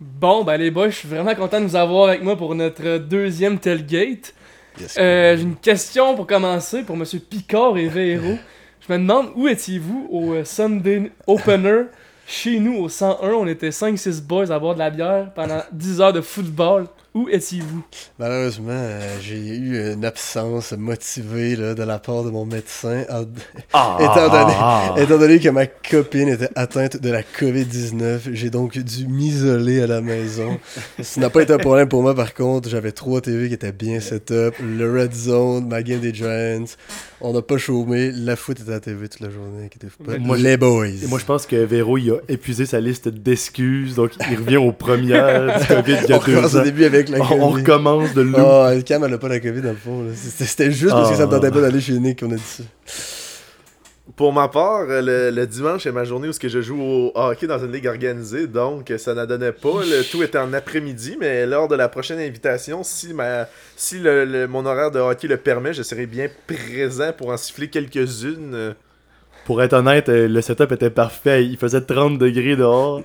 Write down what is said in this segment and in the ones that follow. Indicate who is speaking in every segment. Speaker 1: Bon, ben les boys, je suis vraiment content de vous avoir avec moi pour notre deuxième tailgate.
Speaker 2: Yes.
Speaker 1: Euh, J'ai une question pour commencer pour Monsieur Picard et Véro. Je me demande où étiez-vous au euh, Sunday Opener chez nous au 101. On était 5-6 boys à boire de la bière pendant 10 heures de football. Où étiez-vous?
Speaker 2: Malheureusement, euh, j'ai eu une absence motivée là, de la part de mon médecin, en- étant, donné, étant donné que ma copine était atteinte de la COVID-19. J'ai donc dû m'isoler à la maison. Ce n'a pas été un problème pour moi, par contre. J'avais trois TV qui étaient bien set-up, le Red Zone, ma game des Giants. On n'a pas chômé. La foot était à la TV toute la journée. inquiétez-vous pas.
Speaker 3: Moi,
Speaker 2: les boys.
Speaker 3: Et moi, je pense que Véro, il a épuisé sa liste d'excuses, donc il revient aux premières du COVID il y
Speaker 2: on
Speaker 3: a deux
Speaker 2: recommence
Speaker 3: ans.
Speaker 2: au début avec la
Speaker 3: On, on
Speaker 2: COVID.
Speaker 3: recommence de loop.
Speaker 4: Ah.
Speaker 2: Oh, Cam, elle a pas la COVID dans le fond. là. C'était c'était juste parce que ça me tentait pas d'aller chez Nick qu'on a dit ça.
Speaker 4: Pour ma part, euh, le, le dimanche est ma journée où ce que je joue au hockey dans une ligue organisée, donc euh, ça n'en donnait pas. Le tout était en après-midi, mais lors de la prochaine invitation, si ma si le- le- mon horaire de hockey le permet, je serai bien présent pour en siffler quelques-unes. euh.
Speaker 3: Pour être honnête, euh, le setup était parfait. Il faisait 30 degrés dehors.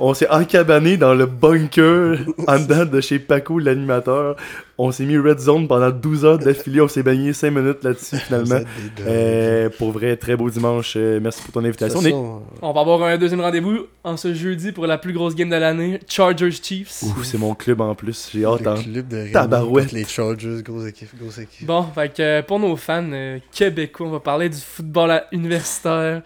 Speaker 3: On s'est encabané dans le bunker en dedans de chez Paco, l'animateur. On s'est mis Red Zone pendant 12 heures d'affilée. On s'est baigné 5 minutes là-dessus
Speaker 2: Vous
Speaker 3: finalement.
Speaker 2: êtes des dingues.
Speaker 3: Euh, pour vrai, très beau dimanche. Euh, merci pour ton
Speaker 2: De toute
Speaker 3: invitation. Nick.
Speaker 2: façon,
Speaker 1: On va avoir un deuxième rendez-vous en ce jeudi pour la plus grosse game de l'année, Chargers-Chiefs.
Speaker 3: Ouh, c'est mon club en plus. J'ai hâte. hein.
Speaker 2: euh, le club de Raymond
Speaker 3: Tabarouette.
Speaker 2: contre Les Chargers, grosse équipe, grosse équipe.
Speaker 1: Bon, fait que euh, pour nos fans euh, québécois, on va parler du football à- universitaire.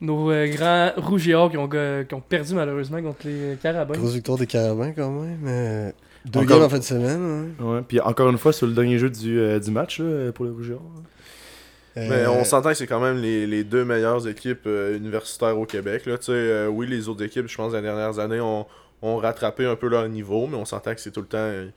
Speaker 1: Nos euh, grands rouges et or qui ont, euh, qui ont perdu malheureusement contre les euh, Carabins.
Speaker 2: Grosse victoire des Carabins quand même. euh, deux
Speaker 3: Encore-
Speaker 2: games en fin de semaine.
Speaker 3: Ouais, Puis encore une fois, sur le dernier jeu du, euh, du match là, pour le Rouge et Or.
Speaker 2: hein. Euh,
Speaker 3: Ben,
Speaker 4: Mais on s'entend que c'est quand même les, les deux meilleures équipes euh, universitaires au Québec. Là. Tu sais, euh, oui, les autres équipes, je pense, les dernières années, ont, ont rattrapé un peu leur niveau, mais on s'entend que c'est tout le temps euh,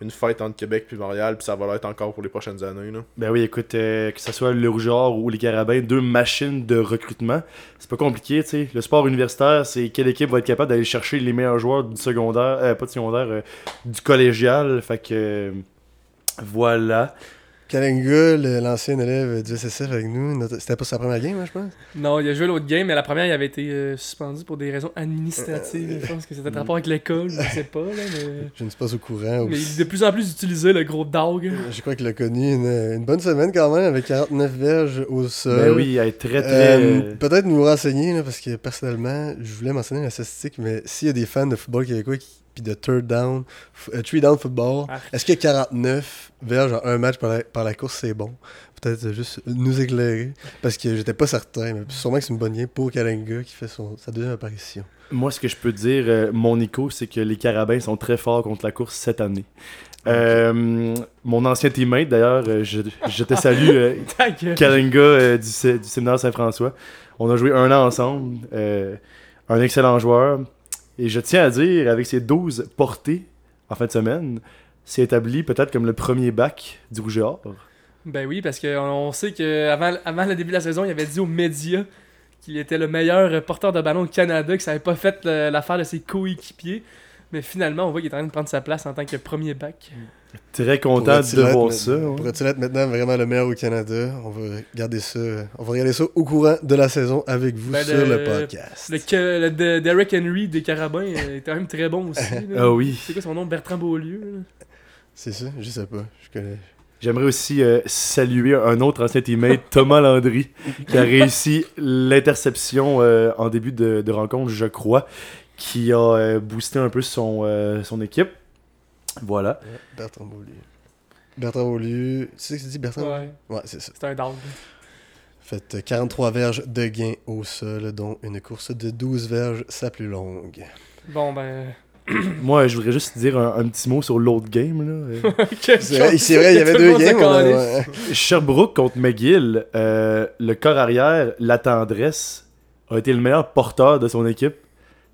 Speaker 4: une fête entre Québec puis Montréal, puis ça va l'être encore pour les prochaines années. Là.
Speaker 3: Ben oui, écoute, euh, que ce soit le Rougeur ou les Carabins, deux machines de recrutement, c'est pas compliqué, tu sais. Le sport universitaire, c'est quelle équipe va être capable d'aller chercher les meilleurs joueurs du secondaire, euh, pas du secondaire, euh, du collégial. Fait que, euh, voilà.
Speaker 2: Kalenga, le- l'ancien élève du SSF avec nous, notre- c'était pas sa première game, hein, je pense.
Speaker 1: Non, il a joué l'autre game, mais la première, il avait été euh, suspendu pour des raisons administratives. Je pense que c'était de rapport avec l'école, je sais pas. Là, mais...
Speaker 2: Je ne suis pas au
Speaker 1: mais
Speaker 2: courant.
Speaker 1: il est
Speaker 2: aussi.
Speaker 1: de plus en plus utilisé, le gros dog.
Speaker 2: Je crois qu'il a connu une, une bonne semaine quand même avec 49 verges au sol.
Speaker 3: Ben oui, elle est très, très.
Speaker 2: Euh,
Speaker 3: euh,
Speaker 2: Peut-être nous renseigner, là, parce que personnellement, je voulais mentionner la statistique, mais s'il y a des fans de football québécois qui, puis de third down, f- euh, three down football,
Speaker 1: Ah.
Speaker 2: est-ce que 49 verges en un match par la, par la course, c'est bon? Peut-être euh, juste nous éclairer, parce que j'étais pas certain, mais sûrement que c'est une bonne game pour Kalenga qui fait son, sa deuxième apparition.
Speaker 3: Moi, ce que je peux dire, euh, mon écho, c'est que les Carabins sont très forts contre la course cette année. Euh, mon ancien teammate, d'ailleurs, euh, je, je te salue, euh,
Speaker 1: Ta gueule.
Speaker 3: Kalinga euh, du, sé- du séminaire Saint-François. On a joué un an ensemble. euh, un excellent joueur. Et je tiens à dire, avec ses 12 portées en fin de semaine, s'est établi peut-être comme le premier bac du Rouge et Or.
Speaker 1: Ben oui, parce qu'on on sait qu'avant avant le début de la saison, il avait dit aux médias qu'il était le meilleur euh, porteur de ballon au Canada, que ça n'avait pas fait le- l'affaire de ses coéquipiers. Mais finalement, on voit qu'il est en train de prendre sa place en tant que premier bac.
Speaker 3: Très content
Speaker 2: Pourrait-il
Speaker 3: de
Speaker 2: être
Speaker 3: voir
Speaker 2: ma-
Speaker 3: ça. hein.
Speaker 2: Pourrait-il être maintenant vraiment le meilleur au Canada? On va regarder ça, euh, on va regarder ça au courant de la saison avec vous
Speaker 1: Ben,
Speaker 2: sur
Speaker 1: le-
Speaker 2: le, podcast.
Speaker 1: Le, que- le de- Derrick Henry des Carabins euh, est quand même très bon aussi. là.
Speaker 3: Ah oui.
Speaker 1: C'est quoi son nom Bertrand Beaulieu là?
Speaker 2: C'est ça? Je sais pas. Je connais.
Speaker 3: J'aimerais aussi euh, saluer un autre ancien teammate, Thomas Landry, qui a réussi l'interception euh, en début de, de rencontre, je crois, qui a euh, boosté un peu son, euh, son équipe. Voilà.
Speaker 2: Bertrand Beaulieu. Bertrand Beaulieu. Tu sais que tu dis Bertrand
Speaker 1: Ouais,
Speaker 2: Ouais, c'est ça.
Speaker 1: c'est un dog.
Speaker 2: Faites euh, 43 verges de gain au sol, dont une course de 12 verges, sa plus longue.
Speaker 1: Bon ben.
Speaker 3: Moi, je voudrais juste dire un, un petit mot sur l'autre game. Là. Euh,
Speaker 2: C'est vrai, c'est vrai, il y avait
Speaker 1: Tout le
Speaker 2: deux
Speaker 1: monde se
Speaker 2: games. on a-
Speaker 1: calisse.
Speaker 2: ouais.
Speaker 3: Sherbrooke contre McGill, euh, le corps arrière, la tendresse, a été le meilleur porteur de son équipe.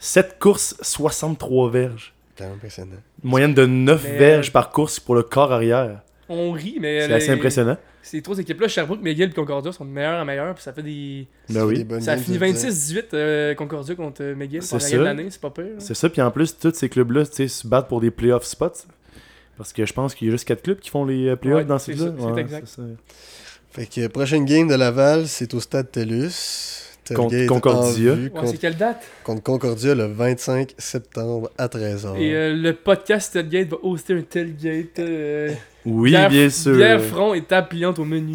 Speaker 3: 7 courses, 63 verges.
Speaker 2: Quand même impressionnant.
Speaker 3: Moyenne de 9
Speaker 1: Mais-
Speaker 3: verges par course pour le corps arrière.
Speaker 1: On rit, mais.
Speaker 3: C'est
Speaker 1: les-
Speaker 3: assez impressionnant.
Speaker 1: Ces trois équipes-là, Sherbrooke, McGill et Concordia, sont de meilleurs en meilleur, puis ça fait des.
Speaker 3: Ben oui.
Speaker 2: Des bonnes
Speaker 1: Ça a
Speaker 2: games,
Speaker 1: fini
Speaker 2: je veux dire.
Speaker 1: 26-18 euh, Concordia contre euh, McGill
Speaker 3: C'est
Speaker 1: pour la game de
Speaker 3: ça.
Speaker 1: l'année, c'est pas pire. hein. là.
Speaker 3: C'est ça, puis en plus, tous ces clubs-là tu sais, se battent pour des playoff spots. Parce que je pense qu'il y a juste 4 clubs qui font les euh, playoffs
Speaker 1: Ouais,
Speaker 3: dans
Speaker 1: c'est
Speaker 3: ces là
Speaker 1: ça, c'est exact.
Speaker 2: Fait que prochaine game de Laval, c'est au stade TELUS. Tailgate
Speaker 3: Con- Concordia.
Speaker 2: en vue
Speaker 1: Ouais, c'est
Speaker 2: contre,
Speaker 1: quelle date?
Speaker 2: contre Concordia le 25 septembre à 13h.
Speaker 3: Ah.
Speaker 1: Et euh, le podcast Tailgate va hoster un tailgate. euh,
Speaker 3: Oui,
Speaker 1: bière-
Speaker 3: bien sûr.
Speaker 1: Bière front et table pliante au menu.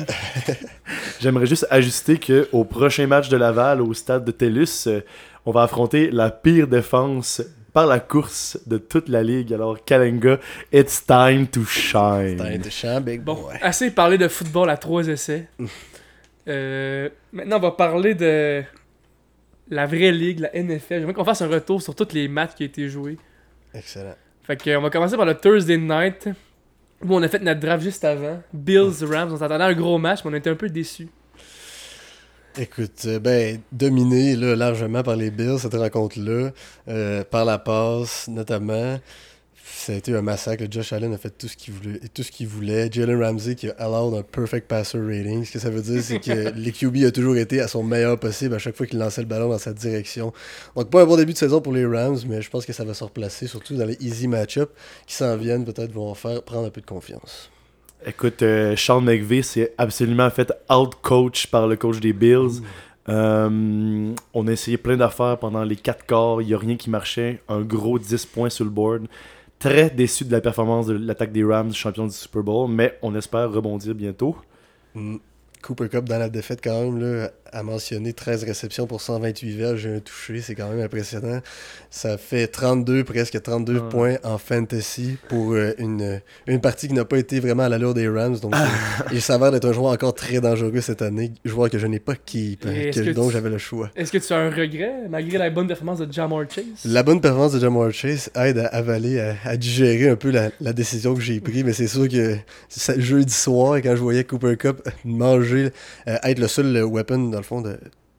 Speaker 3: J'aimerais juste ajuster que au prochain match de Laval au stade de TELUS, euh, on va affronter la pire défense par la course de toute la ligue. Alors Kalenga, it's time to shine.
Speaker 2: T'as été chiant, big
Speaker 1: Bon,
Speaker 2: boy.
Speaker 1: assez parlé de football à trois essais. Euh, maintenant, on va parler de la vraie ligue, la NFL. J'aimerais qu'on fasse un retour sur tous les matchs qui ont été joués.
Speaker 2: Excellent.
Speaker 1: Fait que, euh, on va commencer par le Thursday night. Où on a fait notre draft juste avant. Bills,
Speaker 3: Ah.
Speaker 1: Rams. On s'attendait à un gros match, mais on était un peu déçus.
Speaker 2: Écoute, euh, ben, dominé là, largement par les Bills, cette rencontre-là, euh, par la passe notamment. Ça a été un massacre. Josh Allen a fait tout ce qu'il voulait. tout ce qu'il voulait. Jalen Ramsey qui a allowed un perfect passer rating. Ce que ça veut dire, c'est que les QB a toujours été à son meilleur possible à chaque fois qu'il lançait le ballon dans sa direction. Donc, pas un bon début de saison pour les Rams, mais je pense que ça va se replacer, surtout dans les easy match-up qui s'en viennent, peut-être vont faire prendre un peu de confiance.
Speaker 3: Écoute, euh, Sean McVay s'est absolument fait out-coach par le coach des Bills. Euh, on a essayé plein d'affaires pendant les quatre quarts. Il n'y a rien qui marchait. Un gros 10 points sur le board. Très déçu de la performance de l'attaque des Rams, champion du Super Bowl, mais on espère rebondir bientôt.
Speaker 2: Mm. Cooper Cup dans la défaite quand même là, a mentionné 13 réceptions pour 128 verges et un touché, c'est quand même impressionnant. Ça fait 32, presque 32
Speaker 1: Ah.
Speaker 3: Ouais.
Speaker 2: points en fantasy pour euh, une, une partie qui n'a pas été vraiment à l'allure des Rams. Donc
Speaker 1: Ah.
Speaker 2: euh, il s'avère d'être un joueur encore très dangereux cette année, joueur que je n'ai pas keep,
Speaker 1: Et
Speaker 2: euh,
Speaker 1: est-ce
Speaker 2: que-
Speaker 1: que
Speaker 2: dont
Speaker 1: tu-
Speaker 2: j'avais le choix.
Speaker 1: Est-ce que tu as un regret, malgré la bonne performance de Jamar Chase?
Speaker 2: La bonne performance de Jamar Chase aide à avaler, à, à digérer un peu la, la décision que j'ai prise, mais c'est sûr que ça- jeudi soir, quand je voyais Cooper Cup manger, euh, être le seul weapon, dans le fond, de,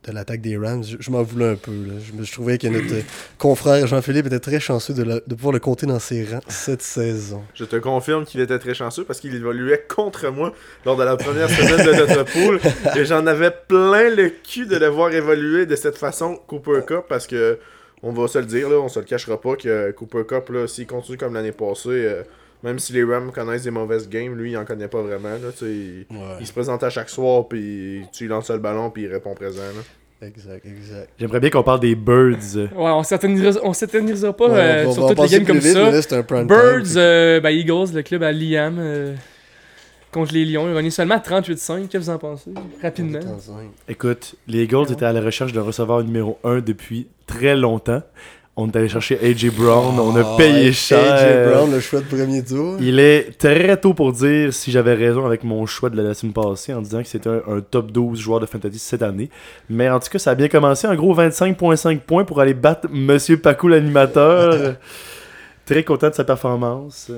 Speaker 2: de l'attaque des Rams, je, je m'en voulais un peu. là. Je, me- je trouvais que notre euh, confrère Jean-Philippe était très chanceux de, le- de pouvoir le compter dans ses rangs cette saison.
Speaker 4: Je te confirme qu'il était très chanceux parce qu'il évoluait contre moi lors de la première semaine de notre poule et j'en avais plein le cul de le voir évoluer de cette façon Cooper Cup parce que on va se le dire là, on se le cachera pas que euh, Cooper Cup là, s'il continue comme l'année passée, euh, même si les Rams connaissent des mauvaises games, lui il en connaît pas vraiment là, tu sais, il, il se présente à chaque soir puis tu lui lances le ballon puis il répond présent. là.
Speaker 2: Exact, exact.
Speaker 3: J'aimerais bien qu'on parle des Birds.
Speaker 1: Ouais, on s'éternisera on s'éternisera pas
Speaker 2: Ouais,
Speaker 1: euh,
Speaker 2: on va- on
Speaker 1: sur
Speaker 2: va
Speaker 1: toutes les
Speaker 2: passer
Speaker 1: games
Speaker 2: plus
Speaker 1: comme
Speaker 2: vite,
Speaker 1: ça.
Speaker 2: mais là, c'est un prime
Speaker 1: Birds,
Speaker 2: time.
Speaker 1: euh, ben, Eagles, le club à Liam euh, contre les Lions. Ils ont gagné seulement 38-5. Qu'est-ce que vous en pensez Rapidement.
Speaker 3: Écoute, les Eagles étaient à la recherche d'un receveur numéro 1 depuis très longtemps. On est allé chercher A.J. Brown, on a
Speaker 2: Ah,
Speaker 3: payé
Speaker 2: ouais,
Speaker 3: cher.
Speaker 2: AJ Brown, le choix de premier tour.
Speaker 3: Il est très tôt pour dire si j'avais raison avec mon choix de la semaine passée en disant que c'était un, un top 12 joueur de fantasy cette année. Mais en tout cas, ça a bien commencé. En gros, 25.5 points pour aller battre Monsieur Paco l'animateur. très content de sa performance.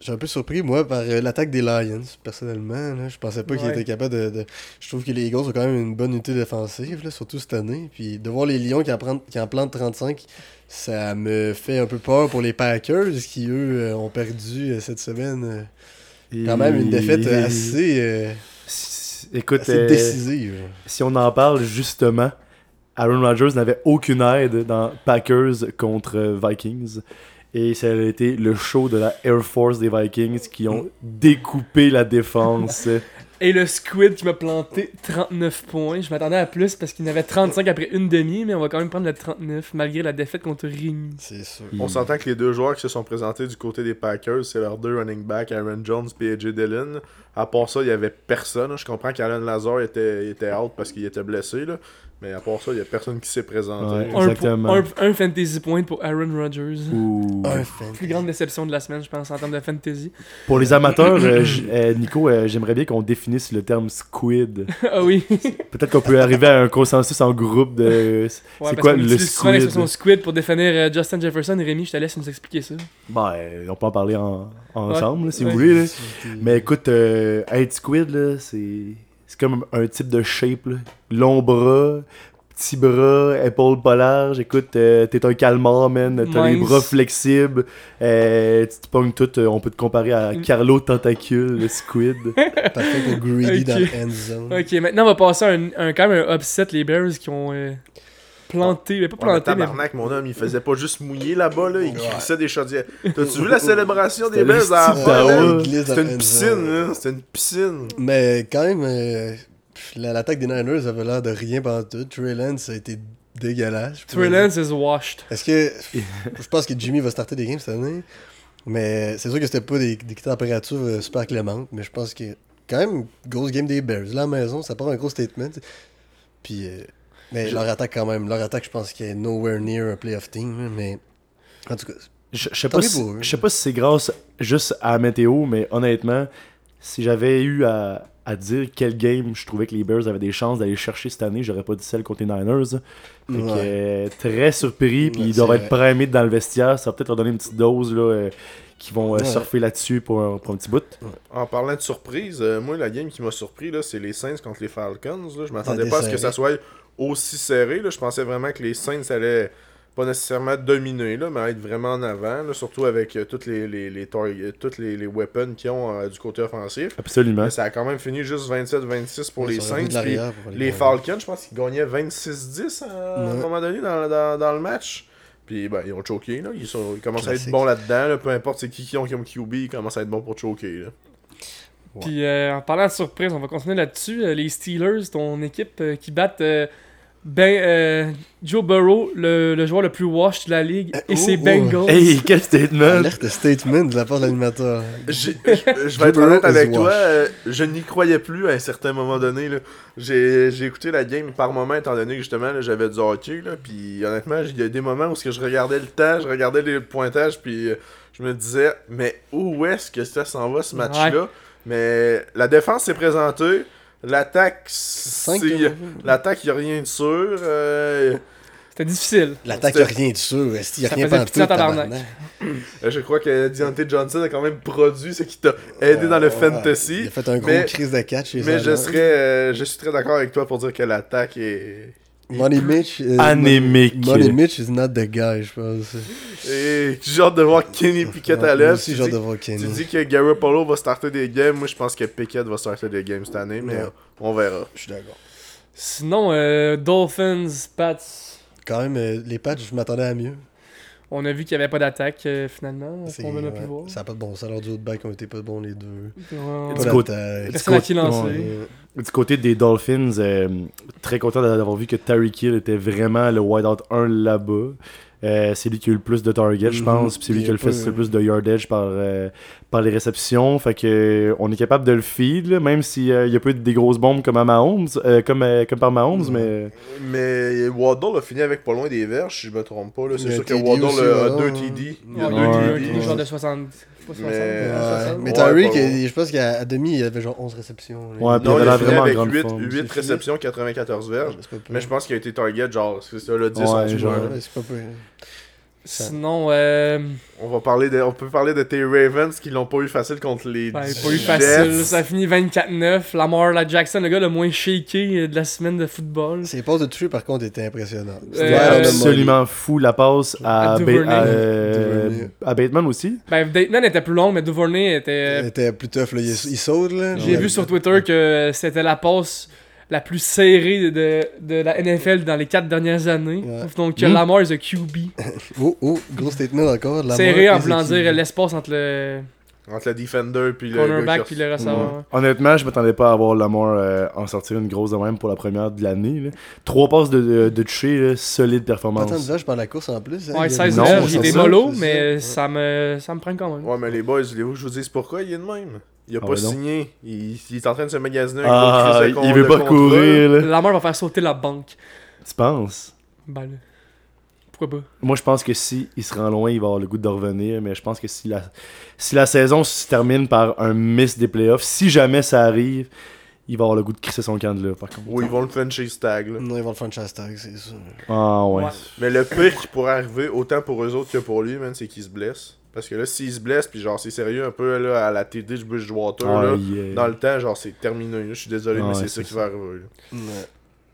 Speaker 2: J'ai un peu surpris, moi, par euh, l'attaque des Lions, personnellement. Là. Je pensais pas qu'ils
Speaker 1: Ouais.
Speaker 2: étaient capables de, de- Je trouve que les Eagles ont quand même une bonne unité défensive, là, surtout cette année. Puis de voir les Lions qui en, prennent- qui en plantent 35, ça me fait un peu peur pour les Packers qui, eux, euh, ont perdu euh, cette semaine euh, quand même une défaite euh, assez, euh,
Speaker 3: S- Écoute,
Speaker 2: assez
Speaker 3: euh,
Speaker 2: décisive.
Speaker 3: si on en parle justement, Aaron Rodgers n'avait aucune aide dans Packers contre euh, Vikings. Et ça a été le show de la Air Force des Vikings qui ont découpé la défense.
Speaker 1: Et le Squid qui m'a planté 39 points. Je m'attendais à plus parce qu'il en avait 35 après une demi, mais on va quand même prendre le 39 malgré la défaite contre Rémi.
Speaker 2: C'est sûr.
Speaker 3: euh,
Speaker 4: On s'entend que les deux joueurs qui se sont présentés du côté des Packers, c'est leurs deux running backs, Aaron Jones et AJ Dillon. À part ça, il n'y avait personne. Je comprends qu'Alan Lazar était, était out parce qu'il était blessé, là. mais à part ça, il n'y a personne qui s'est présenté.
Speaker 3: Ouais.
Speaker 1: Un, po-
Speaker 3: Exactement.
Speaker 1: un, un fantasy point pour Aaron Rodgers.
Speaker 3: Ouh.
Speaker 2: Un fan.
Speaker 1: Plus grande déception de la semaine, je pense, en termes de fantasy.
Speaker 3: Pour les amateurs, euh, j- euh, Nico, euh, j'aimerais bien qu'on définisse le terme squid.
Speaker 1: ah oui.
Speaker 3: Peut-être qu'on peut arriver à un consensus en groupe de.
Speaker 1: parce
Speaker 3: quoi
Speaker 1: qu'on
Speaker 3: le
Speaker 1: utilise souvent
Speaker 3: squid?
Speaker 1: l'expression squid pour définir euh, Justin Jefferson. Rémi, je te laisse nous expliquer ça.
Speaker 3: Bah, euh, on peut en parler en- ensemble, là, si
Speaker 1: Ouais.
Speaker 3: vous voulez. là. Mais écoute, euh, être squid, là, c'est c'est comme un type de shape. là. Long bras, petit bras, épaule pas large. Écoute, euh, t'es un calmar, man. T'as les
Speaker 1: Mince.
Speaker 3: bras flexibles. euh, tu te pognes tout. euh, on peut te comparer à Carlo Tentacule, le squid.
Speaker 2: Parfait pour Greedy
Speaker 1: Ok.
Speaker 2: dans la end zone.
Speaker 1: Ok, maintenant on va passer à un, un- quand même un upset, les Bears qui ont euh, planté, mais pas
Speaker 4: Ouais, mais
Speaker 1: planté, mais
Speaker 4: tabarnak, mon homme, il faisait pas juste mouiller là-bas, là, il crissait des chaudières. T'as-tu vu la célébration des
Speaker 3: C'était
Speaker 4: Bills à la
Speaker 3: le
Speaker 4: fin,
Speaker 3: style
Speaker 4: là?
Speaker 3: d'Awa.
Speaker 2: Ah, glisse dans la
Speaker 4: C'était une
Speaker 2: end zone.
Speaker 4: piscine, là. C'était une piscine.
Speaker 2: Mais quand même, euh, la- l'attaque des Niners avait l'air de rien pendant tout. Trey Lance a été dégueulasse. je pourrais
Speaker 1: Trey Lance is washed.
Speaker 2: dire. Est-ce que. je pense que Jimmy va starter des games cette année. Mais c'est sûr que c'était pas des, des températures euh, super clémentes. Mais je pense que. Quand même, grosse game des Bears. Là, à la maison, ça prend un gros statement. Puis. euh, mais leur attaque, quand même. Leur attaque, je pense qu'elle est nowhere near un playoff team. hein, Mais. En tout cas,
Speaker 3: Je je sais
Speaker 2: Tant
Speaker 3: pas,
Speaker 2: mieux
Speaker 3: si,
Speaker 2: pour eux.
Speaker 3: je sais pas si c'est grâce juste à la météo, mais honnêtement, si j'avais eu à, à dire quel game je trouvais que les Bears avaient des chances d'aller chercher cette année, j'aurais pas dit celle contre les Niners. Fait que,
Speaker 2: Ouais.
Speaker 3: euh, très surpris, puis
Speaker 2: Ouais,
Speaker 3: ils doivent
Speaker 2: c'est
Speaker 3: être primés dans le vestiaire. Ça va peut-être leur donner une petite dose là, euh, qui vont euh,
Speaker 2: Ouais.
Speaker 3: surfer là-dessus pour, un- pour un petit bout.
Speaker 4: En parlant de surprise, euh, moi, la game qui m'a surpris, là, c'est les Saints contre les Falcons. là. Je m'attendais
Speaker 2: Ah,
Speaker 4: pas à ce que
Speaker 2: desserré.
Speaker 4: ça soit aussi serré. là. Je pensais vraiment que les Saints allaient pas nécessairement dominer, là, mais être vraiment en avant, là, surtout avec euh, toutes les, les, les tar- euh, toutes les, les weapons qu'ils ont euh, du côté offensif.
Speaker 3: Absolument.
Speaker 4: Mais ça a quand même fini juste 27-26 pour les
Speaker 2: ça aurait mis
Speaker 4: Saints.
Speaker 2: de
Speaker 4: puis
Speaker 2: l'arrière pour aller
Speaker 4: Les
Speaker 2: voir.
Speaker 4: Falcons, je pense qu'ils gagnaient 26-10 à un
Speaker 2: Ouais.
Speaker 4: moment donné dans, dans- dans le match. Puis ben, ils ont choqué, là. Ils, sont, ils commencent à être
Speaker 2: Classique.
Speaker 4: bons là-dedans. là. Peu importe c'est qui qui ont comme QB, ils commencent à être bons pour choquer. Là.
Speaker 1: Puis euh, en parlant de surprise, on va continuer là-dessus. Euh, les Steelers, ton équipe euh, qui battent euh, ben, euh, Joe Burrow, le, le joueur le plus washed de la ligue, et
Speaker 2: oh,
Speaker 1: ses
Speaker 2: oh.
Speaker 1: Bengals.
Speaker 3: Hey, quel statement!
Speaker 2: Alerte statement de la part de l'animateur.
Speaker 4: J'ai- je je vais être
Speaker 2: Joe
Speaker 4: honnête
Speaker 2: Burrow is
Speaker 4: avec toi,
Speaker 2: washed.
Speaker 4: euh, je n'y croyais plus à un certain moment donné. là. J'ai j'ai écouté la game par moment, étant donné que justement là, j'avais du hockey. Là, puis honnêtement, il y a des moments où ce que je regardais le temps, je regardais les pointages, puis euh, je me disais, mais où est-ce que ça s'en va ce match-là Mais la défense s'est présentée, l'attaque,
Speaker 2: Cinq
Speaker 4: c'est- l'attaque, il n'y a rien de sûr. euh,
Speaker 1: C'était difficile.
Speaker 2: L'attaque, y'a rien de sûr. Est-ce qu'il y a
Speaker 1: Ça
Speaker 2: rien
Speaker 1: faisait
Speaker 2: pendant
Speaker 1: pitié en
Speaker 2: tout,
Speaker 1: tabarnak.
Speaker 2: tabarnak.
Speaker 4: Euh, Je crois que Deontay Johnson a quand même produit ce qui t'a aidé dans le
Speaker 2: Ouais, ouais.
Speaker 4: fantasy.
Speaker 2: Ah, Il a fait un gros
Speaker 4: mais-
Speaker 2: crise de catch. chez
Speaker 4: Mais
Speaker 2: Saint-Jean.
Speaker 4: je serais, euh, je suis très d'accord avec toi pour dire que l'attaque est,
Speaker 2: Money Mitch. is-
Speaker 3: Anémique.
Speaker 2: Money Mitch is not the guy, je pense.
Speaker 4: est- J'ai hâte de voir Kenny Pickett
Speaker 2: Ouais,
Speaker 4: à
Speaker 2: moi
Speaker 4: l'œuvre.
Speaker 2: aussi,
Speaker 4: Tu,
Speaker 2: j'ai hâte
Speaker 4: dis-
Speaker 2: de voir
Speaker 4: tu
Speaker 2: Kenny.
Speaker 4: dis que Garoppolo va starter des games. Moi, je pense que Pickett va starter des games cette année, mais
Speaker 2: Ouais.
Speaker 4: euh, on verra.
Speaker 2: Je suis d'accord.
Speaker 1: Sinon, euh, Dolphins, Pats.
Speaker 2: Quand même, euh, les patchs, je m'attendais à mieux.
Speaker 1: On a vu qu'il n'y avait pas d'attaque euh, finalement,
Speaker 2: C'est-
Speaker 1: ce qu'on en a pu
Speaker 2: ouais,
Speaker 1: voir.
Speaker 2: Ça n'a pas de bon sens. Leurs duos de back ont été pas bons, les deux.
Speaker 1: Ouais.
Speaker 3: Du
Speaker 2: Pas
Speaker 3: coup-
Speaker 2: d'attaque.
Speaker 1: Personne à qui lancer.
Speaker 2: Euh,
Speaker 3: Du côté des Dolphins, euh, très content d'avoir vu que Tyreek Hill était vraiment le wideout 1 là-bas. Euh, c'est lui qui a eu le plus de targets, je
Speaker 2: Mhm.
Speaker 3: pense, puis c'est lui
Speaker 2: Il
Speaker 3: qui
Speaker 2: a
Speaker 3: a le, fait
Speaker 2: pas-
Speaker 3: le plus de yardage par, euh, par les réceptions. Fait que euh, on est capable de le feed, là, même s'il euh, y a pas eu des grosses bombes comme à Mahomes, euh, comme, euh, comme par
Speaker 1: Mhm.
Speaker 3: Mahomes, mais
Speaker 4: Mais Waddle a fini avec pas loin des verges, si je me trompe pas. là.
Speaker 2: Il
Speaker 4: C'est
Speaker 2: y a
Speaker 4: sûr que
Speaker 2: TD
Speaker 4: Waddle
Speaker 2: aussi,
Speaker 4: a
Speaker 2: Waddle.
Speaker 4: deux TD. Il a
Speaker 1: Ouais,
Speaker 4: deux
Speaker 1: deux-
Speaker 4: TD.
Speaker 1: deux- deux joueurs de 60. pas 60,
Speaker 4: Mais-
Speaker 1: euh,
Speaker 2: ouais.
Speaker 1: 60.
Speaker 2: Mais
Speaker 4: Ouais,
Speaker 2: Tyreek,
Speaker 4: pas bon.
Speaker 2: il- je pense qu'à à demi, il avait genre 11 réceptions. là.
Speaker 3: Ouais, puis
Speaker 4: Non,
Speaker 3: avait
Speaker 4: il
Speaker 3: l'air
Speaker 4: a fini
Speaker 3: vraiment en
Speaker 4: avec
Speaker 3: grande
Speaker 4: 8,
Speaker 3: forme.
Speaker 2: C'est fini.
Speaker 4: réceptions, 94 verges.
Speaker 2: C'est pas peu.
Speaker 4: Mais je pense qu'il a été target, genre, c'est ça, le 10 en dessous,
Speaker 3: genre.
Speaker 4: hein.
Speaker 2: Ouais, C'est pas peu.
Speaker 1: Sinon, euh,
Speaker 4: On va parler de, on peut parler de tes Ravens qui l'ont pas eu facile contre les.
Speaker 1: ben,
Speaker 4: Jets.
Speaker 1: pas eu facile. Ça finit 24-9. Lamar la Jackson, le gars le moins shaké euh, de la semaine de football.
Speaker 2: Ses passes de toucher, par contre, étaient impressionnantes.
Speaker 1: Euh,
Speaker 2: Ouais, on a demandé.
Speaker 3: absolument fou la passe à,
Speaker 1: À
Speaker 3: Ba-
Speaker 1: Duvernay.
Speaker 3: à, euh,
Speaker 2: Duvernay.
Speaker 3: à Bateman aussi.
Speaker 1: Ben, Dayton était plus long, mais Duvernay était.
Speaker 2: Il était plus tough, là. Il, il saute, là.
Speaker 1: Euh, J'ai
Speaker 2: Ouais.
Speaker 1: vu sur Twitter que c'était la passe la plus serrée de, de la NFL dans les 4 dernières années.
Speaker 2: Ouais.
Speaker 1: Donc, que
Speaker 3: Mm.
Speaker 1: Lamar is a QB.
Speaker 2: Oh, oh, gros statement encore. de la
Speaker 1: Serré
Speaker 2: mort
Speaker 1: en voulant
Speaker 2: Ezekiel.
Speaker 1: dire l'espace entre le
Speaker 4: Entre le defender puis le. gars
Speaker 1: cornerback
Speaker 4: qui
Speaker 1: puis
Speaker 4: a-
Speaker 1: le receveur.
Speaker 3: Honnêtement, je m'attendais pas à voir Lamar euh, en sortir une grosse de même pour la première de l'année. là. Trois passes de, euh, de, de toucher, là, solide performance.
Speaker 2: Attends, là, je parle de la course en plus. hein.
Speaker 1: Ouais,
Speaker 2: Il y a-
Speaker 1: 16
Speaker 3: Non,
Speaker 1: heures, il
Speaker 3: c'est
Speaker 1: était
Speaker 3: ça,
Speaker 1: mollo,
Speaker 2: c'est
Speaker 1: mais
Speaker 2: ça.
Speaker 1: ça me, ça me prend quand même.
Speaker 4: Ouais, mais les boys, voulez-vous que je vous dise pourquoi il est de même Il a
Speaker 3: Ah,
Speaker 4: pas
Speaker 3: ben non.
Speaker 4: signé. Il, il est en train de se magasiner un
Speaker 3: Ah,
Speaker 4: gros crise de con-
Speaker 3: il veut
Speaker 4: de
Speaker 3: pas
Speaker 4: contrat.
Speaker 3: courir, là.
Speaker 1: Lamar va faire sauter la banque.
Speaker 3: Tu penses?
Speaker 1: Ben là, pourquoi pas?
Speaker 3: Moi, je pense que si il se rend loin, il va avoir le goût de revenir. Mais je pense que si la, si la saison se termine par un miss des playoffs, si jamais ça arrive, il va avoir le goût de crisser son camp de là, par contre.
Speaker 4: Ou ils vont le franchise tag. là.
Speaker 2: Non, ils vont le franchise tag, c'est sûr.
Speaker 3: Ah, ouais.
Speaker 1: Ouais.
Speaker 4: Mais le pire qui pourrait arriver, autant pour eux autres que pour lui, man, c'est qu'il se blesse. Parce que là, s'il se blesse, puis genre, c'est sérieux un peu là, à la TD de Bush Water,
Speaker 3: Ah,
Speaker 4: là,
Speaker 3: il est-
Speaker 4: dans le temps, genre, c'est terminé. là. Je suis désolé,
Speaker 3: Ah,
Speaker 4: mais
Speaker 3: ouais,
Speaker 4: c'est ça
Speaker 3: c'est
Speaker 4: qui va arriver. là.
Speaker 2: Ouais.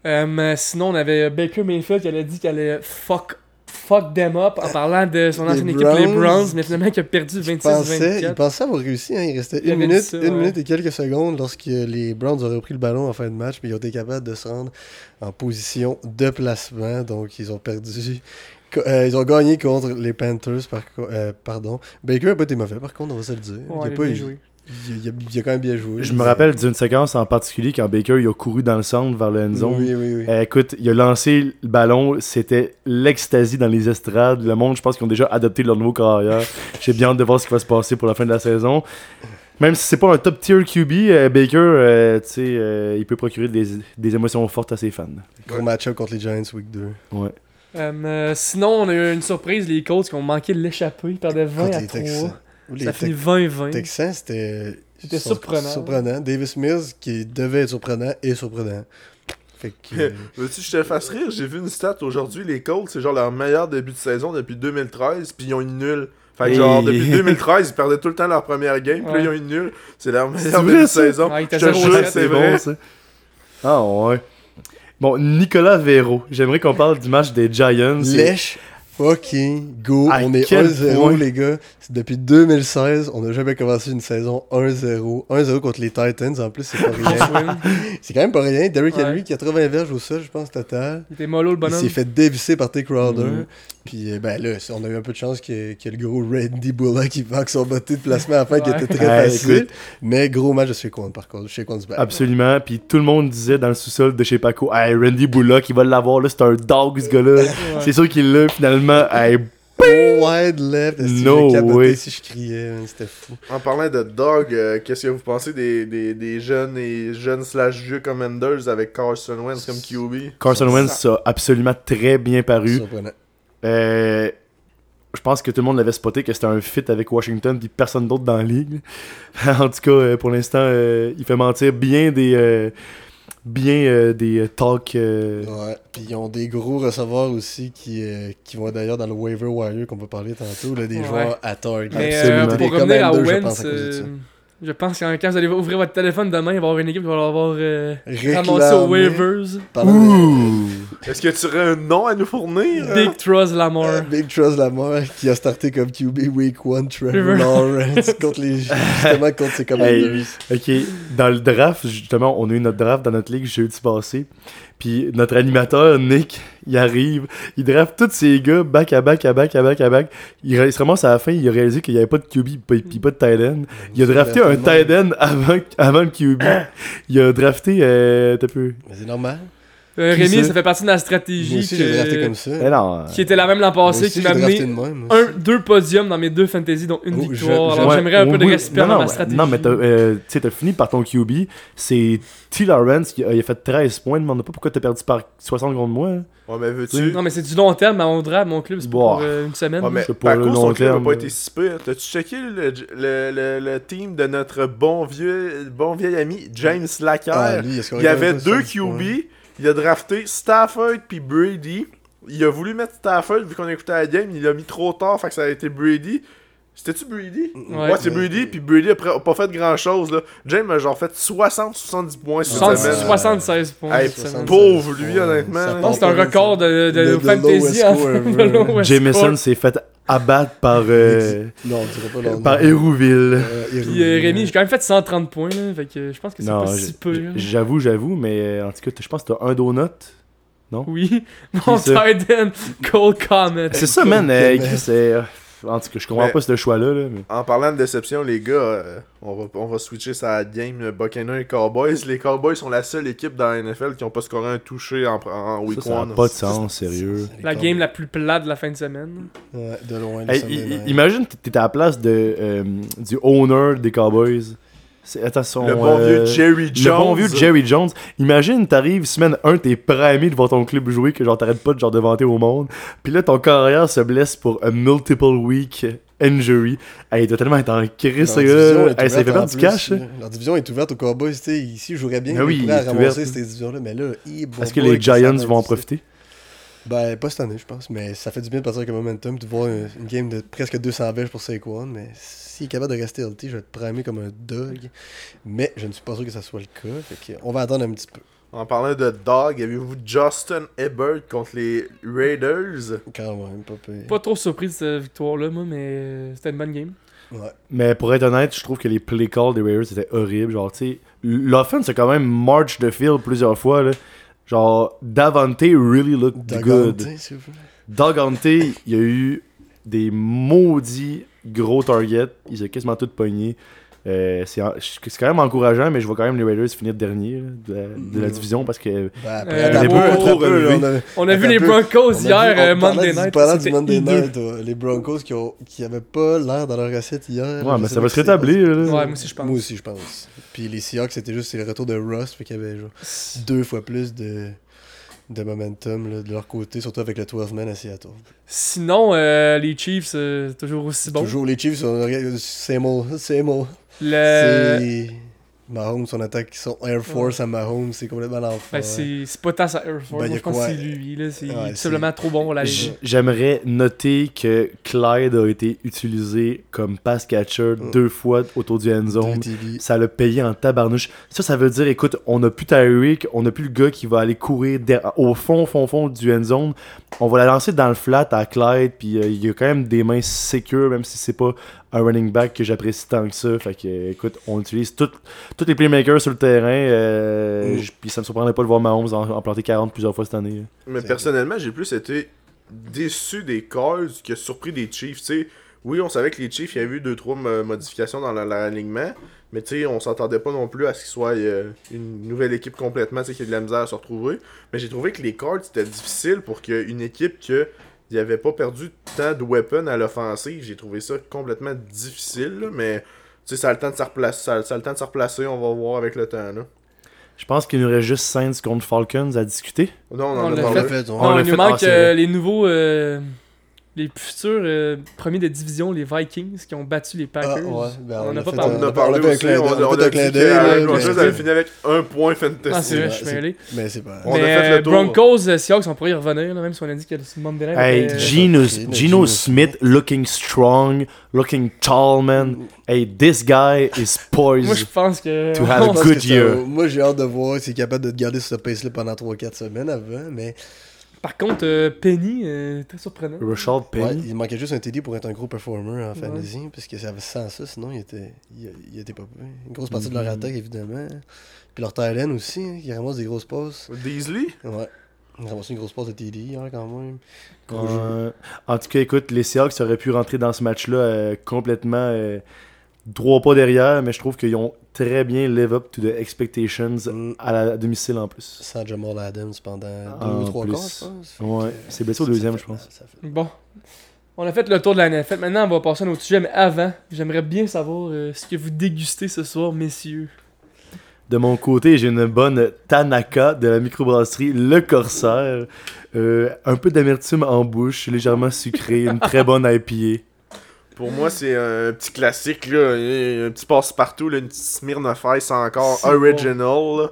Speaker 1: Euh, sinon, on avait Baker Mayfield qui allait dit qu'elle allait fuck, fuck them up en parlant de son
Speaker 2: Les
Speaker 1: ancienne équipe, les
Speaker 2: Browns.
Speaker 1: Browns, mais finalement qui a perdu
Speaker 2: Il pensait, il
Speaker 1: 26-24.
Speaker 2: pensait avoir réussi, hein. il restait
Speaker 1: Il
Speaker 2: une
Speaker 1: avait
Speaker 2: minute,
Speaker 1: dit ça,
Speaker 2: une
Speaker 1: ouais.
Speaker 2: minute et quelques secondes lorsque les Browns ont repris le ballon en fin de match, mais ils ont été capables de se rendre en position de placement, donc ils ont perdu. co- euh, ils ont gagné contre les Panthers, par co- euh, pardon. Baker n'a Ben, pas été mauvais, par contre, on va se le dire.
Speaker 1: Ouais,
Speaker 2: il
Speaker 1: il
Speaker 2: n'a
Speaker 1: a
Speaker 2: pas
Speaker 1: bien
Speaker 2: eu
Speaker 1: joué.
Speaker 2: Il, il a, il a quand même bien joué.
Speaker 3: Je me rappelle d'une séquence en particulier quand Baker il a couru dans le centre vers le end zone.
Speaker 2: Oui, oui, oui.
Speaker 3: Euh, écoute, il a lancé le ballon, c'était l'extasie dans les estrades. Le monde, je pense qu'ils ont déjà adopté leur nouveau carrière. J'ai bien hâte de voir ce qui va se passer pour la fin de la saison. Même si c'est pas un top tier QB, euh, Baker, euh, tu sais, euh, il peut procurer des, des émotions fortes à ses fans.
Speaker 2: Gros match-up contre les Giants Week 2.
Speaker 3: Ouais.
Speaker 1: Euh, euh, sinon, on a eu une surprise, les Colts qui ont manqué de l'échapper. Ils perdaient 20
Speaker 2: Contre
Speaker 1: à
Speaker 2: les
Speaker 1: 3.
Speaker 2: Texans. Ou les
Speaker 1: Ça finit
Speaker 2: Tex-
Speaker 1: 20-20.
Speaker 2: Texans, c'était.
Speaker 1: C'était
Speaker 2: sur-
Speaker 1: surprenant.
Speaker 2: Surprenant. Davis Mills, qui devait être surprenant, est surprenant. Fait que. euh,
Speaker 4: Veux-tu que je te fasse rire? J'ai vu une stat aujourd'hui, les Colts, c'est genre leur meilleur début de saison depuis 2013, puis ils ont une nulle. Fait que
Speaker 3: Et-
Speaker 4: genre, depuis 2013, ils perdaient tout le temps leur première game, puis là,
Speaker 1: Ouais.
Speaker 4: ils ont une nulle. C'est leur
Speaker 3: C'est
Speaker 4: meilleur
Speaker 3: vrai,
Speaker 4: début de
Speaker 3: ça?
Speaker 4: saison.
Speaker 1: Ouais, ils étaient
Speaker 4: je te
Speaker 1: 0-7,
Speaker 4: jure, c'est vrai.
Speaker 3: ça. Ah ouais. Bon, Nicolas Véro. J'aimerais qu'on parle du match des Giants.
Speaker 2: Lèche, fucking go.
Speaker 3: À
Speaker 2: on est
Speaker 3: quel
Speaker 2: 1-0,
Speaker 3: point?
Speaker 2: les gars. C'est Depuis 2016, on n'a jamais commencé une saison 1-0. 1-0 contre les Titans, en plus, c'est pas rien. c'est quand même pas rien. Derrick
Speaker 1: Ouais.
Speaker 2: Henry, 80 verges au sol, je pense, total.
Speaker 1: Il était mollo le
Speaker 2: Il
Speaker 1: bonhomme. Mm-hmm.
Speaker 2: s'est fait dévisser par T. Crowder.
Speaker 3: Mhm.
Speaker 2: Puis, euh, ben là, on a eu un peu de chance que, que le gros Randy Bullock qui va avec son beauté de placement à la fin qui
Speaker 1: Ouais.
Speaker 2: était très
Speaker 3: Ouais,
Speaker 2: facile.
Speaker 3: écoute.
Speaker 2: Mais gros match de Shea Kwan, par contre. Shea Kwan se bat.
Speaker 3: Absolument. Puis tout le monde disait dans le sous-sol de chez Paco, hey, Randy Bullock, il va l'avoir là, c'est un dog ce gars-là. C'est sûr qu'il l'a finalement. Hey,
Speaker 2: Wide left. est-ce que j'ai
Speaker 3: No
Speaker 2: capoté
Speaker 3: way.
Speaker 2: si je criais, man, c'était fou.
Speaker 4: En parlant de dog, euh, qu'est-ce que vous pensez des, des, des jeunes et jeunes slash vieux commanders avec Carson Wentz comme QB?
Speaker 3: Carson Wentz a absolument très bien paru.
Speaker 2: Surprenant.
Speaker 3: Euh, je pense que tout le monde l'avait spoté que c'était un fit avec Washington puis personne d'autre dans la ligue. en tout cas, euh, pour l'instant, euh, il fait mentir bien des euh, bien euh, des euh, talks. euh,
Speaker 2: Ouais, puis ils ont des gros receveurs aussi qui, euh, qui vont d'ailleurs dans le waiver wire qu'on va parler tantôt, là, des
Speaker 1: Ouais.
Speaker 2: joueurs à target.
Speaker 1: Mais euh,
Speaker 3: Absolument.
Speaker 1: pour
Speaker 2: Des
Speaker 1: revenir à
Speaker 2: commanders, je
Speaker 1: Wentz,
Speaker 2: pense, à cause de ça.
Speaker 1: euh, je pense qu'en quand vous allez ouvrir votre téléphone demain, il va y avoir une équipe qui va l'avoir euh, ramassé
Speaker 2: Réclamé
Speaker 1: aux waivers.
Speaker 2: Parlant de-
Speaker 3: Ouh!
Speaker 4: Est-ce que tu aurais un nom à nous fournir? hein?
Speaker 2: Euh,
Speaker 1: Big Truss Lamar.
Speaker 2: Big Truss Lamar qui a starté comme QB Week 1 Trevor
Speaker 1: Trevor.
Speaker 2: Lawrence contre les justement contre ses commanders.
Speaker 3: Hey, ok, dans le draft, justement, on a eu notre draft dans notre ligue jeudi passé. Puis notre animateur, Nick, il arrive, il draft tous ces gars back à back à back à back à back. Il, ré- il se ramasse à la fin, il a réalisé qu'il n'y avait pas de QB puis puis pas de tight end. Il a drafté un tight end avant, avant le QB. Il a drafté. Euh, t'as peu.
Speaker 2: Mais c'est normal.
Speaker 1: Euh,
Speaker 3: qui
Speaker 1: Rémi,
Speaker 3: c'est?
Speaker 1: ça fait partie de la
Speaker 2: Moi
Speaker 1: stratégie
Speaker 2: aussi j'ai drafté
Speaker 1: que-
Speaker 2: comme ça.
Speaker 3: Eh non.
Speaker 1: qui était la même l'an
Speaker 2: Moi aussi,
Speaker 1: passé, qui
Speaker 2: j'ai
Speaker 1: m'a
Speaker 2: drafté
Speaker 1: amené
Speaker 2: de même.
Speaker 1: un, deux podiums dans mes deux fantaisies, dont une
Speaker 2: Oh, je-
Speaker 1: victoire.
Speaker 2: je-
Speaker 1: Alors
Speaker 3: Ouais,
Speaker 1: j'aimerais un
Speaker 3: oui,
Speaker 1: peu de
Speaker 3: oui.
Speaker 1: respect
Speaker 3: non,
Speaker 1: dans
Speaker 3: non,
Speaker 1: ma
Speaker 3: mais-
Speaker 1: stratégie.
Speaker 3: Non, mais t'as, euh, tu sais, t'as fini par ton QB. C'est T. Lawrence, qui a- il a fait 13 points. Demande pas pourquoi t'as perdu par 60 contre moi. hein.
Speaker 4: Ouais, mais
Speaker 3: Oui.
Speaker 4: veux-tu?
Speaker 1: Non, mais c'est du long terme, mais on draft mon club, c'est pas
Speaker 3: Boah. Ah,
Speaker 1: pour euh, une semaine.
Speaker 4: Ouais, mais
Speaker 3: c'est pas le
Speaker 4: Paco,
Speaker 3: long
Speaker 4: son club n'a
Speaker 3: terme,
Speaker 4: pas
Speaker 3: là.
Speaker 4: été si pire. T'as-tu checké le, le, le, le team de notre bon vieux, bon vieil ami James Lacker?
Speaker 2: Ah, lui, est-ce qu'on
Speaker 4: il y avait
Speaker 2: reconnaît pas
Speaker 4: deux
Speaker 2: ça, ce point?
Speaker 4: QB. Il a drafté Stafford puis Brady. Il a voulu mettre Stafford vu qu'on écoutait la game. Il l'a mis trop tard, fait que ça a été Brady. C'était-tu Brady?
Speaker 1: Ouais.
Speaker 4: Ouais, c'est Brady, puis Brady a pr- a pas fait grand-chose, là. James a genre fait 60-70 points cette
Speaker 1: 60
Speaker 3: euh,
Speaker 4: semaine.
Speaker 2: ouais.
Speaker 1: 76 points.
Speaker 4: Hey,
Speaker 1: cette semaine.
Speaker 4: pauvre lui, honnêtement.
Speaker 2: Ça
Speaker 4: Je
Speaker 1: Je pense que c'est un
Speaker 2: compte,
Speaker 1: record de, de,
Speaker 2: Le-
Speaker 1: de
Speaker 2: the
Speaker 1: fantasy
Speaker 2: lowest
Speaker 1: en
Speaker 2: score ever.
Speaker 1: de lowest
Speaker 3: Jameson
Speaker 1: score.
Speaker 3: s'est fait abattre par, euh,
Speaker 2: Non, on dirait pas leur nom.
Speaker 3: par Hérouville.
Speaker 2: Euh,
Speaker 1: Puis euh, Rémi, j'ai quand même fait 130 points, là, fait que je pense que c'est
Speaker 3: Non,
Speaker 1: pas
Speaker 3: j-
Speaker 1: si peu. là.
Speaker 3: j'avoue, j'avoue, mais euh, en tout cas, t- je pense que t'as un donut.
Speaker 1: Oui, mon
Speaker 3: ça?
Speaker 1: tight end, Cole Comet.
Speaker 3: C'est ça, man.
Speaker 2: euh, Chris,
Speaker 3: c'est. En tout cas, je comprends
Speaker 4: Mais-
Speaker 3: pas ce choix-là. là, mais-
Speaker 4: En parlant de déception, les gars, euh, on, va, on va switcher sa game euh, Buccaneers et Cowboys. Les Cowboys sont la seule équipe dans la NFL qui n'ont pas scoré un touché en, en week
Speaker 3: Ça, ça
Speaker 4: 1.
Speaker 3: n'a pas de sens, sérieux.
Speaker 1: La game la plus plate de la fin de semaine.
Speaker 2: Ouais, de loin. le
Speaker 3: Hey,
Speaker 2: Sunday
Speaker 3: i- i-
Speaker 2: night.
Speaker 3: imagine, t- t'étais à la place de, euh, du owner des Cowboys. C'est, attends, son,
Speaker 4: Le bon vieux
Speaker 3: euh,
Speaker 4: Jerry
Speaker 3: Le
Speaker 4: Jones.
Speaker 3: bon vieux Jerry Jones. Imagine, t'arrives semaine 1, t'es primé devant ton club jouer, que genre t'arrêtes pas de genre de vanter au monde. Puis là, ton carrière se blesse pour a multiple week injury. Hey, il doit tellement être en crise,
Speaker 2: Leur
Speaker 3: ce
Speaker 2: division
Speaker 3: gars-là.
Speaker 2: est
Speaker 3: Hey, ça
Speaker 2: ouverte
Speaker 3: fait
Speaker 2: en
Speaker 3: pas du
Speaker 2: plus,
Speaker 3: cash. hein.
Speaker 2: là. Leur division est ouverte aux Cowboys. tu sais, Ici, j'aurais bien
Speaker 3: Ben oui,
Speaker 2: eu à
Speaker 3: elle est
Speaker 2: ramasser
Speaker 3: ouverte.
Speaker 2: cette division-là, mais là, hi, bon
Speaker 3: Est-ce que
Speaker 2: boy,
Speaker 3: les Giants
Speaker 2: ça
Speaker 3: vont en
Speaker 2: difficile.
Speaker 3: profiter?
Speaker 2: Ben, pas cette année, je pense, mais ça fait du bien de partir avec un momentum, de voir une une game de presque 200 belges pour Saquon, mais s'il est capable de rester healthy, je vais te primer comme un dog, mais je ne suis pas sûr que ça soit le cas, fait que on va attendre un petit peu,
Speaker 4: En parlant de dog, avez-vous Justin Ebert contre les Raiders?
Speaker 2: quand même, pas pire.
Speaker 1: Pas trop surpris de cette victoire-là, moi, mais euh, c'était une bonne game.
Speaker 2: Ouais.
Speaker 3: Mais pour être honnête, je trouve que les play calls des Raiders étaient horribles. Genre, tu sais, l'offense a quand même march de field plusieurs fois. Là. Genre, Davante really looked good.
Speaker 2: Dagante, s'il vous plaît.
Speaker 3: Dogante, il y a eu des maudits gros targets. Ils ont quasiment tout pogné. Euh, c'est en- c'est quand même encourageant, mais je vois quand même les Raiders finir dernier là, de, la, de la
Speaker 2: Mm.
Speaker 3: division parce que.
Speaker 2: Bah,
Speaker 1: Euh,
Speaker 2: attends,
Speaker 1: les
Speaker 2: beaucoup
Speaker 1: Broncos,
Speaker 2: trop
Speaker 3: eux,
Speaker 2: relevé.
Speaker 3: on
Speaker 2: a-
Speaker 1: On a vu
Speaker 2: Attends
Speaker 1: les
Speaker 2: un peu.
Speaker 1: Broncos
Speaker 2: on a
Speaker 1: hier,
Speaker 2: vu-
Speaker 1: euh,
Speaker 2: on parlait
Speaker 1: Monday
Speaker 2: du-
Speaker 1: Night.
Speaker 2: parlant du
Speaker 1: c'était
Speaker 2: Monday
Speaker 1: hideux.
Speaker 2: Night, euh, les Broncos qui, ont, qui avaient pas l'air dans leur assiette hier.
Speaker 3: Ouais,
Speaker 2: je
Speaker 3: mais
Speaker 2: sais
Speaker 3: ça
Speaker 2: pas
Speaker 3: va se
Speaker 2: si c'est-
Speaker 3: rétablir. là.
Speaker 1: Ouais, moi aussi, je pense.
Speaker 2: Moi aussi, je pense. Puis les Seahawks, c'était juste c'est le retour de Russ, fait qu'il y avait genre, deux fois plus de, de momentum là, de leur côté, surtout avec le 12 man à Seattle.
Speaker 1: Sinon, euh, les Chiefs, euh, c'est toujours aussi bon.
Speaker 2: Toujours les Chiefs, on regarde- same old, same old.
Speaker 1: Le...
Speaker 2: C'est Mahomes, son attaque, son Air Force à Mahomes, c'est complètement l'enfer.
Speaker 1: Ben, c'est c'est pas tant ça Air Force.
Speaker 2: Ben, y
Speaker 1: Moi,
Speaker 2: a
Speaker 1: je pense
Speaker 2: quoi?
Speaker 1: que c'est lui. là. C'est
Speaker 2: Ouais,
Speaker 1: il est tout
Speaker 2: c'est-
Speaker 1: simplement trop bon pour la
Speaker 3: J-
Speaker 1: Ligue.
Speaker 3: J'aimerais noter que Clyde a été utilisé comme pass catcher deux fois autour du end
Speaker 2: Deux
Speaker 3: zone.
Speaker 2: TD.
Speaker 3: Ça l'a payé en tabarnouche. Ça, ça veut dire, écoute, on n'a plus Tyreek, on n'a plus le gars qui va aller courir der- au fond, fond, fond du end zone. On va la lancer dans le flat à Clyde, puis euh, il y a quand même des mains sécures, même si c'est pas un running back que j'apprécie tant que ça. Fait que, euh, écoute, on utilise tout- tous les playmakers sur le terrain, euh,
Speaker 2: Mm.
Speaker 3: j- puis ça me surprendrait pas de voir Mahomes en, en planter 40 plusieurs fois cette année. hein. là.
Speaker 4: Mais
Speaker 2: C'est
Speaker 4: personnellement, j'ai plus été déçu des calls que surpris des Chiefs. tu sais. oui, on savait que les Chiefs, il y avait eu 2-3 modifications dans leur leur alignement, mais tu sais, on s'attendait pas non plus à ce qu'ils soient euh, une nouvelle équipe complètement, tu sais, qui a de la misère à se retrouver. Mais j'ai trouvé que les calls, c'était difficile pour qu'une équipe que il avait pas perdu tant de weapons à l'offensive, j'ai trouvé ça complètement difficile, là, mais tu sais, ça a le temps de se replacer, ça a- ça a le temps de se replacer, on va voir avec le temps, là.
Speaker 3: Je pense qu'il nous reste juste Saints contre Falcons à discuter.
Speaker 4: Non, on
Speaker 1: On
Speaker 4: en
Speaker 1: l'a
Speaker 4: a
Speaker 2: On
Speaker 4: parlé.
Speaker 2: l'a fait, on-
Speaker 3: On
Speaker 1: Non,
Speaker 3: l'a
Speaker 1: il nous
Speaker 3: fait- ah,
Speaker 1: manque
Speaker 3: c'est
Speaker 1: euh,
Speaker 3: vrai.
Speaker 1: les nouveaux. euh, les futurs euh, premiers de division, les Vikings, qui ont battu les Packers.
Speaker 2: Ah, ouais, ben,
Speaker 1: on n'a pas
Speaker 2: fait
Speaker 1: parlé.
Speaker 4: On en a
Speaker 2: on
Speaker 4: parlé
Speaker 2: a fait un
Speaker 4: aussi,
Speaker 2: clin-
Speaker 4: on
Speaker 2: on a
Speaker 4: a- on
Speaker 2: fait un
Speaker 4: a
Speaker 2: clin
Speaker 4: dit
Speaker 2: d'œil,
Speaker 4: que
Speaker 2: là,
Speaker 4: la
Speaker 2: mais-
Speaker 4: Broncos avait fini avec un point
Speaker 1: Ah, c'est
Speaker 4: fantastique.
Speaker 1: vrai,
Speaker 2: Ouais,
Speaker 1: je suis
Speaker 2: c'est-
Speaker 1: mêlé.
Speaker 2: Mais c'est pas.
Speaker 4: On a
Speaker 1: Mais
Speaker 4: fait le
Speaker 1: euh,
Speaker 4: tour.
Speaker 1: Broncos, euh, Seahawks, on pourrait y revenir, là, même si on a dit que le Monday Night. euh,
Speaker 3: Hey,
Speaker 1: était-
Speaker 3: Geno,
Speaker 2: Geno-
Speaker 3: Geno
Speaker 2: Geno
Speaker 3: Smith looking strong, looking tall, man. Hey, this guy
Speaker 1: Moi,
Speaker 3: is
Speaker 1: je
Speaker 3: poised.
Speaker 1: pense que.
Speaker 3: To have a
Speaker 2: Je pense
Speaker 3: good
Speaker 2: que ça-
Speaker 3: year.
Speaker 2: Moi, j'ai hâte de voir s'il est capable de te garder sur ce pace-là pendant 3-4 semaines avant, mais
Speaker 1: Par contre, euh, Penny, euh, très surprenant.
Speaker 3: Rashad
Speaker 2: ouais,
Speaker 3: Penny.
Speaker 2: il manquait juste un TD pour être un gros performer en fantasy, parce que ça, sans ça, sinon, il était, il, il était pas bien. Une grosse partie de leur
Speaker 3: Mhm.
Speaker 2: attaque, évidemment. Puis leur Thailand aussi, hein, qui ramasse des grosses passes.
Speaker 4: Deasley?
Speaker 2: Ouais. Ils ramassent une grosse passe de TD hier, quand même. Gros jeu.
Speaker 3: Euh, en tout cas, écoute, les Seahawks auraient pu rentrer dans ce match-là euh, complètement euh, droit pas derrière, mais je trouve qu'ils ont très bien live up to the expectations
Speaker 2: Mm.
Speaker 3: à, la, à domicile en plus.
Speaker 2: Sans Jamal Adams pendant
Speaker 3: Ah,
Speaker 2: 2 ou
Speaker 3: en
Speaker 2: 3
Speaker 3: plus.
Speaker 2: quarts, je pense. Fait
Speaker 3: Ouais,
Speaker 2: que-
Speaker 3: c'est blessé au
Speaker 2: ça
Speaker 3: deuxième,
Speaker 2: fait
Speaker 3: je pense.
Speaker 2: mal, ça fait
Speaker 1: Bon. On a fait le tour de la NFL. Maintenant, on va passer à notre sujet. Mais avant, j'aimerais bien savoir euh, ce que vous dégustez ce soir, messieurs.
Speaker 3: De mon côté, j'ai une bonne Tanaka de la microbrasserie Le Corsaire. Euh, un peu d'amertume en bouche, légèrement sucrée, une très bonne IPA.
Speaker 4: Pour moi, c'est un petit classique, là, un un petit passe-partout, là, une petite Smirnoff Ice encore
Speaker 1: C'est
Speaker 4: original. là.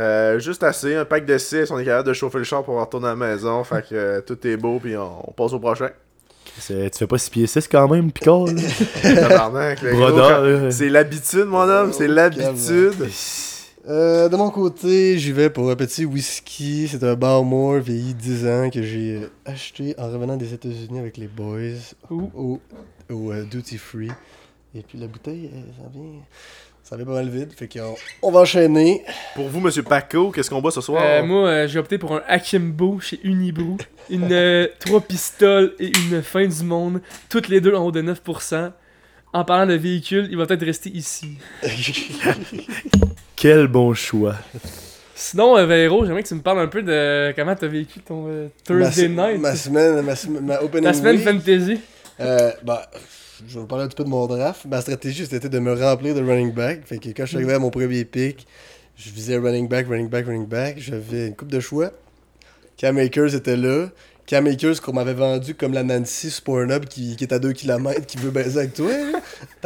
Speaker 4: Euh, juste assez, un pack de 6, on est capable de chauffer le char pour retourner à la maison. fait que euh, tout est beau, puis on, on passe au prochain.
Speaker 3: C'est- Tu fais pas 6 pieds 6 quand même, Picard? là?
Speaker 4: Tabarnak, le gros,
Speaker 3: Brodeur, là.
Speaker 4: C'est l'habitude, mon homme,
Speaker 2: Oh,
Speaker 4: c'est l'habitude.
Speaker 2: Euh, de mon côté, j'y vais pour un petit whisky. C'est un Barmore vieilli 10 ans que j'ai euh, acheté en revenant des États-Unis avec les boys
Speaker 1: Ouh.
Speaker 2: au, au, euh, Duty Free. Et puis la bouteille, elle, ça vient. Ça vient pas mal vide. Fait qu'on on va enchaîner.
Speaker 4: Pour vous, monsieur Paco, qu'est-ce qu'on boit ce soir?
Speaker 1: Euh, moi, euh, j'ai opté pour un Akimbo chez Unibrew. Une euh, trois pistoles et une fin du monde. Toutes les deux en haut de 9%. En parlant de véhicule, il va peut-être rester ici.
Speaker 3: Quel bon choix.
Speaker 1: Sinon, euh, Véro, j'aimerais que tu me parles un peu de comment t'as vécu ton euh,
Speaker 2: ma,
Speaker 1: Thursday
Speaker 2: se-
Speaker 1: night.
Speaker 2: ma semaine, ma, sem- ma opening
Speaker 1: ta semaine
Speaker 2: week.
Speaker 1: fantasy.
Speaker 2: Euh, bah, je vais vous parler un petit peu de mon draft. Ma stratégie, c'était de me remplir de running back. Fait que quand je suis arrivé à mon premier pick, je visais running back, running back, running back. J'avais une coupe de choix. Cam Akers était là. Cam Akers qu'on m'avait vendu comme la Nancy sur Pornhub qui, qui est à 2 km qui veut baiser avec toi. là.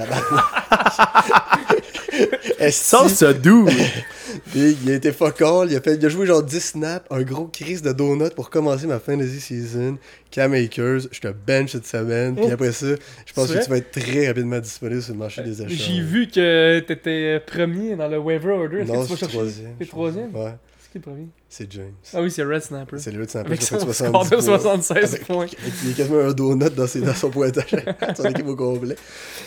Speaker 2: Tabarnak. Esti.
Speaker 3: Sans ce doux!
Speaker 2: Puis il a été fuck all. Il a, fait, il a joué genre 10 snaps, un gros crise de donuts pour commencer ma fantasy season. Cam Akers, je te bench cette semaine. Puis
Speaker 1: Oh.
Speaker 2: après ça, je pense
Speaker 1: C'est vrai?
Speaker 2: que
Speaker 1: Ben,
Speaker 2: tu vas être très rapidement disponible sur le marché des achats.
Speaker 1: J'ai vu que t'étais premier dans le waiver order. Est-ce que
Speaker 2: Non,
Speaker 1: tu vas
Speaker 2: c'est
Speaker 1: chercher-
Speaker 2: troisième.
Speaker 1: T'es troisième?
Speaker 2: Ouais,
Speaker 1: C'est qui le premier?
Speaker 2: c'est James.
Speaker 1: Ah oui, c'est Red Snapper.
Speaker 2: C'est le l'autre snapper
Speaker 1: Avec
Speaker 2: qui a fait
Speaker 1: son
Speaker 2: 70
Speaker 1: score de
Speaker 2: points.
Speaker 1: 76
Speaker 2: Avec-
Speaker 1: points.
Speaker 2: Il y a quasiment un donut dans, ses, dans son pointage. son équipe au complet.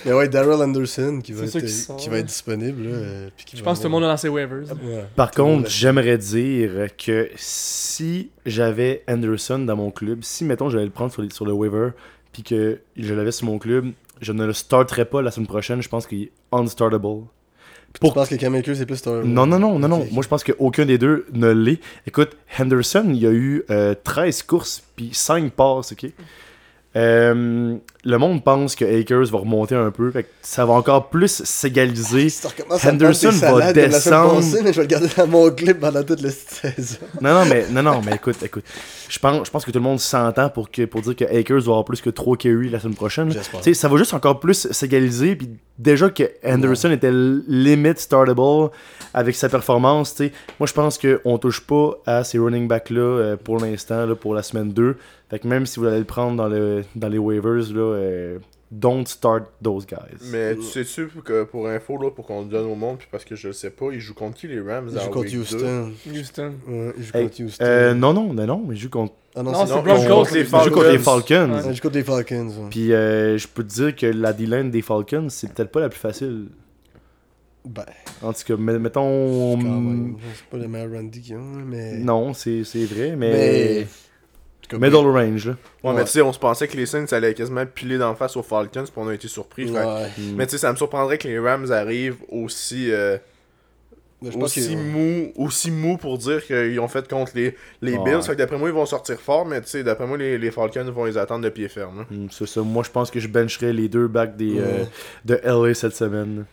Speaker 2: Mais ouais, Daryl Anderson qui
Speaker 1: C'est
Speaker 2: va, être,
Speaker 1: sûr qu'il sort,
Speaker 2: qui va
Speaker 1: ouais.
Speaker 2: être disponible. là, euh, puis qui
Speaker 1: Je
Speaker 2: va
Speaker 1: pense que tout le
Speaker 2: avoir-
Speaker 1: monde a lancé waivers.
Speaker 2: Ouais.
Speaker 3: Par
Speaker 2: Tout le monde
Speaker 3: contre,
Speaker 2: a-
Speaker 3: j'aimerais dire que si j'avais Anderson dans mon club, si mettons j'allais le prendre sur, les- sur le waiver, puis que je l'avais sur mon club, je ne le starterai pas la semaine prochaine. Je pense qu'il est unstartable.
Speaker 2: Pour... Tu penses que Kamenku, c'est plus ton.
Speaker 3: Non, non, non, non, non. Moi, je pense qu'aucun des deux ne l'est. Écoute, Henderson, il y a eu euh, 13 courses puis 5 passes, OK? Euh, le monde pense que Akers va remonter un peu. Fait que ça va encore plus s'égaliser.
Speaker 2: Ça recommence à me prendre tes salades de la semaine passée, mais je vais le garder dans mon clip pendant toute la saison.
Speaker 3: Non, non, mais, non, non, mais écoute, écoute. Je pense, je pense que tout le monde s'entend pour, que, pour dire que Akers va avoir plus que 3 KU la semaine prochaine.
Speaker 2: J'espère.
Speaker 3: T'sais, ça va juste encore plus s'égaliser. Puis déjà que Anderson était limite startable avec sa performance, t'sais, moi je pense qu'on touche pas à ces running backs-là euh, pour l'instant, là, pour la semaine 2. Fait que même si vous allez le prendre dans, le, dans les waivers, là, euh, don't start those guys.
Speaker 4: Mais tu sais-tu que pour info, là, pour qu'on le donne au monde, puis parce que je le sais pas, ils jouent contre qui les Rams
Speaker 2: Il
Speaker 4: à
Speaker 2: joue contre
Speaker 4: week deux?
Speaker 2: Houston.
Speaker 1: Houston.
Speaker 2: Ouais, il joue
Speaker 3: Hey,
Speaker 2: contre Houston.
Speaker 3: Euh, non, non, non, non, mais je joue contre,
Speaker 2: ah
Speaker 1: non,
Speaker 2: c'est-
Speaker 1: c'est
Speaker 4: non,
Speaker 1: Broncos.
Speaker 4: ils jouent contre les
Speaker 3: je joue contre les Falcons.
Speaker 1: Ouais.
Speaker 2: Ouais, il joue contre les Falcons. ouais.
Speaker 3: Puis euh, je peux te dire que la D-line des Falcons, c'est peut-être pas la plus facile.
Speaker 2: Ben,
Speaker 3: En tout cas, me-
Speaker 2: quand
Speaker 3: mettons.
Speaker 2: même. C'est pas le meilleur Randy qu'ils ont, hein, mais.
Speaker 3: hmm. Non, c'est c'est vrai,
Speaker 2: Mais.
Speaker 3: mais. euh, Middle range, là.
Speaker 4: Ouais,
Speaker 2: Ouais.
Speaker 4: mais tu sais, on se pensait que les Saints allaient quasiment piler d'en face aux Falcons, puis on a été surpris. fait que-
Speaker 2: Ouais.
Speaker 4: Mais tu sais, ça me surprendrait que les Rams arrivent aussi, euh,
Speaker 2: Mais je pense
Speaker 4: aussi,
Speaker 2: que-
Speaker 4: mou, aussi mou pour dire qu'ils ont fait contre les, les
Speaker 3: Ouais.
Speaker 4: Bills. Fait que d'après moi, ils vont sortir fort, mais tu sais, d'après moi, les, les Falcons vont les attendre de pied ferme. hein.
Speaker 3: Hmm, C'est ça. Moi, je pense que je bencherais les deux backs des,
Speaker 2: Ouais.
Speaker 3: euh, de LA cette semaine.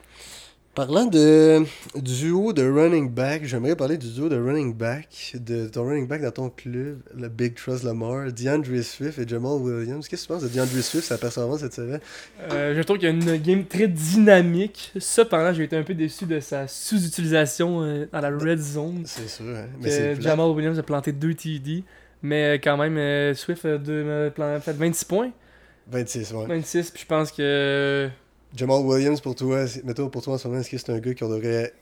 Speaker 2: Parlant de duo de running back, j'aimerais parler du duo de running back, de ton running back dans ton club, le Big Trust Lamar, DeAndre Swift et Jamal Williams. Qu'est-ce que tu penses de DeAndre Swift, sa performance cette semaine
Speaker 1: Euh, je trouve qu'il y a une game très dynamique. Cependant, j'ai été un peu déçu de sa sous-utilisation euh, dans la red zone.
Speaker 2: Ben, C'est sûr, hein, mais c'est
Speaker 1: Que
Speaker 2: plat.
Speaker 1: Jamal Williams a planté 2 TD. Mais euh, quand même, euh, Swift a, deux- euh, plan- a fait 26 points.
Speaker 2: 26, ouais.
Speaker 1: 26, puis je pense que.
Speaker 2: Jamal Williams, pour toi, c'est- mettons pour toi en ce moment, est-ce que c'est un gars qu'on devrait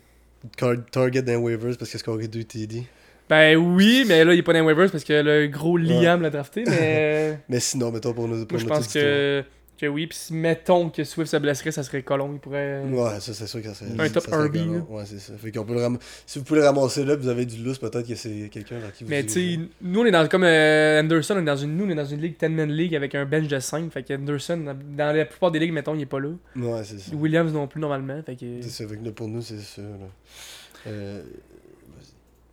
Speaker 2: car- target dans les waivers parce qu'il a scoré 2 TD
Speaker 1: Ben oui, mais là, il est pas dans les waivers parce que le gros Liam l'a drafté. Mais
Speaker 2: Mais sinon, mettons pour nous.
Speaker 1: moi, je pense que, euh, que oui. Puis si- mettons que Swift se blesserait, ça serait Colomb. Il pourrait. euh,
Speaker 2: Ouais, ça c'est sûr que ça serait.
Speaker 1: Un
Speaker 2: ça
Speaker 1: top
Speaker 2: serait
Speaker 1: RB,
Speaker 2: galon. Ouais, c'est ça. Fait qu'on peut le ram- Si vous pouvez le ramasser là, puis vous avez du lousse, peut-être que c'est quelqu'un vers qui vous
Speaker 1: Mais tu sais,
Speaker 2: dirigez.
Speaker 1: nous on est dans comme euh, Anderson, on est dans une nous on est dans une ligue 10 man league avec un bench de 5, fait que Anderson dans- dans la plupart des ligues mettons, il est pas là.
Speaker 2: Ouais, c'est ça.
Speaker 1: Williams non plus normalement, fait que
Speaker 2: C'est ça, fait que là, pour nous, c'est ça. Là. Euh,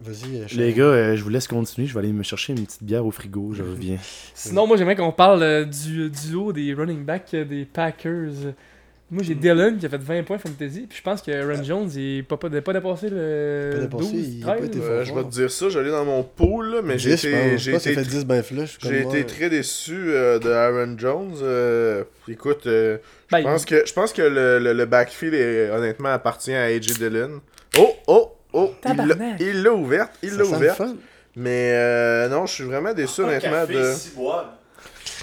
Speaker 2: vas-y, vas
Speaker 3: Les gars, euh, je vous laisse continuer. Je vais aller me chercher une petite bière au frigo. Je reviens.
Speaker 1: Sinon, moi j'aimerais qu'on parle euh, du duo des running backs euh, des Packers. Moi
Speaker 2: Mm.
Speaker 1: j'ai Dylan qui a fait 20 points fantasy, puis je pense que Aaron Jones il n'a pas, pas, pas dépassé le
Speaker 2: Ah. Pas dépassé,
Speaker 1: 12,
Speaker 2: il a pas
Speaker 1: 13.
Speaker 2: été
Speaker 1: ouais.
Speaker 2: fort.
Speaker 4: Euh, je vais te dire ça, je l'ai dans mon pool, là, mais j'ai été, j'ai été
Speaker 2: fait 10 ben flush. comme
Speaker 4: J'ai
Speaker 2: moi.
Speaker 4: été très déçu euh, de Aaron Jones. euh, écoute, euh, je
Speaker 1: Ben,
Speaker 4: pense que je pense que le, le, le backfield est- honnêtement appartient à AJ Dillon. Oh oh oh, il l'a-
Speaker 1: Tabarnak.
Speaker 4: il l'a ouverte, il
Speaker 2: Ça
Speaker 4: l'a
Speaker 2: sent le
Speaker 4: ouverte.
Speaker 2: fun.
Speaker 4: Mais euh, non, je suis vraiment déçu honnêtement de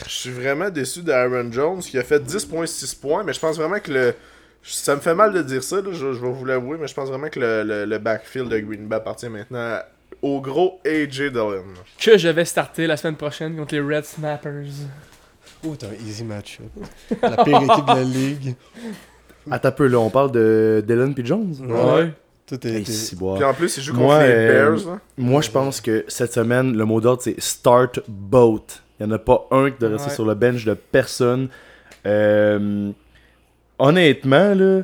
Speaker 4: je suis vraiment déçu d'Aaron Jones qui a fait 10.6 points, mais je pense vraiment que le ça me fait mal de dire ça, là, je, je vais vous l'avouer, mais je pense vraiment que le, le- le backfield de Green Bay appartient maintenant au gros AJ Dillon.
Speaker 1: que je vais starter la semaine prochaine contre les Red Snappers.
Speaker 2: Oh, t'as un easy match. La pire équipe de la ligue.
Speaker 3: Attends un peu, là, on parle de Dylan puis Jones.
Speaker 2: Ouais.
Speaker 1: Ouais.
Speaker 2: Tout est.
Speaker 3: Hey,
Speaker 2: t'es-
Speaker 3: Eh, c'est boire.
Speaker 4: Puis en plus, il joue contre
Speaker 3: Moi,
Speaker 4: les
Speaker 3: euh,
Speaker 4: Bears. hein. là.
Speaker 3: Moi, je pense que cette semaine, le mot d'ordre, c'est start boat. Il n'y en a pas un qui doit rester
Speaker 1: Ouais.
Speaker 3: sur le bench de personne. Euh, honnêtement, là,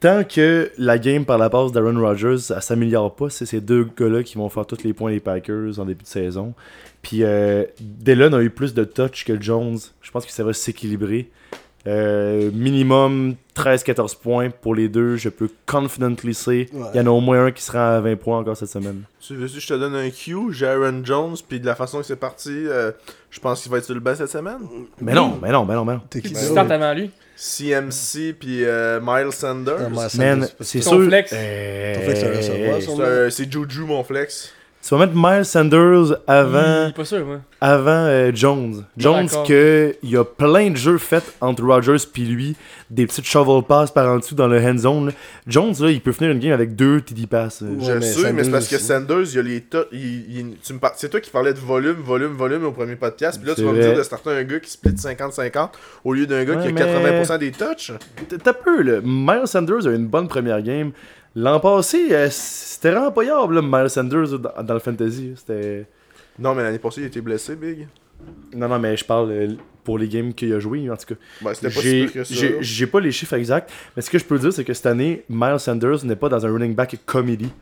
Speaker 3: tant que la game par la passe d'Aaron Rodgers, ça s'améliore pas, c'est ces deux gars-là qui vont faire tous les points des Packers en début de saison. Puis euh, Dillon a eu plus de touch que Jones. Je pense que ça va s'équilibrer. Euh, minimum 13-14 points pour les deux. Je peux confidently say, il
Speaker 2: Ouais.
Speaker 3: y en a au moins un qui sera à 20 points encore cette semaine.
Speaker 4: Tu veux que je te donne un Q, j'ai Aaron Jones, puis de la façon que c'est parti, euh, je pense qu'il va être sur le banc cette semaine.
Speaker 3: Mais non, mais non, mais non, mais non.
Speaker 2: T'es qui
Speaker 1: Tu
Speaker 2: ça,
Speaker 1: startes
Speaker 2: ouais?
Speaker 1: avant lui.
Speaker 4: CMC, puis euh, Miles
Speaker 2: Ah,
Speaker 4: Sanders.
Speaker 2: moi, ça me
Speaker 3: Man,
Speaker 2: dit pas.
Speaker 3: c'est
Speaker 1: Ton
Speaker 3: sûr.
Speaker 1: flex.
Speaker 3: Euh,
Speaker 2: Ton flex, c'est un receveur, ça.
Speaker 4: C'est, euh, c'est Juju, mon flex.
Speaker 3: Tu vas mettre Miles Sanders
Speaker 1: Il
Speaker 3: avant,
Speaker 1: est pas sûr, moi.
Speaker 3: avant euh, Jones. Jones,
Speaker 1: Hmm. d'accord.
Speaker 3: que il y a plein de jeux faits entre Rogers puis lui, des petites shovel passes par en dessous dans le hand zone. là. Jones, là, il peut finir une game avec deux TD passes.
Speaker 2: Ouais,
Speaker 4: je
Speaker 2: mais
Speaker 4: sais, mais c'est
Speaker 2: Sanders
Speaker 4: parce que
Speaker 2: aussi.
Speaker 4: Sanders, il y a les to- il- il- tu me par- C'est toi qui parlais de volume, volume, volume au premier podcast, puis là, tu
Speaker 3: C'est
Speaker 4: vas me
Speaker 3: vrai.
Speaker 4: dire de starter un gars qui split 50-50 au lieu d'un gars
Speaker 3: Ouais,
Speaker 4: qui a
Speaker 3: mais-
Speaker 4: 80% des touches.
Speaker 3: T- T'as peu, là. Miles Sanders a une bonne première game. L'an passé, euh, c'était rempayable, là, Miles Sanders dans, dans le fantasy. C'était.
Speaker 4: Non, mais l'année passée, il était blessé, Big.
Speaker 3: Non, non, mais je parle euh, pour les games qu'il a joué, en tout cas.
Speaker 4: Ben, c'était pas si
Speaker 3: J'ai
Speaker 4: pire que ça.
Speaker 3: j'ai- j'ai pas les chiffres exacts, mais ce que je peux dire, c'est que cette année, Miles Sanders n'est pas dans un running back comedy.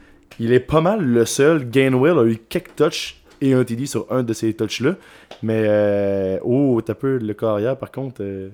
Speaker 3: Il est pas mal le seul. Gainwell a eu quelques touches et un TD sur un de ces touches-là. Mais, euh, oh, t'as peu le carrière, par contre, euh,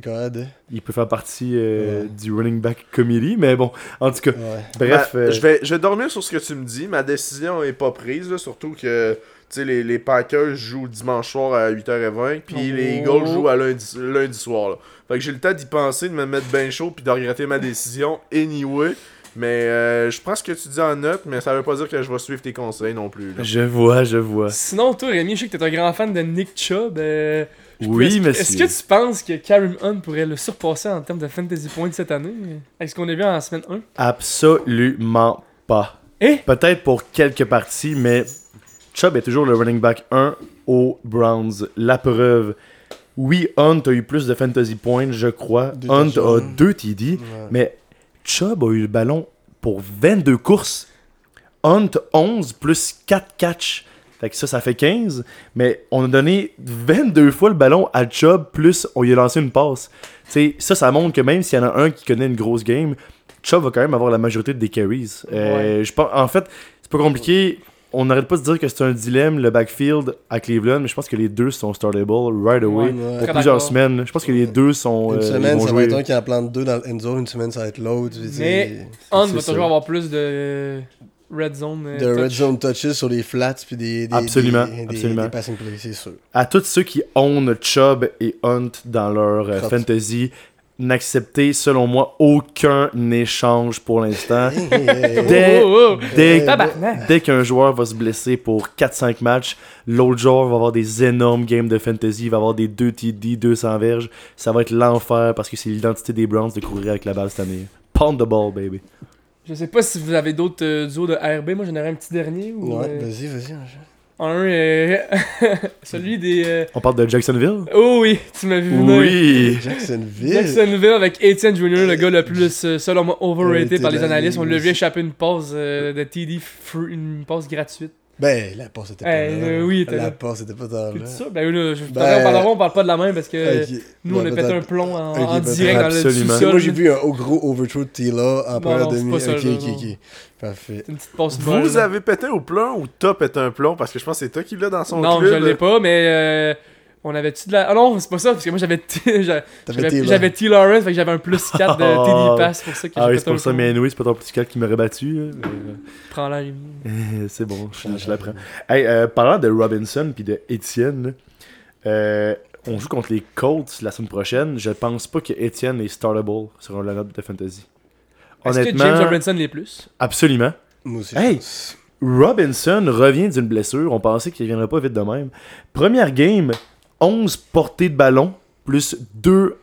Speaker 2: God.
Speaker 3: il peut faire partie euh,
Speaker 2: Ouais.
Speaker 3: du running back comedy. Mais bon, en tout cas,
Speaker 2: Ouais.
Speaker 3: bref.
Speaker 4: Ben,
Speaker 3: euh,
Speaker 4: je, vais, je vais dormir sur ce que tu me dis. Ma décision est pas prise, là, surtout que tu sais, les, les Packers jouent dimanche soir à 8h20, puis les
Speaker 1: Oh.
Speaker 4: Eagles jouent à lundi, lundi soir. là. Fait que j'ai le temps d'y penser, de me mettre bien chaud, puis de regretter ma décision anyway. Mais euh, je prends ce que tu dis en note, mais ça veut pas dire que je vais suivre tes conseils non plus. là.
Speaker 3: Je vois, je vois.
Speaker 1: Sinon, toi, Rémi, je sais que t'es un grand fan de Nick Chubb. euh,
Speaker 3: Oui,
Speaker 1: est-ce que-
Speaker 3: mais
Speaker 1: Est-ce que tu penses que Karim Hunt pourrait le surpasser en termes de fantasy points cette année Avec ce qu'on a vu en semaine 1
Speaker 3: Absolument pas.
Speaker 1: Eh?
Speaker 3: Peut-être pour quelques parties, mais Chubb est toujours le running back 1 aux Browns. La preuve. Oui, Hunt a eu plus de fantasy points, je crois.
Speaker 2: Deux
Speaker 3: Hunt a
Speaker 2: touchdowns.
Speaker 3: deux TD,
Speaker 2: Ouais.
Speaker 3: mais Chubb a eu le ballon pour 22 courses. Hunt 11 plus 4 catchs. Fait que ça, ça fait 15. Mais on a donné 22 fois le ballon à Chubb, plus on lui a lancé une passe. Tu sais, ça, ça montre que même s'il y en a un qui connaît une grosse game, Chubb va quand même avoir la majorité des carries. Euh, je pense, en fait, c'est pas compliqué. On n'arrête pas de dire que c'est un dilemme, le backfield à Cleveland, mais je pense que les deux sont startable right away
Speaker 1: Ouais,
Speaker 2: ouais.
Speaker 3: pour
Speaker 1: Très
Speaker 3: plusieurs
Speaker 1: d'accord.
Speaker 3: semaines. là. Je pense que les deux sont.
Speaker 2: Une
Speaker 3: euh, ils
Speaker 2: semaine,
Speaker 3: vont
Speaker 2: ça
Speaker 3: jouer.
Speaker 2: va être un qui en plante deux dans le end zone, une semaine, ça va être l'autre. puis
Speaker 1: Mais
Speaker 2: c'est-
Speaker 1: Hunt
Speaker 3: c'est
Speaker 1: va
Speaker 3: ça.
Speaker 1: toujours avoir plus de red zone. euh,
Speaker 2: De red
Speaker 1: touch.
Speaker 2: zone touches sur des flats puis des, des,
Speaker 3: Absolument,
Speaker 2: des, des-
Speaker 3: absolument.
Speaker 2: des passing plays, c'est sûr.
Speaker 3: à tous ceux qui own Chubb et Hunt dans leur euh,
Speaker 2: Crap.
Speaker 3: fantasy, n'acceptez selon moi aucun échange pour l'instant. Dès-
Speaker 1: Oh, oh, oh.
Speaker 3: dès,
Speaker 1: Tabarnak.
Speaker 3: dès qu'un joueur va se blesser pour 4-5 matchs, l'autre joueur va avoir des énormes games de fantasy, il va avoir des 2 TD, 200 verges. Ça va être l'enfer parce que c'est l'identité des Browns de courir avec la balle cette année. Pound the ball, baby.
Speaker 1: Je sais pas si vous avez d'autres euh, duos de RB. Moi, j'en aurais un petit dernier. Ou,
Speaker 2: ouais, ben-
Speaker 1: euh,
Speaker 2: vas-y, vas-y.
Speaker 1: un, euh, celui des. euh,
Speaker 3: On parle de Jacksonville?
Speaker 1: Oh oui, tu m'as vu venir.
Speaker 3: Oui!
Speaker 2: Jacksonville.
Speaker 1: Jacksonville avec Etienne Jr., le gars le plus, euh, selon moi, overrated
Speaker 2: Overrated
Speaker 1: par les
Speaker 2: dans la
Speaker 1: analystes. On
Speaker 2: ligue
Speaker 1: l'a vu
Speaker 2: aussi.
Speaker 1: échapper une passe euh, de TD, free- une passe gratuite.
Speaker 2: Ben, la passe était pas
Speaker 1: Eh,
Speaker 2: là.
Speaker 1: euh, oui, était là.
Speaker 2: La passe était pas dans
Speaker 1: T'es
Speaker 2: là.
Speaker 1: sûr? Ben oui, là, je,
Speaker 2: Ben,
Speaker 1: on parle d'avant, on parle pas de la même parce que
Speaker 2: Ok.
Speaker 1: nous, on
Speaker 2: Ouais,
Speaker 1: a pété
Speaker 2: peut-être.
Speaker 1: un plomb en,
Speaker 2: Ok,
Speaker 1: en
Speaker 2: peut-être.
Speaker 1: direct dans
Speaker 3: Absolument.
Speaker 1: le
Speaker 2: Parce que
Speaker 1: sous-sol.
Speaker 2: Moi, j'ai vu un au gros overthrow de Tila en
Speaker 1: Non,
Speaker 2: première
Speaker 1: non, c'est
Speaker 2: demi.
Speaker 1: pas ça,
Speaker 2: ok,
Speaker 1: non,
Speaker 2: ok,
Speaker 1: non.
Speaker 2: ok. Parfait.
Speaker 1: C'est une petite passe molle,
Speaker 4: Vous
Speaker 1: là.
Speaker 4: avez pété au plomb ou Top est un plomb Parce que je pense que c'est toi qui l'as dans son
Speaker 1: Non,
Speaker 4: club.
Speaker 1: je l'ai pas, mais euh, on avait-tu de la. Ah non, c'est pas ça, parce que moi, j'avais T- j'a-
Speaker 2: T'avais
Speaker 1: j'avais
Speaker 2: Taylor.
Speaker 1: j'avais T. Lawrence, fait que j'avais un plus 4 de TD Pass pour ça que
Speaker 3: Ah
Speaker 1: j'ai
Speaker 3: oui,
Speaker 1: pété
Speaker 3: c'est pour
Speaker 1: un
Speaker 3: ça,
Speaker 1: plomb.
Speaker 3: mais anyway, c'est pas ton petit gars qui m'aurait battu. là, mais, euh,
Speaker 1: Prends-la, Rémi.
Speaker 3: Euh, C'est bon, je, je la prends. Hey, euh, parlant de Robinson puis de Étienne, là, euh, on joue contre les Colts la semaine prochaine. Je pense pas que Étienne est startable sur un lineup de fantasy.
Speaker 1: Est-ce que
Speaker 3: Honnêtement,
Speaker 1: James Robinson l'est plus
Speaker 3: absolument.
Speaker 2: Moi aussi.
Speaker 3: Hey!
Speaker 2: je pense.
Speaker 3: Robinson revient d'une blessure. On pensait qu'il reviendrait pas vite de même. Première game, 11 portées de ballon plus 2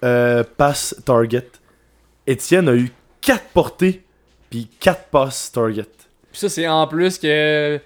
Speaker 3: passes target. Étienne a eu 4 portées puis 4 passes target.
Speaker 1: Puis ça, c'est en plus que.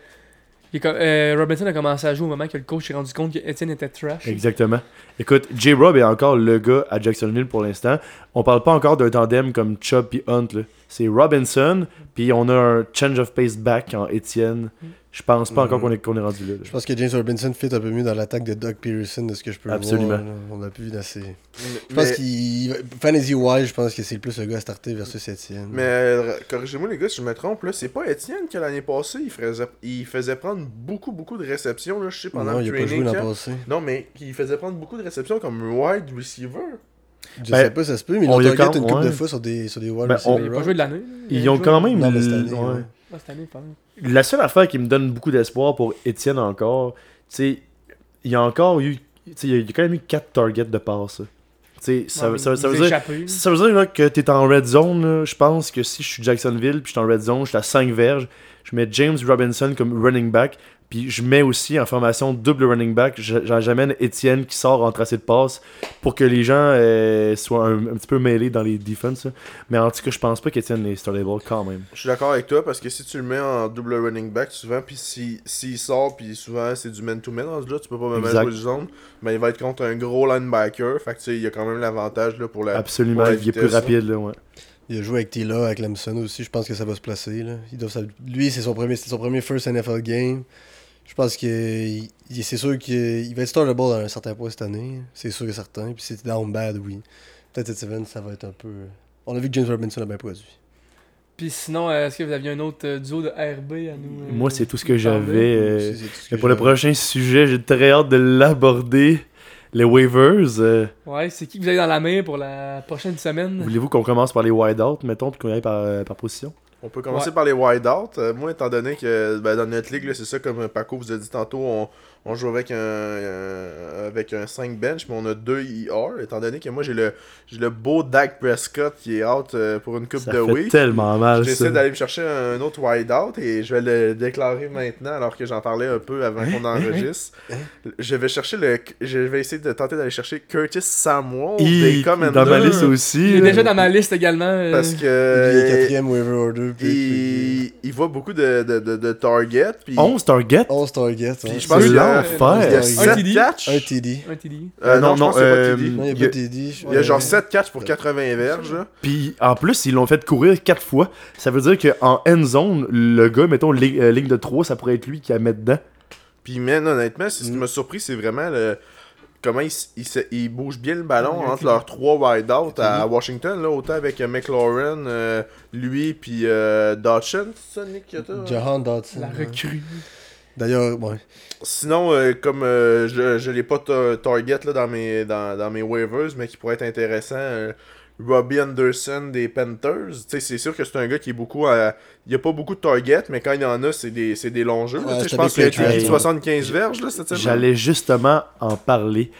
Speaker 1: il est com- euh, Robinson a commencé à jouer au moment que le coach s'est rendu compte que Etienne était trash.
Speaker 3: Exactement. Écoute, J. Rob est encore le gars à Jacksonville pour l'instant. On parle pas encore d'un tandem comme Chubb et Hunt. là. C'est Robinson, puis on a un change of pace back en Étienne. Je pense pas encore qu'on est, qu'on est rendu là. là.
Speaker 2: Je pense que James Robinson fit un peu mieux dans l'attaque de Doug Peterson de ce que je peux
Speaker 3: Absolument.
Speaker 2: voir. là. On l'a plus vu assez. Je
Speaker 4: Mais-
Speaker 2: pense qu'il. Fantasy wise, je pense que c'est le plus le gars à starter versus Etienne.
Speaker 4: Mais euh, corrigez-moi les gars si je me trompe, là, c'est pas Étienne que l'année passée, il faisait, il faisait prendre beaucoup, beaucoup de réceptions, là, je sais, pendant
Speaker 2: non,
Speaker 4: le
Speaker 2: il a pas
Speaker 4: training
Speaker 2: joué l'an
Speaker 4: camp.
Speaker 2: passé.
Speaker 4: Non, mais il faisait prendre beaucoup de réceptions comme wide receiver.
Speaker 2: Je
Speaker 3: Ben,
Speaker 2: sais pas, ça se peut, mais
Speaker 3: on
Speaker 2: on
Speaker 3: y a
Speaker 2: target
Speaker 3: quand-
Speaker 2: une couple
Speaker 3: ouais.
Speaker 2: de fois sur des, sur des wide
Speaker 3: Ben,
Speaker 1: Il
Speaker 3: on-
Speaker 1: a
Speaker 2: receiver
Speaker 1: pas
Speaker 2: routes.
Speaker 1: joué de l'année.
Speaker 3: Ils ont
Speaker 1: joué-
Speaker 3: quand même.
Speaker 2: Non, mais cette année,
Speaker 3: ouais.
Speaker 2: ouais.
Speaker 1: Ah, cette année, pardon.
Speaker 3: La seule affaire qui me donne beaucoup d'espoir pour Étienne encore, tu sais, il y a encore eu. tu sais, Il y a quand même eu 4 targets de passe. là. Tu sais, ça,
Speaker 1: Ouais,
Speaker 3: ça- ça
Speaker 1: il
Speaker 3: veut
Speaker 1: s'est
Speaker 3: dire.
Speaker 1: échappé.
Speaker 3: Ça veut dire là, que t'es en red zone. là. Je pense que si je suis Jacksonville puis je suis en red zone, je suis à 5 verges. Je mets James Robinson comme running back. Puis je mets aussi en formation double running back. Je- j'en- J'amène Étienne qui sort en tracé de passe pour que les gens euh, soient un, un petit peu mêlés dans les defenses. là. Mais en tout cas, je pense pas qu'Étienne est startable quand même.
Speaker 4: Je suis d'accord avec toi parce que si tu le mets en double running back souvent, puis si- s'il sort, puis souvent c'est du man-to-man, en ce là tu peux pas même
Speaker 3: Exact.
Speaker 4: jouer du zone, mais il va être contre un gros linebacker. Fait que tu sais, il y a quand même l'avantage là, pour la.
Speaker 3: Absolument,
Speaker 4: Euh, Ouais,
Speaker 3: il est plus
Speaker 4: vitesse,
Speaker 3: rapide. Là, ouais.
Speaker 2: Il a joué avec Tila, avec Lemson aussi. Je pense que ça va se placer. Là. Il doit s'hab- Lui, c'est son premier, c'est son premier first NFL game. Je pense que il- il- c'est sûr qu'il va être startable à un certain point cette année. C'est sûr et certain. Puis c'était down bad, oui. Peut-être cette semaine, ça va être un peu. On a vu que James Robinson a bien produit.
Speaker 1: Puis sinon, euh, est-ce que vous aviez un autre euh, duo de RB à nous euh,
Speaker 3: Moi, c'est tout ce que
Speaker 1: parler?
Speaker 3: j'avais. euh,
Speaker 2: C'est- c'est tout ce
Speaker 3: Mais
Speaker 2: que
Speaker 3: pour le
Speaker 2: j'ai-
Speaker 3: prochain sujet, j'ai très hâte de l'aborder. Les waivers. euh,
Speaker 1: Ouais, c'est qui que vous avez dans la main pour la prochaine semaine
Speaker 3: Voulez-vous qu'on commence par les wideouts, mettons, puis qu'on aille par, euh, par position
Speaker 4: On peut commencer
Speaker 1: Ouais.
Speaker 4: par les wideouts. Euh, moi, étant donné que ben, dans notre ligue, là, c'est ça, comme euh, Paco vous a dit tantôt, on, on joue avec un, un- avec un 5 bench, mais on a 2 IR. Étant donné que moi, j'ai le, j'ai le beau Dak Prescott qui est out euh, pour une coupe
Speaker 3: Ça
Speaker 4: de
Speaker 3: fait
Speaker 4: week.
Speaker 3: tellement mal.
Speaker 4: J'essaie
Speaker 3: Ça.
Speaker 4: d'aller me chercher un autre wideout et je vais le déclarer maintenant alors que j'en parlais un peu
Speaker 3: Hein?
Speaker 4: avant qu'on enregistre. Je vais chercher le. Je vais essayer de tenter d'aller chercher Curtis Samuel
Speaker 3: Hi,
Speaker 4: des
Speaker 3: dans ma
Speaker 4: Commanders,
Speaker 3: liste aussi.
Speaker 1: Il est
Speaker 3: là.
Speaker 1: déjà dans ma liste également. euh,
Speaker 4: Parce
Speaker 2: Il est
Speaker 4: que.
Speaker 2: quatrième waiver order. Puis
Speaker 4: Il, il voit beaucoup de, de, de, de targets. Puis,
Speaker 3: 11 targets
Speaker 2: 11 targets.
Speaker 4: puis
Speaker 2: ouais.
Speaker 4: je pense
Speaker 1: C'est
Speaker 4: qu'il y a, il y
Speaker 3: l'enfer.
Speaker 4: a 7
Speaker 1: TD.
Speaker 4: catchs.
Speaker 2: hein. Un TD.
Speaker 1: Un TD.
Speaker 4: Euh, non,
Speaker 3: Non,
Speaker 4: je
Speaker 3: non,
Speaker 4: pense que c'est
Speaker 3: euh,
Speaker 4: pas TD.
Speaker 2: Non, il n'y a
Speaker 3: Il y
Speaker 2: pas
Speaker 3: a-
Speaker 2: de TD. je-
Speaker 4: Il y a genre
Speaker 2: Ouais.
Speaker 4: 7 catchs pour 80 verges. là.
Speaker 3: Puis en plus, ils l'ont fait courir 4 fois. Ça veut dire qu'en end zone, le gars, mettons, li- euh, ligne de 3, ça pourrait être lui qui la met dedans.
Speaker 4: Puis, man, honnêtement, c'est- ce qui
Speaker 2: Mm.
Speaker 4: m'a surpris, c'est vraiment le. Comment ils, s- ils, se- ils bougent bien le ballon
Speaker 1: Ouais,
Speaker 4: entre
Speaker 1: ok.
Speaker 4: leurs trois wideouts à, à Washington, là, autant avec euh, McLaurin, euh, lui, puis euh, Dodson. C'est ça, Nick, que t'as?
Speaker 2: Jahan Dodson.
Speaker 1: La
Speaker 2: ouais.
Speaker 1: recrue.
Speaker 2: D'ailleurs, ouais.
Speaker 4: Sinon, euh, comme euh, je, je l'ai pas ta- target là, dans, mes, dans, dans mes waivers, mais qui pourrait être intéressant, euh, Robbie Anderson des Panthers. Tu sais, c'est sûr que c'est un gars qui est beaucoup. à- Il n'y a pas beaucoup de target, mais quand il y en a, c'est des, c'est des longs jeux. là.
Speaker 2: Ouais,
Speaker 4: Tu sais,
Speaker 2: c'est
Speaker 4: je pense qu'il a
Speaker 2: avec les
Speaker 4: été
Speaker 3: Patriots.
Speaker 4: 75 verges là, cette semaine.
Speaker 3: J'allais justement en parler.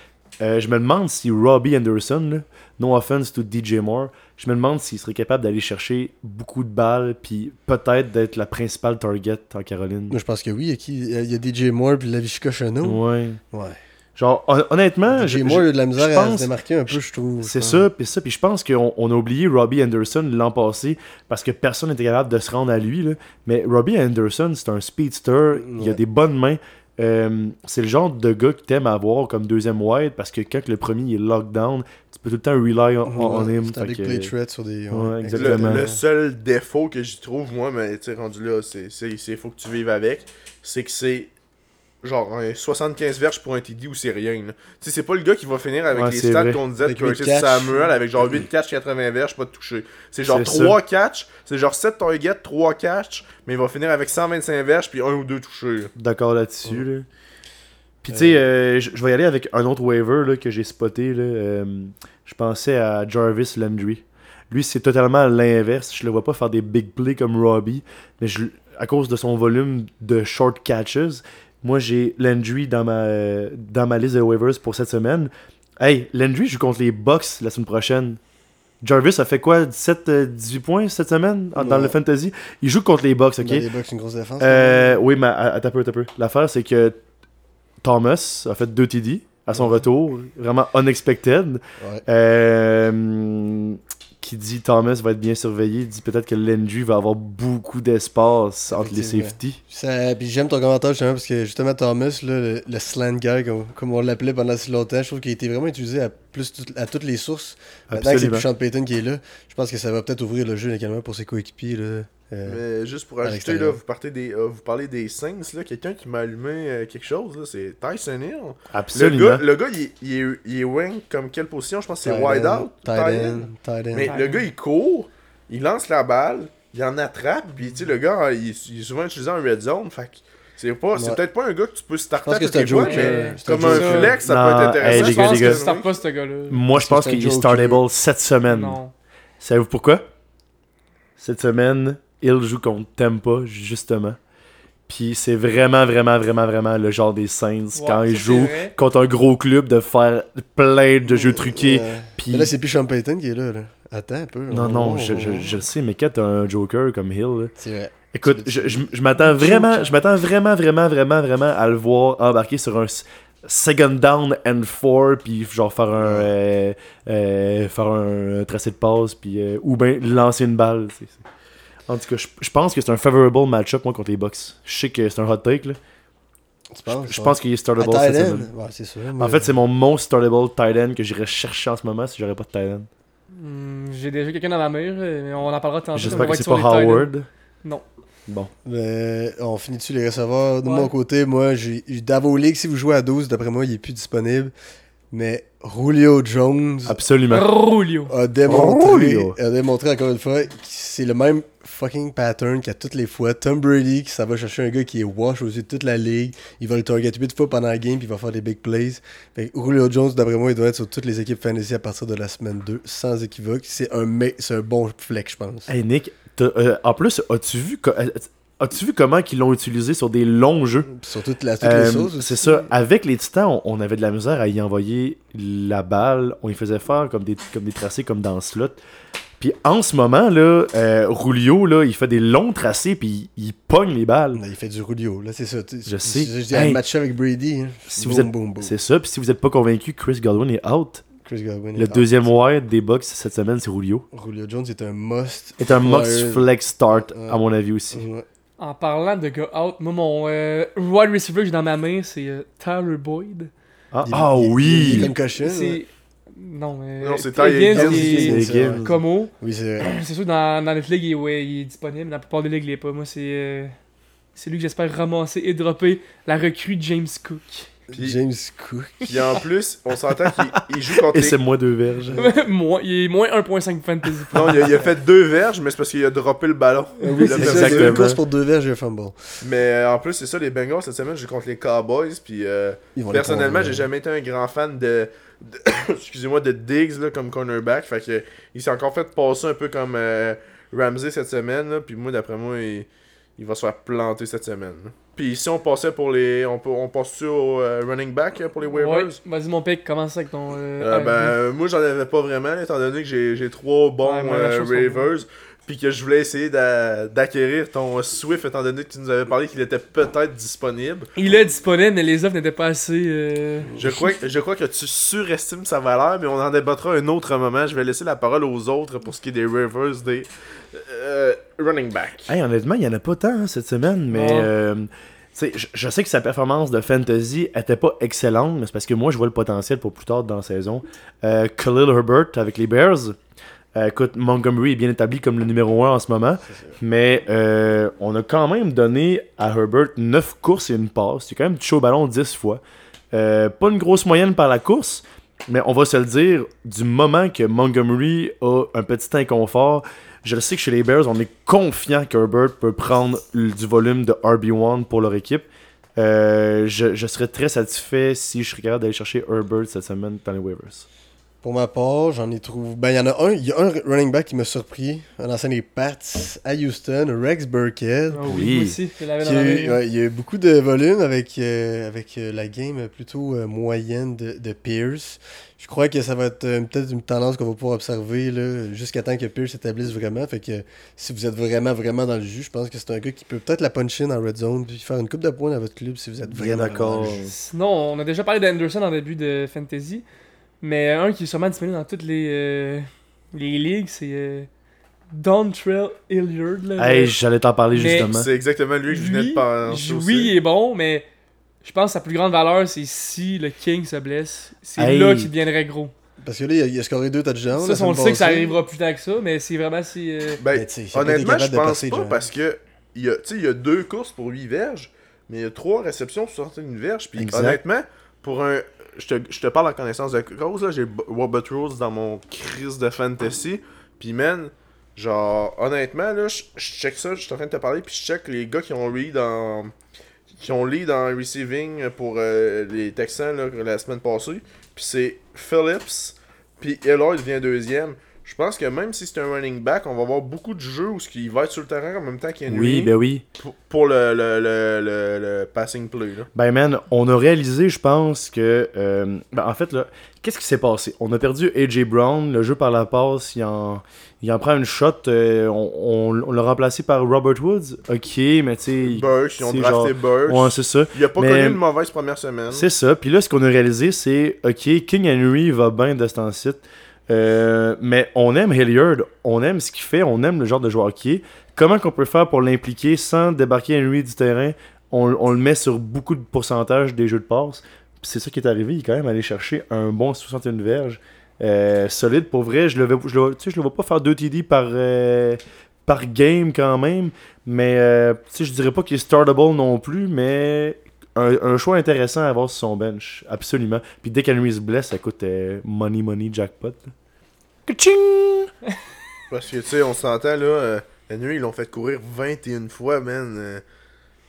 Speaker 3: Euh, je me demande si Robbie Anderson, là, no offense to DJ Moore, je me demande s'il serait capable d'aller chercher beaucoup de balles, puis peut-être d'être la principale target en Caroline.
Speaker 2: Moi, je pense que oui. Il y a, qui... il y a DJ Moore puis Lavichka Cheneau.
Speaker 3: Ouais.
Speaker 2: Ouais.
Speaker 3: Genre, hon- honnêtement,
Speaker 2: DJ
Speaker 3: Ah, je-
Speaker 2: Moore il a eu de la misère
Speaker 3: je
Speaker 2: à
Speaker 3: pense-
Speaker 2: se démarquer un peu, je trouve.
Speaker 3: C'est
Speaker 2: je
Speaker 3: ça, puis ça, puis je pense qu'on on a oublié Robbie Anderson l'an passé parce que personne n'était capable de se rendre à lui. là. Mais Robbie Anderson, c'est un speedster, il a
Speaker 2: Ouais.
Speaker 3: des bonnes mains. Euh, c'est le genre de gars que t'aimes avoir comme deuxième wide parce que quand le premier il est lockdown, tu peux tout le temps rely on,
Speaker 2: pense.
Speaker 3: on
Speaker 2: Ouais,
Speaker 3: him.
Speaker 2: c'est
Speaker 3: fait
Speaker 2: avec
Speaker 3: que-
Speaker 2: play threat sur des.
Speaker 3: Ouais,
Speaker 4: Le-
Speaker 3: Exactement.
Speaker 4: Le, seul défaut que j'y trouve, moi, mais tu sais, rendu là, c'est c'est- c'est- faut que tu vives avec, c'est que c'est genre un 75 verges pour un TD ou c'est rien. là. Tu sais, c'est pas le gars qui va finir avec
Speaker 3: Ouais,
Speaker 4: les
Speaker 3: c'est
Speaker 4: stats
Speaker 3: vrai.
Speaker 4: qu'on disait de
Speaker 2: Avec huit
Speaker 4: Curtis
Speaker 2: catchs.
Speaker 4: Samuel avec genre 8 catchs, 80 verges, pas de toucher. C'est genre
Speaker 3: C'est ça.
Speaker 4: 3 catchs, c'est genre 7 targets, 3 catchs, mais il va finir avec 125 verges puis un ou deux touchés. là.
Speaker 3: D'accord là-dessus. là. Puis tu sais, euh, je je vais y aller avec un autre waiver là, que j'ai spoté. là. Euh, je pensais à Jarvis Landry. Lui, c'est totalement l'inverse. Je le vois pas faire des big plays comme Robbie. Mais je- à cause de son volume de short catches, moi j'ai Landry dans ma, euh, dans ma liste de waivers pour cette semaine. Hey, Landry joue contre les Bucks la semaine prochaine. Jarvis a fait quoi 17, euh, 18 points cette semaine en- dans
Speaker 2: Non.
Speaker 3: le fantasy Il joue contre les Bucks, ok
Speaker 2: Dans les Bucks, une grosse défense.
Speaker 3: euh, oui, mais à- attends un peu, attends un peu. L'affaire, c'est que Thomas a fait deux TD à son retour, vraiment unexpected.
Speaker 2: Ouais.
Speaker 3: Euh, qui dit Thomas va être bien surveillé, dit peut-être que Landry va avoir beaucoup d'espace entre les
Speaker 2: Effectivement.
Speaker 3: safeties.
Speaker 2: Ça- puis j'aime ton commentaire justement parce que justement Thomas, là, le, le slant guy comme, comme on l'appelait pendant si longtemps, je trouve qu'il a été vraiment utilisé à plus tout- à toutes les sources. Maintenant que c'est
Speaker 3: Absolument.
Speaker 2: plus Sean Payton qui est là, je pense que ça va peut-être ouvrir le jeu également pour ses coéquipiers. Là. Euh,
Speaker 4: Mais juste pour
Speaker 2: à
Speaker 4: ajouter, là,
Speaker 2: l'extérieur.
Speaker 4: vous, partez des, euh, vous parlez des Saints, là, quelqu'un qui m'a allumé euh, quelque chose, là, c'est Tyson Hill. Le
Speaker 3: Absolument.
Speaker 4: gars, le gars, il, est- il est, il est rank comme quelle position Je pense que c'est
Speaker 2: tight
Speaker 4: wide
Speaker 2: end,
Speaker 4: out.
Speaker 2: tight end, tight end.
Speaker 4: Mais
Speaker 1: Tight
Speaker 4: le
Speaker 1: end.
Speaker 4: gars, il court, il lance la balle, il en attrape, puis tu sais, le gars, il, il est souvent utilisé en red zone. Fait que c'est pas- c'est
Speaker 2: Ouais.
Speaker 4: peut-être pas un gars que tu peux starter
Speaker 2: Je pense
Speaker 4: à
Speaker 2: que
Speaker 4: toutes
Speaker 2: c'est
Speaker 4: les
Speaker 2: un
Speaker 4: fois,
Speaker 1: joker.
Speaker 4: mais
Speaker 1: C'est
Speaker 2: un
Speaker 4: comme un
Speaker 1: joker.
Speaker 4: flex, ça
Speaker 3: Non,
Speaker 4: peut être
Speaker 3: hey,
Speaker 1: Ça,
Speaker 4: intéressant.
Speaker 3: les
Speaker 1: je
Speaker 3: gars,
Speaker 1: pense
Speaker 3: les
Speaker 1: que
Speaker 3: gars.
Speaker 1: je tape pas ce gars-là.
Speaker 3: Moi,
Speaker 2: Parce
Speaker 3: je pense
Speaker 2: que c'est
Speaker 3: qu'il est
Speaker 2: un
Speaker 3: startable cette semaine.
Speaker 1: Non.
Speaker 3: Savez-vous pourquoi? Cette semaine, il joue contre Tampa, justement. Puis c'est vraiment, vraiment, vraiment, vraiment le genre des Saints
Speaker 1: Ouais,
Speaker 3: quand
Speaker 1: ça,
Speaker 3: ils
Speaker 1: c'est
Speaker 3: jouent
Speaker 1: vrai.
Speaker 3: contre un gros club de faire plein de jeux truqués.
Speaker 2: Ouais.
Speaker 3: Puis...
Speaker 2: Mais là, c'est Oh. plus Sean Payton qui est là. là. Attends un peu.
Speaker 3: Non,
Speaker 2: on-
Speaker 3: non,
Speaker 2: on-
Speaker 3: je,
Speaker 2: on-
Speaker 3: je, je le sais, mais quand t'as un Joker comme Hill, là,
Speaker 2: C'est vrai.
Speaker 3: écoute, je, je- je m'attends vraiment, je m'attends vraiment, vraiment, vraiment, vraiment à le voir embarquer sur un s- second down and four, puis genre faire un, euh, euh, faire un tracé de passe, puis euh, ou bien lancer une balle. tu sais, c'est- En tout cas, je, je pense que c'est un favorable match-up, moi, contre les Bucks. Je sais que c'est un hot take, là.
Speaker 2: Tu penses,
Speaker 3: Je
Speaker 2: ouais.
Speaker 3: pense qu'il est startable
Speaker 2: À
Speaker 3: cette
Speaker 2: tight end?
Speaker 3: semaine.
Speaker 2: Ouais, c'est sûr.
Speaker 3: En fait, c'est mon most startable tight end que j'irais chercher en ce moment si j'aurais pas de tight end.
Speaker 1: Hmm, J'ai déjà quelqu'un dans la mire, mais on en parlera tantôt. On
Speaker 3: J'espère
Speaker 1: va
Speaker 3: que
Speaker 1: être
Speaker 3: c'est
Speaker 1: sur
Speaker 3: pas
Speaker 1: les tight ends.
Speaker 3: Howard.
Speaker 1: Non.
Speaker 3: Bon.
Speaker 2: Mais on finit-tu les receveurs De mon côté, moi, j'ai eu Davo League. Si vous jouez à 12, d'après moi, il est plus disponible. Mais Julio Jones
Speaker 3: Absolument.
Speaker 1: Roulio.
Speaker 2: a démontré,
Speaker 3: Ah, Julio.
Speaker 2: a démontré encore une fois que c'est le même fucking pattern qu'à toutes les fois. Tom Brady, qui ça va chercher un gars qui est wash aux yeux de toute la ligue. Il va le target 8 fois pendant la game, puis il va faire des big plays. Fait que Julio Jones, d'après moi, il doit être sur toutes les équipes fantasy à partir de la semaine 2, sans équivoque. C'est un, me- c'est un bon flex, je pense.
Speaker 3: Hey Nick, t'as- euh, en plus, as-tu vu, co- euh, as-tu vu comment ils l'ont utilisé sur des longs jeux
Speaker 2: Sur toute la, toutes
Speaker 3: Euh,
Speaker 2: les sauces. aussi.
Speaker 3: C'est ça. Avec les Titans, on, on avait de la misère à y envoyer la balle. On y faisait faire comme des, comme des tracés comme dans le slot. Puis en ce moment, là, euh, Rulio, là, il fait des longs tracés puis il, il pogne les balles.
Speaker 2: Il fait du Julio, là c'est ça. tu-
Speaker 3: Je sais.
Speaker 2: Je, dis
Speaker 3: Hey.
Speaker 2: un match avec Brady. hein.
Speaker 3: Si
Speaker 2: boum,
Speaker 3: vous êtes-
Speaker 2: boum, boum.
Speaker 3: C'est ça. Puis si vous n'êtes pas convaincu, Chris Godwin est out.
Speaker 2: Chris Godwin.
Speaker 3: Le
Speaker 2: est
Speaker 3: deuxième wide des Bucks cette semaine, c'est Rulio.
Speaker 2: out. Julio Jones est un must.
Speaker 3: Est un Mox
Speaker 2: flyer.
Speaker 3: flex start,
Speaker 2: Ouais.
Speaker 3: à mon avis aussi.
Speaker 2: Ouais.
Speaker 1: En parlant de gars out, moi, mon euh, wide receiver que j'ai dans ma main, c'est euh, Tyler Boyd.
Speaker 3: Ah,
Speaker 2: Il-
Speaker 3: ah
Speaker 2: il- Il est
Speaker 3: oui!
Speaker 2: comme cochon. ouais. Ah
Speaker 1: C'est. Non, euh, mais.
Speaker 4: euh? Non, c'est
Speaker 1: Trey
Speaker 4: Ty Higgins.
Speaker 1: et
Speaker 2: C'est
Speaker 3: Higgins.
Speaker 1: Como.
Speaker 2: Oui, c'est vrai.
Speaker 1: C'est sûr, dans, dans notre ligue, il, est- ouais, il est disponible. Dans la plupart des ligues, il est pas. Moi, c'est. euh, c'est lui que j'espère ramasser et dropper la recrue de James Cook.
Speaker 4: Puis-
Speaker 2: James Cook.
Speaker 4: Puis en plus, on s'entend qu'il il joue contre
Speaker 3: Et
Speaker 4: les...
Speaker 3: c'est moi deux verges.
Speaker 1: Moins- il est moins 1.5 fantasy.
Speaker 4: Non, il a, il a fait deux verges, mais c'est parce qu'il a droppé le ballon.
Speaker 2: Oui,
Speaker 4: Il a
Speaker 2: c'est
Speaker 4: fait-
Speaker 2: ça. C'est
Speaker 3: exactement.
Speaker 2: une course pour deux verges et un fumble.
Speaker 4: Mais euh, en plus, c'est ça, les Bengals cette semaine, jouent contre les Cowboys. Puis euh,
Speaker 2: Ils vont les
Speaker 4: personnellement,
Speaker 2: prendre,
Speaker 4: j'ai
Speaker 2: ouais.
Speaker 4: jamais été un grand fan de. de- Excusez-moi, de Diggs là, comme cornerback. Fait que il s'est encore fait passer un peu comme euh, Ramsey cette semaine. là, puis moi, d'après moi, il, il va se faire planter cette semaine. là. Puis si on passait pour les. On, peut- on passe-tu au euh, running back euh, pour les
Speaker 1: Ouais,
Speaker 4: waivers
Speaker 1: vas-y, mon pic, commence avec ton. euh,
Speaker 4: Euh, ben,
Speaker 1: RB.
Speaker 4: euh, moi, j'en avais pas vraiment, là, étant donné que j'ai j'ai trois bons
Speaker 1: Ouais, moi, la
Speaker 4: euh,
Speaker 1: chose,
Speaker 4: waivers, puis que je voulais essayer d'a- d'acquérir ton euh, Swift, étant donné que tu nous avais parlé qu'il était peut-être disponible.
Speaker 1: Il est disponible, mais les offres n'étaient pas assez. euh,
Speaker 4: Je crois, que- je crois que tu surestimes sa valeur, mais on en débattra un autre moment. Je vais laisser la parole aux autres pour ce qui est des waivers des euh, running back.
Speaker 3: Hey, honnêtement, il n'y en a pas tant hein, cette semaine, mais
Speaker 1: Ah.
Speaker 3: euh, tu sais, je, je sais que sa performance de fantasy était pas excellente, mais c'est parce que moi, je vois le potentiel pour plus tard dans la saison. Euh, Khalil Herbert avec les Bears. Euh, écoute, Montgomery est bien établi comme le numéro 1 en ce moment, mais euh, on a quand même donné à Herbert 9 courses et une passe. C'est quand même touché au ballon 10 fois. Euh, pas une grosse moyenne par la course, mais on va se le dire, du moment que Montgomery a un petit inconfort, je le sais que chez les Bears, on est confiant qu'Herbert peut prendre l- du volume de RB1 pour leur équipe. Euh, je, je serais très satisfait si je serais capable d'aller chercher Herbert cette semaine dans les waivers.
Speaker 2: Pour ma part, j'en ai trouvé. Ben, il y en a un. Il y a un running back qui m'a surpris. Un ancien des Pats à Houston, Rex Burkhead.
Speaker 1: ah
Speaker 3: Oui.
Speaker 1: moi aussi, je l'avais dans
Speaker 2: Qui
Speaker 1: la
Speaker 2: a eu-
Speaker 1: main.
Speaker 2: ouais, il y a eu beaucoup de volume avec, euh, avec euh, la game plutôt euh, moyenne de, de Pierce. Je crois que ça va être euh, peut-être une tendance qu'on va pouvoir observer là, jusqu'à temps que Pierce s'établisse vraiment. Fait que euh, si vous êtes vraiment, vraiment dans le jus, je pense que c'est un gars qui peut peut-être la punch-in en red zone puis faire une coupe de points dans votre club si vous êtes
Speaker 3: Bien
Speaker 2: vraiment dans
Speaker 3: d'accord.
Speaker 2: le jus.
Speaker 1: Sinon, on a déjà parlé d'Anderson en début de Fantasy, mais un qui est sûrement disponible dans toutes les, euh, les ligues, c'est euh, Dontrell Hilliard. là.
Speaker 3: Hey, j'allais t'en parler
Speaker 1: Mais-
Speaker 3: justement.
Speaker 4: C'est exactement lui que je venais de
Speaker 1: Hein? Lui,
Speaker 4: penser.
Speaker 1: oui,
Speaker 4: aussi.
Speaker 1: il est bon, mais je pense que sa plus grande valeur, c'est si le King se blesse. C'est
Speaker 3: Hey.
Speaker 1: là qu'il deviendrait gros.
Speaker 2: Parce que là, il a, il a scoré deux touchdowns. Ah, la
Speaker 1: ça, on le
Speaker 2: semaine
Speaker 1: sait que ça
Speaker 2: passée.
Speaker 1: arrivera plus tard que ça, mais c'est vraiment si. euh,
Speaker 4: Ben,
Speaker 2: Mais tu sais, ça peut être
Speaker 4: honnêtement, je
Speaker 2: capable de
Speaker 4: pense
Speaker 2: passer,
Speaker 4: pas
Speaker 2: genre.
Speaker 4: parce que il y a, tu sais, il y a deux courses pour 8 verges, mais il y a trois réceptions pour 61 verges. Puis
Speaker 3: Exact.
Speaker 4: honnêtement, pour un. Je te, je te parle en connaissance de cause, là, j'ai B- Robert Rose dans mon crise de fantasy. Puis man, genre, honnêtement, là, je je check ça, je suis en train de te parler, puis je check les gars qui ont lead en. Qui ont lead en receiving pour euh, les Texans là, la semaine passée. Puis c'est Phillips. Puis Eloy devient deuxième. Je pense que même si c'est un running back, on va voir beaucoup de jeux où il va être sur le terrain en même temps qu'il y a une
Speaker 3: Oui, ben oui.
Speaker 4: pour, pour le, le, le, le, le passing play. Là.
Speaker 3: Ben man, on a réalisé, je pense, que... euh, ben en fait, là, qu'est-ce qui s'est passé? On a perdu A.J. Brown, le jeu par la passe, il en, il en prend une shot, euh, on, on- on l'a remplacé par Robert Woods. Ok, mais tu sais... il-
Speaker 4: Burks, ils ont
Speaker 3: c'est
Speaker 4: drafté Burks.
Speaker 3: genre- Ouais, c'est ça.
Speaker 4: il a pas
Speaker 3: mais-
Speaker 4: connu une mauvaise première semaine.
Speaker 3: C'est ça. Puis là, ce qu'on a réalisé, c'est OK, King Henry va bien de ce temps-ci. Euh, mais on aime Hilliard, on aime ce qu'il fait, on aime le genre de joueur qu'il est. Comment qu'on peut faire pour l'impliquer sans débarquer Henry du terrain on, on le met sur beaucoup de pourcentage des jeux de passe. Puis c'est ça qui est arrivé. Il est quand même allé chercher un bon 61 verges. Euh, solide pour vrai. Je le, vais- je le- tu sais, je le vois pas faire deux TD par, euh, par game quand même. Mais euh, tu sais, je dirais pas qu'il est startable non plus, mais un, un choix intéressant à avoir sur son bench. Absolument. Puis dès qu'Henry se blesse, ça coûte euh, money, money, jackpot. là. Ka-ching!
Speaker 4: Parce que, tu sais, on s'entend, là, euh, la nuit, ils l'ont fait courir 21 fois, man. euh,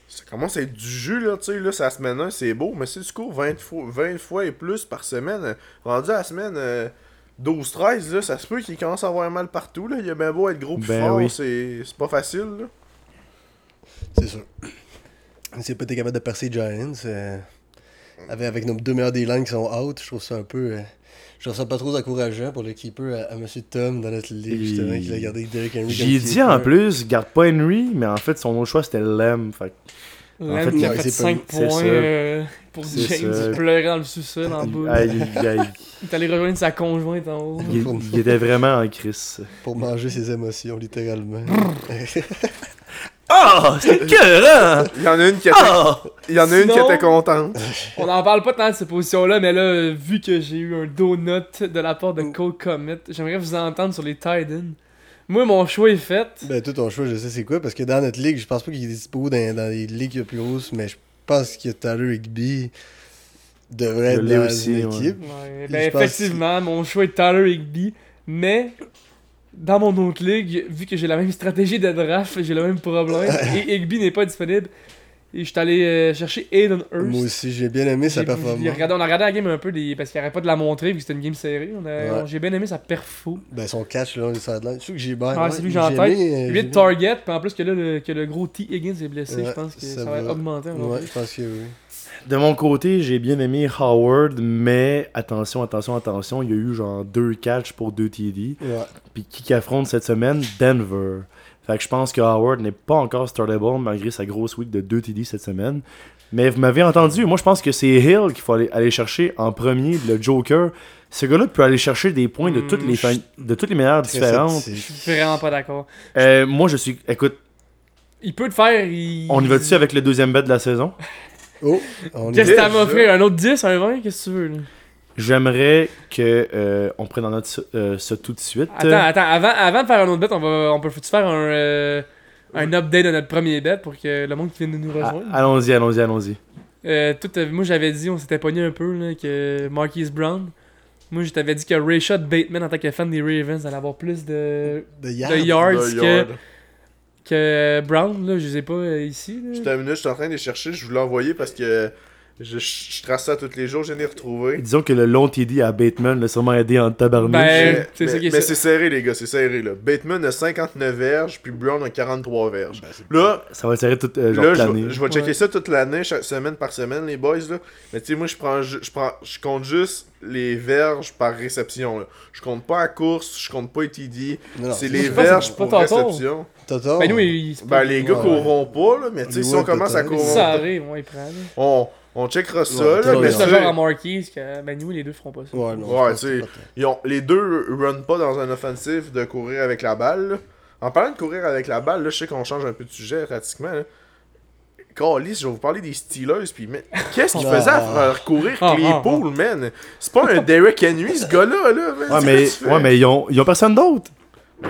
Speaker 4: ça commence à être du jus, là, tu sais, là, sa semaine 1, c'est beau, mais si tu cours 20 fois, 20 fois et plus par semaine, euh, rendu à la semaine euh, 12-13, là, ça se peut qu'il commence à avoir mal partout, là. Il a bien beau être gros plus
Speaker 3: Ben
Speaker 4: fort,
Speaker 3: oui.
Speaker 4: c'est c'est pas facile, là.
Speaker 2: C'est sûr. Si pas été capable de percer Giants, euh, avec, avec nos deux meilleurs des lines qui sont out, je trouve ça un peu. euh, je trouve ça pas trop encourageant pour le keeper à, à M. Tom dans notre ligue, justement,
Speaker 3: Et-
Speaker 2: qu'il a gardé Derrick Henry. comme
Speaker 3: J'ai dit en
Speaker 2: keeper.
Speaker 3: plus, garde pas Henry, mais en fait, son autre choix c'était Lem. Fait que
Speaker 1: Lamb
Speaker 3: fait,
Speaker 1: qui a
Speaker 2: ouais,
Speaker 1: fait
Speaker 2: c'est pas-
Speaker 1: 5
Speaker 3: c'est
Speaker 1: points
Speaker 3: ça.
Speaker 1: euh, pour
Speaker 3: C'est
Speaker 1: James.
Speaker 3: ça.
Speaker 1: Il pleurait dans le sous-sol en
Speaker 3: il,
Speaker 1: bas.
Speaker 3: aïe, aïe, aïe.
Speaker 1: Il est allé rejoindre sa conjointe en haut.
Speaker 3: Il- il était vraiment en crise.
Speaker 2: Pour manger ses émotions, littéralement.
Speaker 3: Ah, c'est écœurant!
Speaker 4: Il y en a une qui était,
Speaker 3: Ah!
Speaker 4: il y en a une qui
Speaker 1: Sinon-
Speaker 4: était contente.
Speaker 1: On n'en parle pas tant de ces positions-là, mais là, euh, vu que j'ai eu un donut de la part de
Speaker 2: Oh.
Speaker 1: Cole Comet, j'aimerais vous entendre sur les Titans. Moi, mon choix est fait.
Speaker 2: ben, tout ton choix, je sais c'est quoi, parce que dans notre ligue, je pense pas qu'il est dispo dans, dans les ligues les plus grosses, mais je pense que Tyler Higby devrait
Speaker 3: Je
Speaker 2: être
Speaker 3: l'ai
Speaker 2: dans
Speaker 3: aussi,
Speaker 2: une
Speaker 3: ouais.
Speaker 2: équipe.
Speaker 1: Ouais,
Speaker 2: Je
Speaker 1: ben,
Speaker 2: pense-
Speaker 1: effectivement, mon choix est Tyler Higby, mais dans mon autre ligue, vu que j'ai la même stratégie de draft, j'ai le même problème, et Higby n'est pas disponible, et je suis allé euh, chercher Aiden Hurst.
Speaker 2: Moi aussi, j'ai bien aimé sa
Speaker 1: J'ai- j'ai
Speaker 2: performance.
Speaker 1: regardé- on a regardé la game un peu des- parce qu'il arrête pas de la montrer vu que c'était une game serrée. On a-
Speaker 2: Ouais.
Speaker 1: on- J'ai bien aimé sa perfo.
Speaker 2: Ben, son catch, là, on est sur la sideline. C'est sûr que j'ai euh, bien.
Speaker 1: Ah, c'est lui que j'ai en tête. 8
Speaker 2: targets.
Speaker 1: targets, puis en plus que là, le, que le gros T. Higgins est blessé, je
Speaker 2: Ouais,
Speaker 1: pense que ça,
Speaker 2: ça
Speaker 1: va,
Speaker 2: va.
Speaker 1: augmenter. on va
Speaker 2: Ouais,
Speaker 1: dire.
Speaker 2: je pense que oui.
Speaker 3: De mon côté, j'ai bien aimé Howard, mais attention, attention, attention, il y a eu genre deux catchs pour deux TD.
Speaker 2: Ouais.
Speaker 3: Puis qui qui affronte cette semaine Denver. Fait que je pense que Howard n'est pas encore startable malgré sa grosse week de 2 TD cette semaine. Mais vous m'avez entendu, moi je pense que c'est Hill qu'il faut aller, aller chercher en premier, le Joker. Ce gars-là peut aller chercher des points de toutes les, fa- de toutes les manières
Speaker 2: Très
Speaker 3: différentes.
Speaker 1: Je
Speaker 2: sceptique.
Speaker 1: suis vraiment pas d'accord.
Speaker 3: Euh, moi je suis. Écoute,
Speaker 1: Il peut te faire. il-
Speaker 3: on y va-tu avec le deuxième bet de la saison
Speaker 2: Oh, on
Speaker 1: Qu'est-ce
Speaker 2: est...
Speaker 1: que t'as à
Speaker 4: Je-
Speaker 1: m'offrir Un autre 10, un 20 Qu'est-ce que tu veux là?
Speaker 3: J'aimerais que euh, on prenne en note ça, euh, ça tout de suite.
Speaker 1: Attends, attends, avant, avant de faire un autre bet, on, va, on peut tu faire un, euh, un update de notre premier bet pour que le monde qui vient de nous
Speaker 3: Ah,
Speaker 1: rejoindre.
Speaker 3: allons-y, allons-y, allons-y.
Speaker 1: Euh, tout, euh, moi, j'avais dit, on s'était pogné un peu là, que Marquise Brown. Moi, je t'avais dit que Rayshot Bateman, en tant que fan des Ravens, allait avoir plus de,
Speaker 2: De
Speaker 1: de
Speaker 2: Yard.
Speaker 1: yards
Speaker 4: Le
Speaker 1: que,
Speaker 4: yard.
Speaker 1: que Brown. Là, je les ai pas euh, ici. là.
Speaker 4: J'étais une minute, j'étais en train de les chercher, je voulais envoyer parce que je, je trace ça tous les jours, je les ai retrouvés.
Speaker 3: Disons que le long TD à Bateman l'a sûrement aidé en tabarnouche.
Speaker 1: Ben,
Speaker 4: Mais-
Speaker 1: Euh, c'est
Speaker 4: mais
Speaker 1: ça qui est
Speaker 4: mais
Speaker 1: ça.
Speaker 4: c'est serré, les gars, c'est serré. Là. Bateman a 59 verges, puis Brown a 43 verges.
Speaker 2: Ben, c'est-
Speaker 4: Là,
Speaker 3: Ça va serrer toute euh, genre
Speaker 4: là je,
Speaker 3: l'année.
Speaker 4: vais- je vais checker
Speaker 1: Ouais.
Speaker 4: ça toute l'année, chaque semaine par semaine, les boys. Là. Mais tu sais, moi, je prends, ju- je prends, je compte juste les verges par réception. Là. Je compte pas à course, je compte pas les TD.
Speaker 2: Non, non,
Speaker 4: C'est
Speaker 1: Je
Speaker 4: les
Speaker 1: sais pas,
Speaker 4: verges
Speaker 1: c'est pas
Speaker 4: pour
Speaker 1: tonton.
Speaker 4: réception.
Speaker 2: T'as tort.
Speaker 1: Ben, nous, il- c'est
Speaker 4: Ben,
Speaker 1: pas-
Speaker 4: les gars
Speaker 2: Ouais,
Speaker 4: courront pas, là, mais tu sais, si
Speaker 2: Ouais,
Speaker 4: on commence à
Speaker 2: peut-être.
Speaker 4: courir,
Speaker 1: Si ça arrive, ouais, il prend. là.
Speaker 4: on, on checkera
Speaker 2: Ouais,
Speaker 4: ça.
Speaker 2: tout le
Speaker 4: là, mais
Speaker 1: Plus
Speaker 2: monde.
Speaker 1: le
Speaker 4: ça-
Speaker 1: genre à Marquise que ben, nous, les deux feront pas ça.
Speaker 2: Ouais, non.
Speaker 4: Ouais,
Speaker 2: je pense
Speaker 4: tu sais.
Speaker 2: que c'est pas
Speaker 4: Ils ont- les deux run pas dans un offensif de courir avec la balle. là. En parlant de courir avec la balle, là, je sais qu'on change un peu de sujet pratiquement. Là. Callis, je vais vous parler des Steelers, puis mais qu'est-ce qu'ils
Speaker 2: Ah.
Speaker 4: faisaient à faire courir
Speaker 1: Ah, ah,
Speaker 4: Claypool, man? C'est pas un Derrick Henry, ce gars-là, là, man.
Speaker 3: Ouais,
Speaker 4: C'est quoi tu
Speaker 3: mais,
Speaker 4: fais?
Speaker 3: ouais, mais ils, ont, ils ont personne d'autre.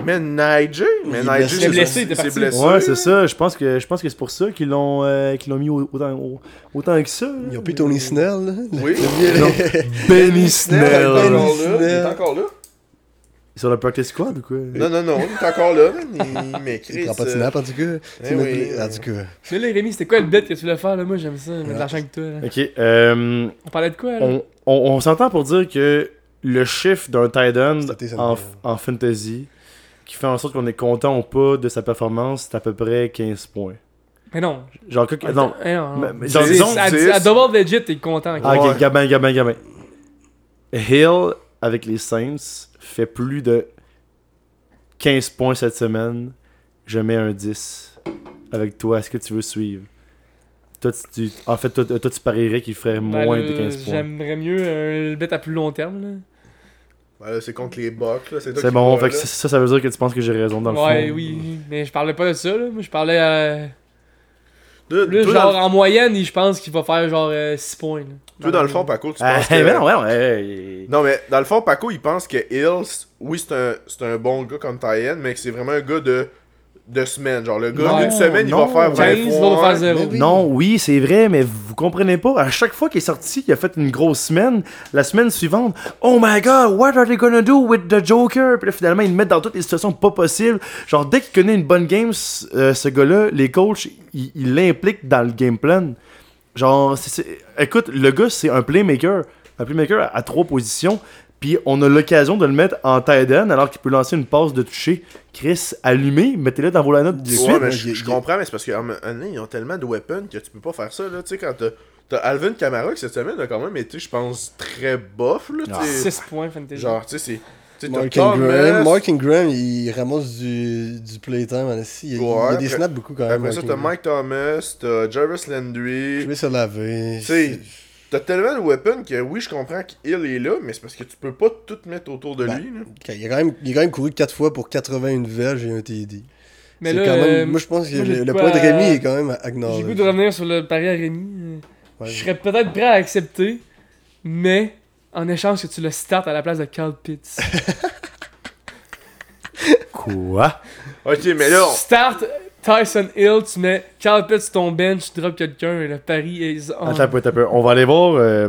Speaker 4: Man, Nigel, mais
Speaker 2: Il est
Speaker 4: Nigel,
Speaker 2: blessé.
Speaker 4: c'est-
Speaker 1: Blessé, il était
Speaker 4: c'est
Speaker 1: parti.
Speaker 4: blessé.
Speaker 3: Ouais, c'est ça. Je pense que, je pense que c'est pour ça qu'ils l'ont, euh, qu'ils l'ont mis au- autant, au- autant que ça. là.
Speaker 2: Ils ont plus Tony Snell, là.
Speaker 4: Oui.
Speaker 3: Non, Benny
Speaker 4: Il est
Speaker 2: Snell.
Speaker 3: Snell.
Speaker 2: Benny
Speaker 4: encore là, il est
Speaker 2: Snell.
Speaker 4: encore là.
Speaker 3: Sur le practice squad ou quoi
Speaker 4: Non, non, non, il est encore là, man. Il
Speaker 2: Il
Speaker 4: m'écrit.
Speaker 2: prend pas de snap, en tout cas. C'est
Speaker 4: euh, eh oui. euh,
Speaker 2: notre- En tout cas.
Speaker 1: Mais là, Rémi, c'était quoi le bet que tu voulais faire là Moi, j'aime ça, mettre de
Speaker 2: Ouais.
Speaker 1: l'argent que toi. là.
Speaker 3: Ok. euh,
Speaker 1: On parlait de quoi là
Speaker 3: on on, on s'entend pour dire que le chiffre d'un tight end
Speaker 2: C'était ça,
Speaker 3: en,
Speaker 2: mais-
Speaker 3: en fantasy qui fait en sorte qu'on est content ou pas de sa performance, c'est à peu près 15 points.
Speaker 1: Mais non.
Speaker 3: Genre, que- Ah, non.
Speaker 1: Eh, non, non.
Speaker 3: Mais- mais genre,
Speaker 1: C'est-
Speaker 3: disons
Speaker 1: à,
Speaker 4: 10.
Speaker 1: à double legit, t'es content. ok.
Speaker 3: Ah,
Speaker 4: Ouais.
Speaker 3: ok, Gabin, Gabin, Gabin. Hill, avec les Saints, fait plus de 15 points cette semaine. Je mets un 10 avec toi. Est-ce que tu veux suivre? Toi, tu, tu- en fait, toi, toi, tu parierais qu'il ferait
Speaker 1: Ben,
Speaker 3: moins de
Speaker 1: là,
Speaker 3: 15 points.
Speaker 1: J'aimerais mieux euh, le bet à plus long terme. Là.
Speaker 4: Ben là, c'est contre les Bucks, là. toi
Speaker 3: C'est
Speaker 4: qui
Speaker 3: bon,
Speaker 4: vois,
Speaker 3: fait que
Speaker 4: là.
Speaker 3: ça, ça veut dire que tu penses que j'ai raison dans le fond.
Speaker 1: Ouais, oui. Mais je parlais pas de ça. Là. Moi, je parlais. euh,
Speaker 4: Toi,
Speaker 1: plus
Speaker 4: toi, dans
Speaker 1: genre en moyenne, il- je pense qu'il va faire genre 6 points. là.
Speaker 4: Toi, dans le fond, Paco, tu
Speaker 3: Ah,
Speaker 4: penses que...
Speaker 3: mais non, ouais, non, hey, hey.
Speaker 4: Non, mais dans le fond, Paco, il pense que Hills, oui, c'est un, c'est un bon gars comme Tyen, mais que c'est vraiment un gars de de semaine. Genre, le gars,
Speaker 1: Non,
Speaker 4: une semaine,
Speaker 3: non,
Speaker 4: il va faire 20
Speaker 1: 15, il va
Speaker 4: points.
Speaker 1: faire 0.
Speaker 2: mais oui.
Speaker 3: Non, oui, c'est vrai, mais vous comprenez pas. À chaque fois qu'il est sorti, il a fait une grosse semaine. La semaine suivante, oh my god, what are they gonna do with the Joker? Puis là, finalement, ils le mettent dans toutes les situations pas possibles. Genre, dès qu'il connaît une bonne game, c- euh, ce gars-là, les coachs, ils ils l'impliquent dans le game plan. Genre, c'est- c'est- écoute, le gars, c'est un playmaker. Un playmaker à, à trois positions. Puis on a l'occasion de le mettre en tight end alors qu'il peut lancer une passe de toucher. Chris, allumé, mettez-le dans vos lineups tout de
Speaker 2: Ouais,
Speaker 3: suite.
Speaker 4: Ouais, mais
Speaker 2: il-
Speaker 4: je, je
Speaker 2: il-
Speaker 4: comprends, mais c'est parce qu'à un moment donné, ils ont tellement de weapons que tu peux pas faire ça. Là. Tu sais, quand t'as, t'as Alvin Kamara qui cette semaine a quand même été, je pense, très bof. Là,
Speaker 3: Ah.
Speaker 4: tu sais.
Speaker 1: 6 points, fantasy.
Speaker 4: Genre, tu sais, c'est. tu sais, t'as
Speaker 2: Mark
Speaker 4: Thomas,
Speaker 2: Ingram, Mark Ingram, il ramasse du, du playtime, en assis. Il, y a- il y a
Speaker 4: Ouais,
Speaker 2: des
Speaker 4: après-
Speaker 2: snaps beaucoup quand même.
Speaker 4: Après ça,
Speaker 2: Mark
Speaker 4: t'as
Speaker 2: Ingram.
Speaker 4: Mike Thomas, t'as Jarvis
Speaker 2: Je
Speaker 4: Landry.
Speaker 2: vais se laver.
Speaker 4: Tu sais, t'as tellement de weapons que oui, je comprends qu'il est là, mais c'est parce que tu peux pas tout mettre autour de
Speaker 2: Ben,
Speaker 4: lui. là.
Speaker 2: Ok, Il a, quand même, il a quand même couru 4 fois pour 81 verges et un TD.
Speaker 1: Mais
Speaker 2: C'est
Speaker 1: là,
Speaker 2: quand
Speaker 1: euh,
Speaker 2: même, moi, je pense que
Speaker 1: moi, j'ai
Speaker 2: le,
Speaker 1: de
Speaker 2: le point de
Speaker 1: quoi-
Speaker 2: Rémi est quand même à
Speaker 1: j'ai
Speaker 2: ignorer.
Speaker 1: goût de revenir sur le pari à Rémi. euh.
Speaker 2: Ouais.
Speaker 1: Je serais peut-être prêt à accepter, mais en échange que tu le startes à la place de Carl Pitts.
Speaker 3: Quoi?
Speaker 4: Ok, mais là, on-
Speaker 1: Start Tyson Hill, tu mets Carl Pitts sur ton bench, tu drops quelqu'un et le pari est on.
Speaker 3: Attends, un peu, attends un peu. On va aller voir euh,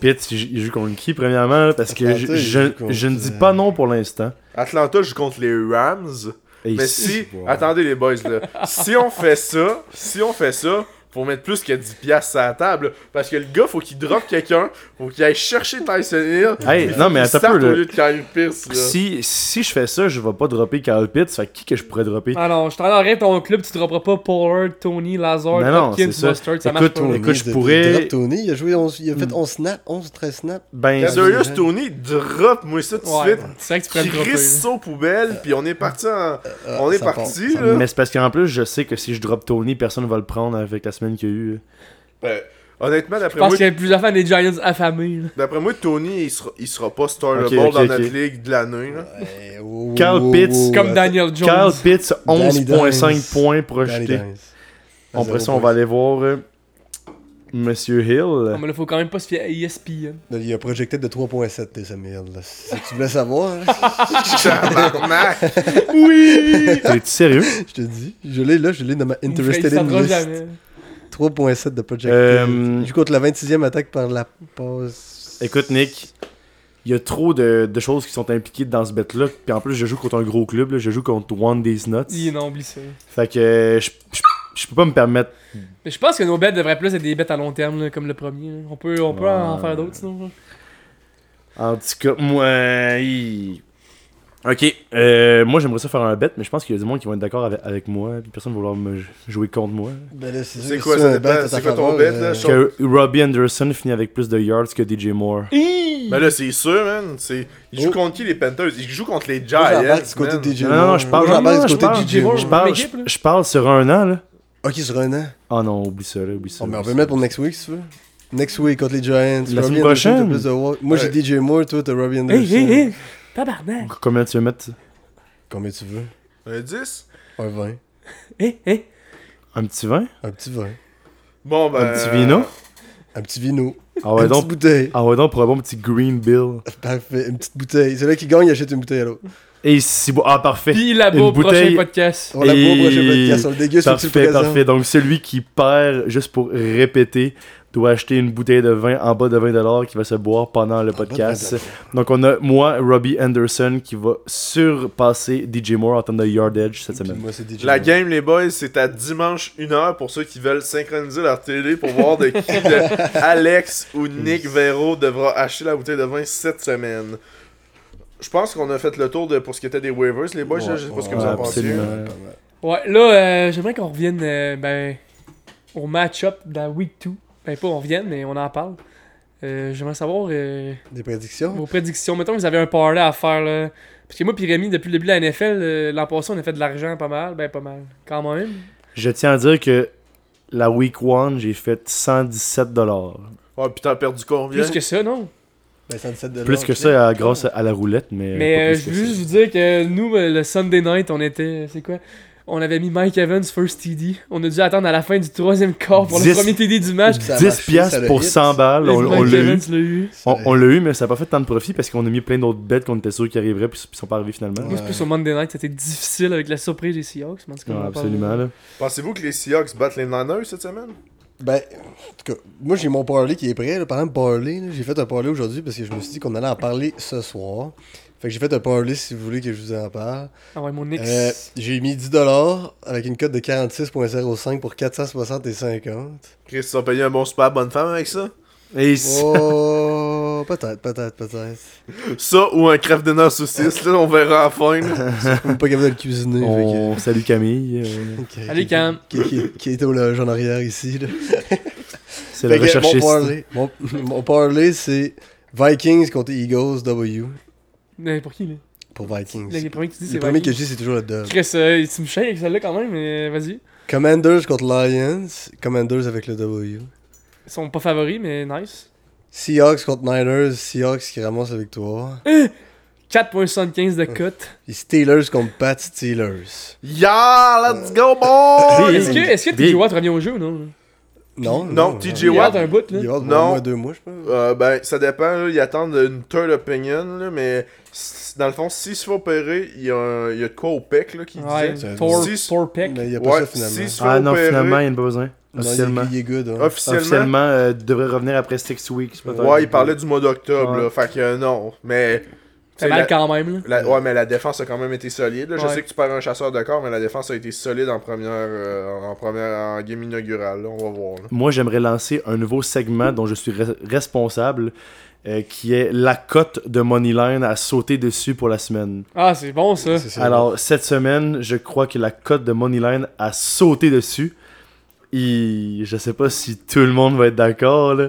Speaker 3: Pitt, il joue- il joue contre qui, premièrement, là, parce que
Speaker 2: Atlanta,
Speaker 3: je,
Speaker 2: il
Speaker 3: je-
Speaker 2: joue contre,
Speaker 3: je ne dis
Speaker 2: euh,
Speaker 3: pas non pour l'instant.
Speaker 4: Atlanta joue contre les Rams.
Speaker 3: Et
Speaker 4: Mais si, attendez les boys là, si on fait ça, si on fait ça, faut mettre plus que 10 piastres à la table, parce que le gars, faut qu'il drop quelqu'un, faut qu'il aille chercher Tyson Hill,
Speaker 3: Hey, non, mais attends
Speaker 4: il
Speaker 3: un
Speaker 4: start
Speaker 3: peu,
Speaker 4: au
Speaker 3: là.
Speaker 4: lieu de Kyle Pierce là.
Speaker 3: Si, si je fais ça, je vais pas dropper Kyle Pitts. Fait que qui que je pourrais dropper?
Speaker 1: Alors, je t'enlèverai ton club, tu dropperas pas Pollard, Tony, Lazard,
Speaker 3: Non, non,
Speaker 1: Hopkins,
Speaker 3: c'est ça.
Speaker 1: Mustard, ça
Speaker 3: Écoute,
Speaker 1: marche pas.
Speaker 3: on- écoute, je
Speaker 2: de- de-
Speaker 3: pourrais-
Speaker 2: drop Tony, il a, joué 11 il a fait
Speaker 3: Hmm.
Speaker 2: 11 snaps, 11, 13 snaps.
Speaker 3: Ben,
Speaker 2: Yes.
Speaker 4: Sérieux, Tony, drop-moi ça tout de
Speaker 1: Ouais,
Speaker 4: suite,
Speaker 1: c'est vrai que tu pourrais
Speaker 4: Qui
Speaker 1: le dropper.
Speaker 4: crisse
Speaker 1: là.
Speaker 4: ça aux poubelles, puis on est parti en...
Speaker 2: Ah,
Speaker 4: On est
Speaker 2: ça part,
Speaker 4: parti,
Speaker 2: ça
Speaker 4: là.
Speaker 3: mais c'est parce qu'en plus, je sais que si je drop Tony, personne va le prendre avec la semaine qu'il y a eu.
Speaker 4: Ben, honnêtement,
Speaker 1: Je
Speaker 4: d'après
Speaker 1: pense
Speaker 4: moi,
Speaker 1: qu'il y a plusieurs fans des Giants affamés. là.
Speaker 4: d'après moi, Tony, il sera, il sera pas startable
Speaker 3: Ok, ok,
Speaker 4: dans notre
Speaker 3: ok.
Speaker 4: ligue de l'année, là.
Speaker 2: part. Ouais, wow,
Speaker 3: Kyle
Speaker 2: wow,
Speaker 3: Pitts,
Speaker 2: wow,
Speaker 1: Comme
Speaker 2: attends,
Speaker 1: Daniel Jones.
Speaker 3: Kyle Pitts,
Speaker 2: Danny
Speaker 3: 11.5
Speaker 2: Dimes.
Speaker 3: points
Speaker 2: Danny
Speaker 3: projetés.
Speaker 2: Dimes. À
Speaker 3: Après ça,
Speaker 2: zéro
Speaker 3: on va
Speaker 2: point.
Speaker 3: aller voir euh, Monsieur Hill.
Speaker 1: Non, mais là, faut quand même pas se fier à E ESPN.
Speaker 2: Il a projecté de 3.7 tes Samuel. là. Si tu voulais savoir, hein, là,
Speaker 4: Tabarnak!
Speaker 1: Oui!
Speaker 3: T'es sérieux?
Speaker 2: je te dis. Je l'ai là, je l'ai dans ma Interested in
Speaker 1: Il
Speaker 2: List.
Speaker 1: jamais.
Speaker 2: 3.7 de projected.
Speaker 3: Euh,
Speaker 2: Je compte la 26e attaque par la passe.
Speaker 3: Écoute, Nick, il y a trop de, de choses qui sont impliquées dans ce bet-là. Puis en plus, je joue contre un gros club. là. Je joue contre One Days Nuts.
Speaker 1: Il non, oublie ça.
Speaker 3: Fait que euh, je, je, je peux pas me permettre.
Speaker 1: Mais je pense que nos bêtes devraient plus être des bêtes à long terme, là, comme le premier. là. On peut, on peut en
Speaker 3: Ouais.
Speaker 1: faire d'autres, sinon. là.
Speaker 3: En tout cas, moi. hi. Ok, euh, moi j'aimerais ça faire un bet, mais je pense qu'il y a du monde qui vont être d'accord avec, avec moi. Puis personne va vouloir me jouer contre moi.
Speaker 2: Ben là, c'est
Speaker 4: C'est
Speaker 2: sûr que
Speaker 4: quoi,
Speaker 2: si
Speaker 4: ça
Speaker 2: un bet
Speaker 4: dépend,
Speaker 2: à ta
Speaker 4: c'est quoi ton
Speaker 2: faveur,
Speaker 4: bet,
Speaker 2: euh,
Speaker 4: là, je-
Speaker 3: Que Robbie Anderson finit avec plus de yards que DJ Moore.
Speaker 1: Hi!
Speaker 4: Ben là, c'est sûr, man. C'est... Ils jouent
Speaker 2: Oh.
Speaker 4: contre qui, les Panthers? Ils jouent contre les
Speaker 2: Moi,
Speaker 4: Giants,
Speaker 2: j'embarque du côté
Speaker 4: man.
Speaker 2: de DJ
Speaker 3: Non, non, non, je parle.
Speaker 2: Moi, j'embarque
Speaker 3: non,
Speaker 2: du
Speaker 3: je
Speaker 2: côté
Speaker 3: parle-
Speaker 2: de DJ
Speaker 1: Moore.
Speaker 3: Je parle, je, je parle sur un an, là.
Speaker 2: Ok, sur un an.
Speaker 3: Ah non, oublie ça, là, oublie ça.
Speaker 2: Oh, On va
Speaker 3: oublie
Speaker 2: le
Speaker 3: ça.
Speaker 2: mettre pour next week, si tu veux. Next week contre les Giants.
Speaker 3: La
Speaker 2: Robbie Anderson,
Speaker 3: semaine prochaine.
Speaker 2: t'as plus de wa- Moi, j'ai
Speaker 4: Ouais.
Speaker 2: DJ Moore, toi, t'as Robbie Anderson.
Speaker 1: Hey, hey, hey! Tabarnak!
Speaker 3: Combien tu veux mettre
Speaker 2: Combien tu veux
Speaker 4: Un 10?
Speaker 2: Un 20.
Speaker 1: Hey, hey!
Speaker 3: Un petit vin
Speaker 2: Un petit vin.
Speaker 4: Bon, ben...
Speaker 3: Un petit vino
Speaker 2: Un petit vino.
Speaker 3: Ah ouais,
Speaker 2: une
Speaker 3: donc.
Speaker 2: petite bouteille. Ah,
Speaker 3: Ah ouais, donc pour un bon petit Green Bill.
Speaker 2: Parfait. Une petite bouteille. Celui qui gagne, il achète une bouteille à l'autre.
Speaker 3: Et si Ah, parfait.
Speaker 1: Puis la
Speaker 3: Une
Speaker 1: beau prochain
Speaker 3: bouteille-
Speaker 1: podcast.
Speaker 2: On l'a
Speaker 3: Et-
Speaker 2: pour au prochain podcast. On le déguste sur le
Speaker 3: Parfait,
Speaker 2: présent.
Speaker 3: parfait. Donc celui qui perd, juste pour répéter, doit acheter une bouteille de vin en bas de 20$ qui va se boire pendant le
Speaker 2: bas de
Speaker 3: podcast. Donc on a moi, Robbie Anderson, qui va surpasser DJ Moore en termes de yardage cette
Speaker 2: Puis
Speaker 3: semaine.
Speaker 2: Moi, c'est DJ
Speaker 4: La
Speaker 2: Moore.
Speaker 4: game, les boys, c'est à dimanche 1h pour ceux qui veulent synchroniser leur télé pour voir de qui de Alex ou Nick Vero devra acheter la bouteille de vin cette semaine. Je pense qu'on a fait le tour de, pour ce qui était des waivers, les boys. là, je sais pas ce que vous en
Speaker 3: ouais,
Speaker 4: pensez.
Speaker 3: absolument.
Speaker 1: Ouais, là, euh, j'aimerais qu'on revienne euh, ben, au match-up de la Week 2. Ben, pas on revienne, mais on en parle. Euh, j'aimerais savoir euh,
Speaker 2: Des prédictions
Speaker 1: vos prédictions. Mettons que vous avez un parlay à faire, là. Parce que moi, puis Rémi, depuis le début de la NFL, euh, l'an passé, on a fait de l'argent pas mal. Ben, pas mal. Quand même.
Speaker 3: Je tiens à dire que la week 1, j'ai fait 117$.
Speaker 4: Oh putain, perdu combien?
Speaker 1: Plus que ça, non?
Speaker 2: Ben, 107
Speaker 3: Plus que ça à- grâce à la roulette, mais...
Speaker 1: Mais
Speaker 3: pas
Speaker 1: euh,
Speaker 3: plus
Speaker 1: je
Speaker 3: que
Speaker 1: veux juste
Speaker 3: ça.
Speaker 1: vous dire que nous, euh, le Sunday night, on était. C'est quoi On avait mis Mike Evans first TD. On a dû attendre à la fin du troisième quart pour le
Speaker 3: 10
Speaker 1: premier TD du match.
Speaker 2: Ça a
Speaker 3: 10
Speaker 2: marché, ça
Speaker 3: piastres
Speaker 2: l'a
Speaker 3: pour
Speaker 2: hit.
Speaker 3: 100 balles, on,
Speaker 1: Mike
Speaker 3: on l'a eu.
Speaker 1: Evans l'a eu.
Speaker 3: On,
Speaker 2: Ça-
Speaker 3: on l'a eu, mais ça n'a pas fait tant de profit parce qu'on a mis plein d'autres bêtes qu'on était sûr qu'ils arriveraient puis ils sont pas arrivés finalement.
Speaker 1: Moi, c'est plus
Speaker 2: Ouais.
Speaker 1: au Monday Night, c'était difficile avec la surprise des Seahawks. mais en tout cas, on
Speaker 3: Ouais,
Speaker 1: en parle.
Speaker 3: Ah, absolument. Là.
Speaker 4: Pensez-vous que les Seahawks battent les Niners cette semaine?
Speaker 2: Ben, en tout cas, moi j'ai mon parlay qui est prêt. Là. Parlant de parlay, là, j'ai fait un parlay aujourd'hui parce que je me suis dit qu'on allait en parler ce soir. Fait que j'ai fait un parlay si vous voulez que je vous en parle.
Speaker 1: Ah ouais, mon ex.
Speaker 2: Euh, j'ai mis 10$ avec une cote de 46.05 pour 460,50$.
Speaker 4: Chris, ils ont payé un bon super bonne femme avec ça?
Speaker 3: Et si-
Speaker 2: Oh, peut-être, peut-être, peut-être.
Speaker 4: Ça ou un craft dinner saucisse, là, on verra à la fin. là.
Speaker 2: Je suis pas capable de le cuisiner.
Speaker 3: on salue Camille. euh,
Speaker 2: fait que- qui-
Speaker 1: Allez,
Speaker 2: qui-
Speaker 1: Cam.
Speaker 2: Qui, qui- qui était au loge en arrière ici. Là.
Speaker 3: C'est le
Speaker 2: Fait que mon
Speaker 3: recherchiste.
Speaker 2: parlay, mon, mon parlay, c'est Vikings contre Eagles W
Speaker 1: Mais pour qui, là
Speaker 2: pour Vikings.
Speaker 1: Là, Les premiers qui disent, c'est
Speaker 2: Le premier que
Speaker 1: Vikings.
Speaker 2: je dis, c'est toujours le dub.
Speaker 1: Chris, euh, tu me chiens avec celle-là quand même, mais vas-y.
Speaker 2: Commanders contre Lions. Commanders avec le W.
Speaker 1: Ils sont pas favoris, mais nice.
Speaker 2: Seahawks contre Niners. Seahawks qui ramasse la victoire.
Speaker 1: 4.75 de cote.
Speaker 2: Et Steelers contre Pat Steelers.
Speaker 4: Yeah, let's go, boy!
Speaker 1: Est-ce que, est-ce que TJ
Speaker 3: Big.
Speaker 1: Watt revient au jeu ou non?
Speaker 2: Non,
Speaker 4: Non, TJ
Speaker 1: TJ Watt
Speaker 4: Watt.
Speaker 1: un bout, là.
Speaker 2: Il y a au
Speaker 4: Non.
Speaker 2: moins deux mois, je pense.
Speaker 4: Euh, ben, ça dépend, là, ils attendent une third opinion, là, mais s- dans le fond, s'il se fait opérer, il y a, un- il y a de quoi au PEC là, qui
Speaker 1: Ouais,
Speaker 4: disait.
Speaker 2: C'est-
Speaker 1: Tor,
Speaker 4: Six-
Speaker 1: Tor Peck.
Speaker 2: Mais il n'y a pas
Speaker 4: Ouais,
Speaker 2: ça finalement.
Speaker 4: s'il se fait
Speaker 3: Ah non,
Speaker 4: opérer,
Speaker 3: finalement, il n'y en a pas besoin.
Speaker 2: Non, il est-
Speaker 3: Officiellement.
Speaker 2: il est good. hein.
Speaker 4: officiellement,
Speaker 3: Officiellement, euh, devrait revenir après 6 weeks. peut-être.
Speaker 4: ouais, il parlait du mois d'octobre,
Speaker 3: Ouais.
Speaker 4: là, fait que euh, non, mais...
Speaker 1: C'est
Speaker 4: t'sais,
Speaker 1: mal
Speaker 4: la-
Speaker 1: quand même, là.
Speaker 4: la- ouais, mais la défense a quand même été solide. là. Je
Speaker 1: Ouais.
Speaker 4: sais que tu perds un chasseur de corps, mais la défense a été solide en première, euh, en première en game inaugurale. là. On va voir. là.
Speaker 3: Moi, j'aimerais lancer un nouveau segment dont je suis re- responsable, euh, qui est la cote de Moneyline à sauter dessus pour la semaine.
Speaker 1: Ah, c'est bon, ça.
Speaker 2: C'est ça.
Speaker 3: Alors, cette semaine, je crois que la cote de Moneyline a sauté dessus. Et je sais pas si tout le monde va être d'accord. là.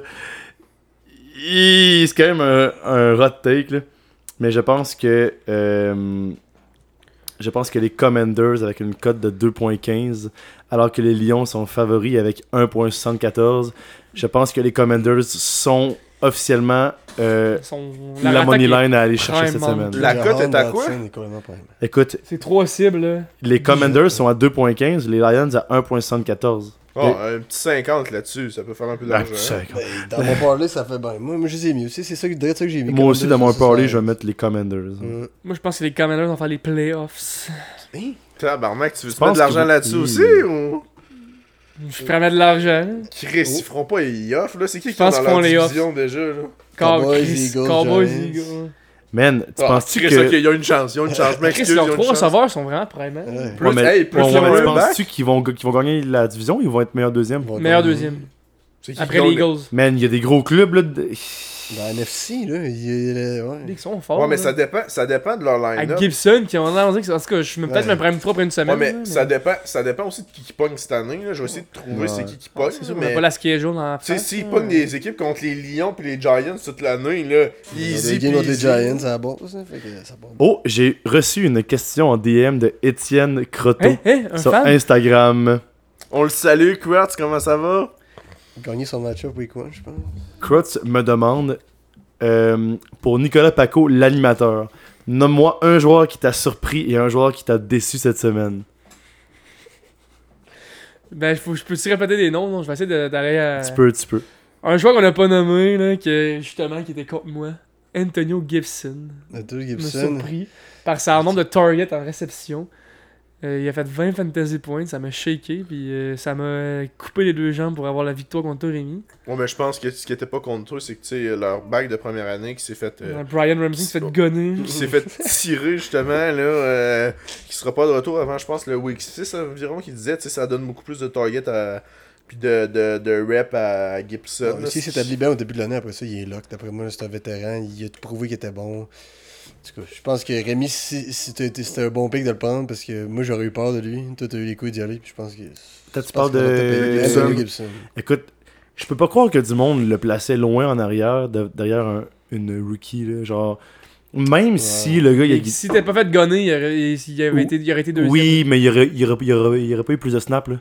Speaker 3: Et C'est quand même un, un hot take. là. Mais je pense que. euh, je pense que les Commanders avec une cote de 2.15, alors que les Lions sont favoris avec 1.74. Je pense que les Commanders sont officiellement euh,
Speaker 1: Son- leur
Speaker 3: la
Speaker 1: attaque
Speaker 3: money
Speaker 1: est-
Speaker 3: line à aller chercher cette
Speaker 1: primement
Speaker 3: semaine.
Speaker 4: La cote est à
Speaker 2: Jahan
Speaker 4: quoi?
Speaker 2: Dotson est complètement pas mal.
Speaker 3: Écoute,
Speaker 1: C'est trois cibles, là.
Speaker 3: les Commanders sont à 2.15, les Lions à 1.74.
Speaker 4: Ah, un petit 50 là-dessus, ça peut faire un peu
Speaker 3: Ah,
Speaker 4: d'argent. hein.
Speaker 3: c'est con.
Speaker 2: Ben, Dans mon parlay, ça fait bien. Moi, moi, je les ai mis aussi. C'est ça que, direct ça que j'ai mis.
Speaker 3: Moi aussi, dans mon
Speaker 2: Commanders,
Speaker 3: parlay, je
Speaker 2: ça,
Speaker 3: vais mettre les Commanders.
Speaker 4: Mm.
Speaker 2: ça. Euh,
Speaker 1: Moi, je pense que les Commanders vont faire les playoffs.
Speaker 2: hein?
Speaker 4: Tabarnak, tu veux te
Speaker 3: penses
Speaker 4: mettre de l'argent
Speaker 3: qu'il-
Speaker 4: là-dessus
Speaker 3: Hmm.
Speaker 4: aussi ou...
Speaker 1: Je prends mettre de l'argent.
Speaker 4: Chris,
Speaker 2: Oh.
Speaker 4: ils feront pas les off là. C'est qui qui est
Speaker 1: pense
Speaker 4: dans
Speaker 1: qu'ils font
Speaker 4: leur
Speaker 1: les off.
Speaker 4: division déjà là
Speaker 1: Cowboys,
Speaker 2: Cowboys,
Speaker 1: Chris,
Speaker 2: Eagles,
Speaker 1: Cowboys,
Speaker 2: Giants.
Speaker 1: Eagles.
Speaker 3: Man, tu
Speaker 4: Ah,
Speaker 3: penses-tu
Speaker 4: Chris, ok,
Speaker 3: que...
Speaker 4: il y a une chance, il y a une chance. Mais
Speaker 1: Chris, leurs trois receveurs sont vraiment primants.
Speaker 2: Oh, Ouais.
Speaker 4: plus- hey, plus
Speaker 3: ouais,
Speaker 4: ils ont
Speaker 3: ouais,
Speaker 4: un
Speaker 3: tu penses-tu
Speaker 4: back.
Speaker 3: qu'ils vont, qu'ils vont gagner la division ou ils vont être meilleurs deuxième?
Speaker 2: Bon,
Speaker 1: Meilleur
Speaker 2: dans-
Speaker 1: deuxième.
Speaker 4: C'est qui
Speaker 1: Après
Speaker 4: qui
Speaker 1: les
Speaker 4: gagne
Speaker 1: Eagles.
Speaker 3: Man, il y a des gros clubs, là. de-
Speaker 2: Dans la NFC, là, il est. là,
Speaker 1: Ils
Speaker 2: ouais.
Speaker 1: sont forts.
Speaker 4: Ouais, mais
Speaker 1: là.
Speaker 4: ça dépend, ça dépend de leur
Speaker 1: À
Speaker 4: line-up.
Speaker 1: Gibson, qui en a annoncé que c'est- En tout cas, je me peut-être
Speaker 2: Ouais.
Speaker 1: me prime trop après une
Speaker 4: Ouais,
Speaker 1: semaine.
Speaker 4: mais
Speaker 1: là,
Speaker 4: ça dépend, ça dépend aussi de qui qui pogne cette année. Là. Je vais essayer de trouver
Speaker 3: Ouais.
Speaker 4: c'est qui qui pogne.
Speaker 1: Ah, C'est sûr qu'on a
Speaker 4: mais...
Speaker 1: pas la schedule en
Speaker 4: Tu sais,
Speaker 1: face.
Speaker 4: s'ils
Speaker 1: là.
Speaker 4: pognent des équipes contre les Lions puis les Giants toute l'année, là,
Speaker 2: Il y a
Speaker 4: easy
Speaker 2: des games contre les
Speaker 4: peasy.
Speaker 2: Giants, ça bon, ça. Fait que ça part.
Speaker 3: Oh, j'ai reçu une question en DM de Étienne Croteau
Speaker 1: Hein, hein, un
Speaker 3: sur
Speaker 1: fan.
Speaker 3: Instagram.
Speaker 4: On le salue, Quartz, comment ça va?
Speaker 2: Gagner son match-up week one, je pense.
Speaker 3: Krutz me demande euh, pour Nicolas Paco, l'animateur, nomme-moi un joueur qui t'a surpris et un joueur qui t'a déçu cette semaine.
Speaker 1: Ben, faut, je peux-tu répéter des noms, non? Je vais essayer de- d'aller à...
Speaker 3: Tu peux, tu peux.
Speaker 1: Un joueur qu'on a pas nommé, là, que, justement, qui était contre moi. Antonio Gibson.
Speaker 2: Nathaniel
Speaker 1: Il m'a
Speaker 2: Gibson.
Speaker 1: surpris par sa nombre de targets en réception. Euh, il a fait 20 fantasy points, ça m'a shaké, puis euh, ça m'a coupé les deux jambes pour avoir la victoire contre Rémi.
Speaker 4: Ouais, mais je pense que ce qui était pas contre eux, c'est que, tu sais, leur bague de première année qui s'est fait... euh,
Speaker 1: Brian Ramsey s'est
Speaker 4: c'est
Speaker 1: fait
Speaker 4: bon.
Speaker 1: gonner.
Speaker 4: qui s'est fait tirer justement là euh, qui sera pas de retour avant je pense le week 6 environ qui disait tu sais ça donne beaucoup plus de target à puis de, de, de rep à Gibson
Speaker 2: Bon,
Speaker 4: là,
Speaker 2: Ici, il
Speaker 4: ce qui-
Speaker 2: s'établit bien au début de l'année. Après ça, il est lock. D'après moi, c'est un vétéran. Il a prouvé qu'il était bon. En tout cas, je pense que Rémi, si, si t'as été- c'était un bon pick de le prendre, parce que moi, j'aurais eu peur de lui. Toi, t'as eu les couilles d'y aller. Puis je pense que.
Speaker 3: Toi, tu
Speaker 2: je pense
Speaker 3: parles
Speaker 2: qu'on va
Speaker 3: de-
Speaker 2: taper Anthony Gibson.
Speaker 3: Écoute, je peux pas croire que du monde le plaçait loin en arrière, de- derrière un- une rookie, là, genre... Même si le gars, il a...
Speaker 1: Et si t'es pas fait gonner, il aurait, il- il avait
Speaker 3: Ou-
Speaker 1: été, il aurait été deuxième.
Speaker 3: Oui, mais il aurait, il, aurait, il, aurait, il aurait pas eu plus de snaps, là.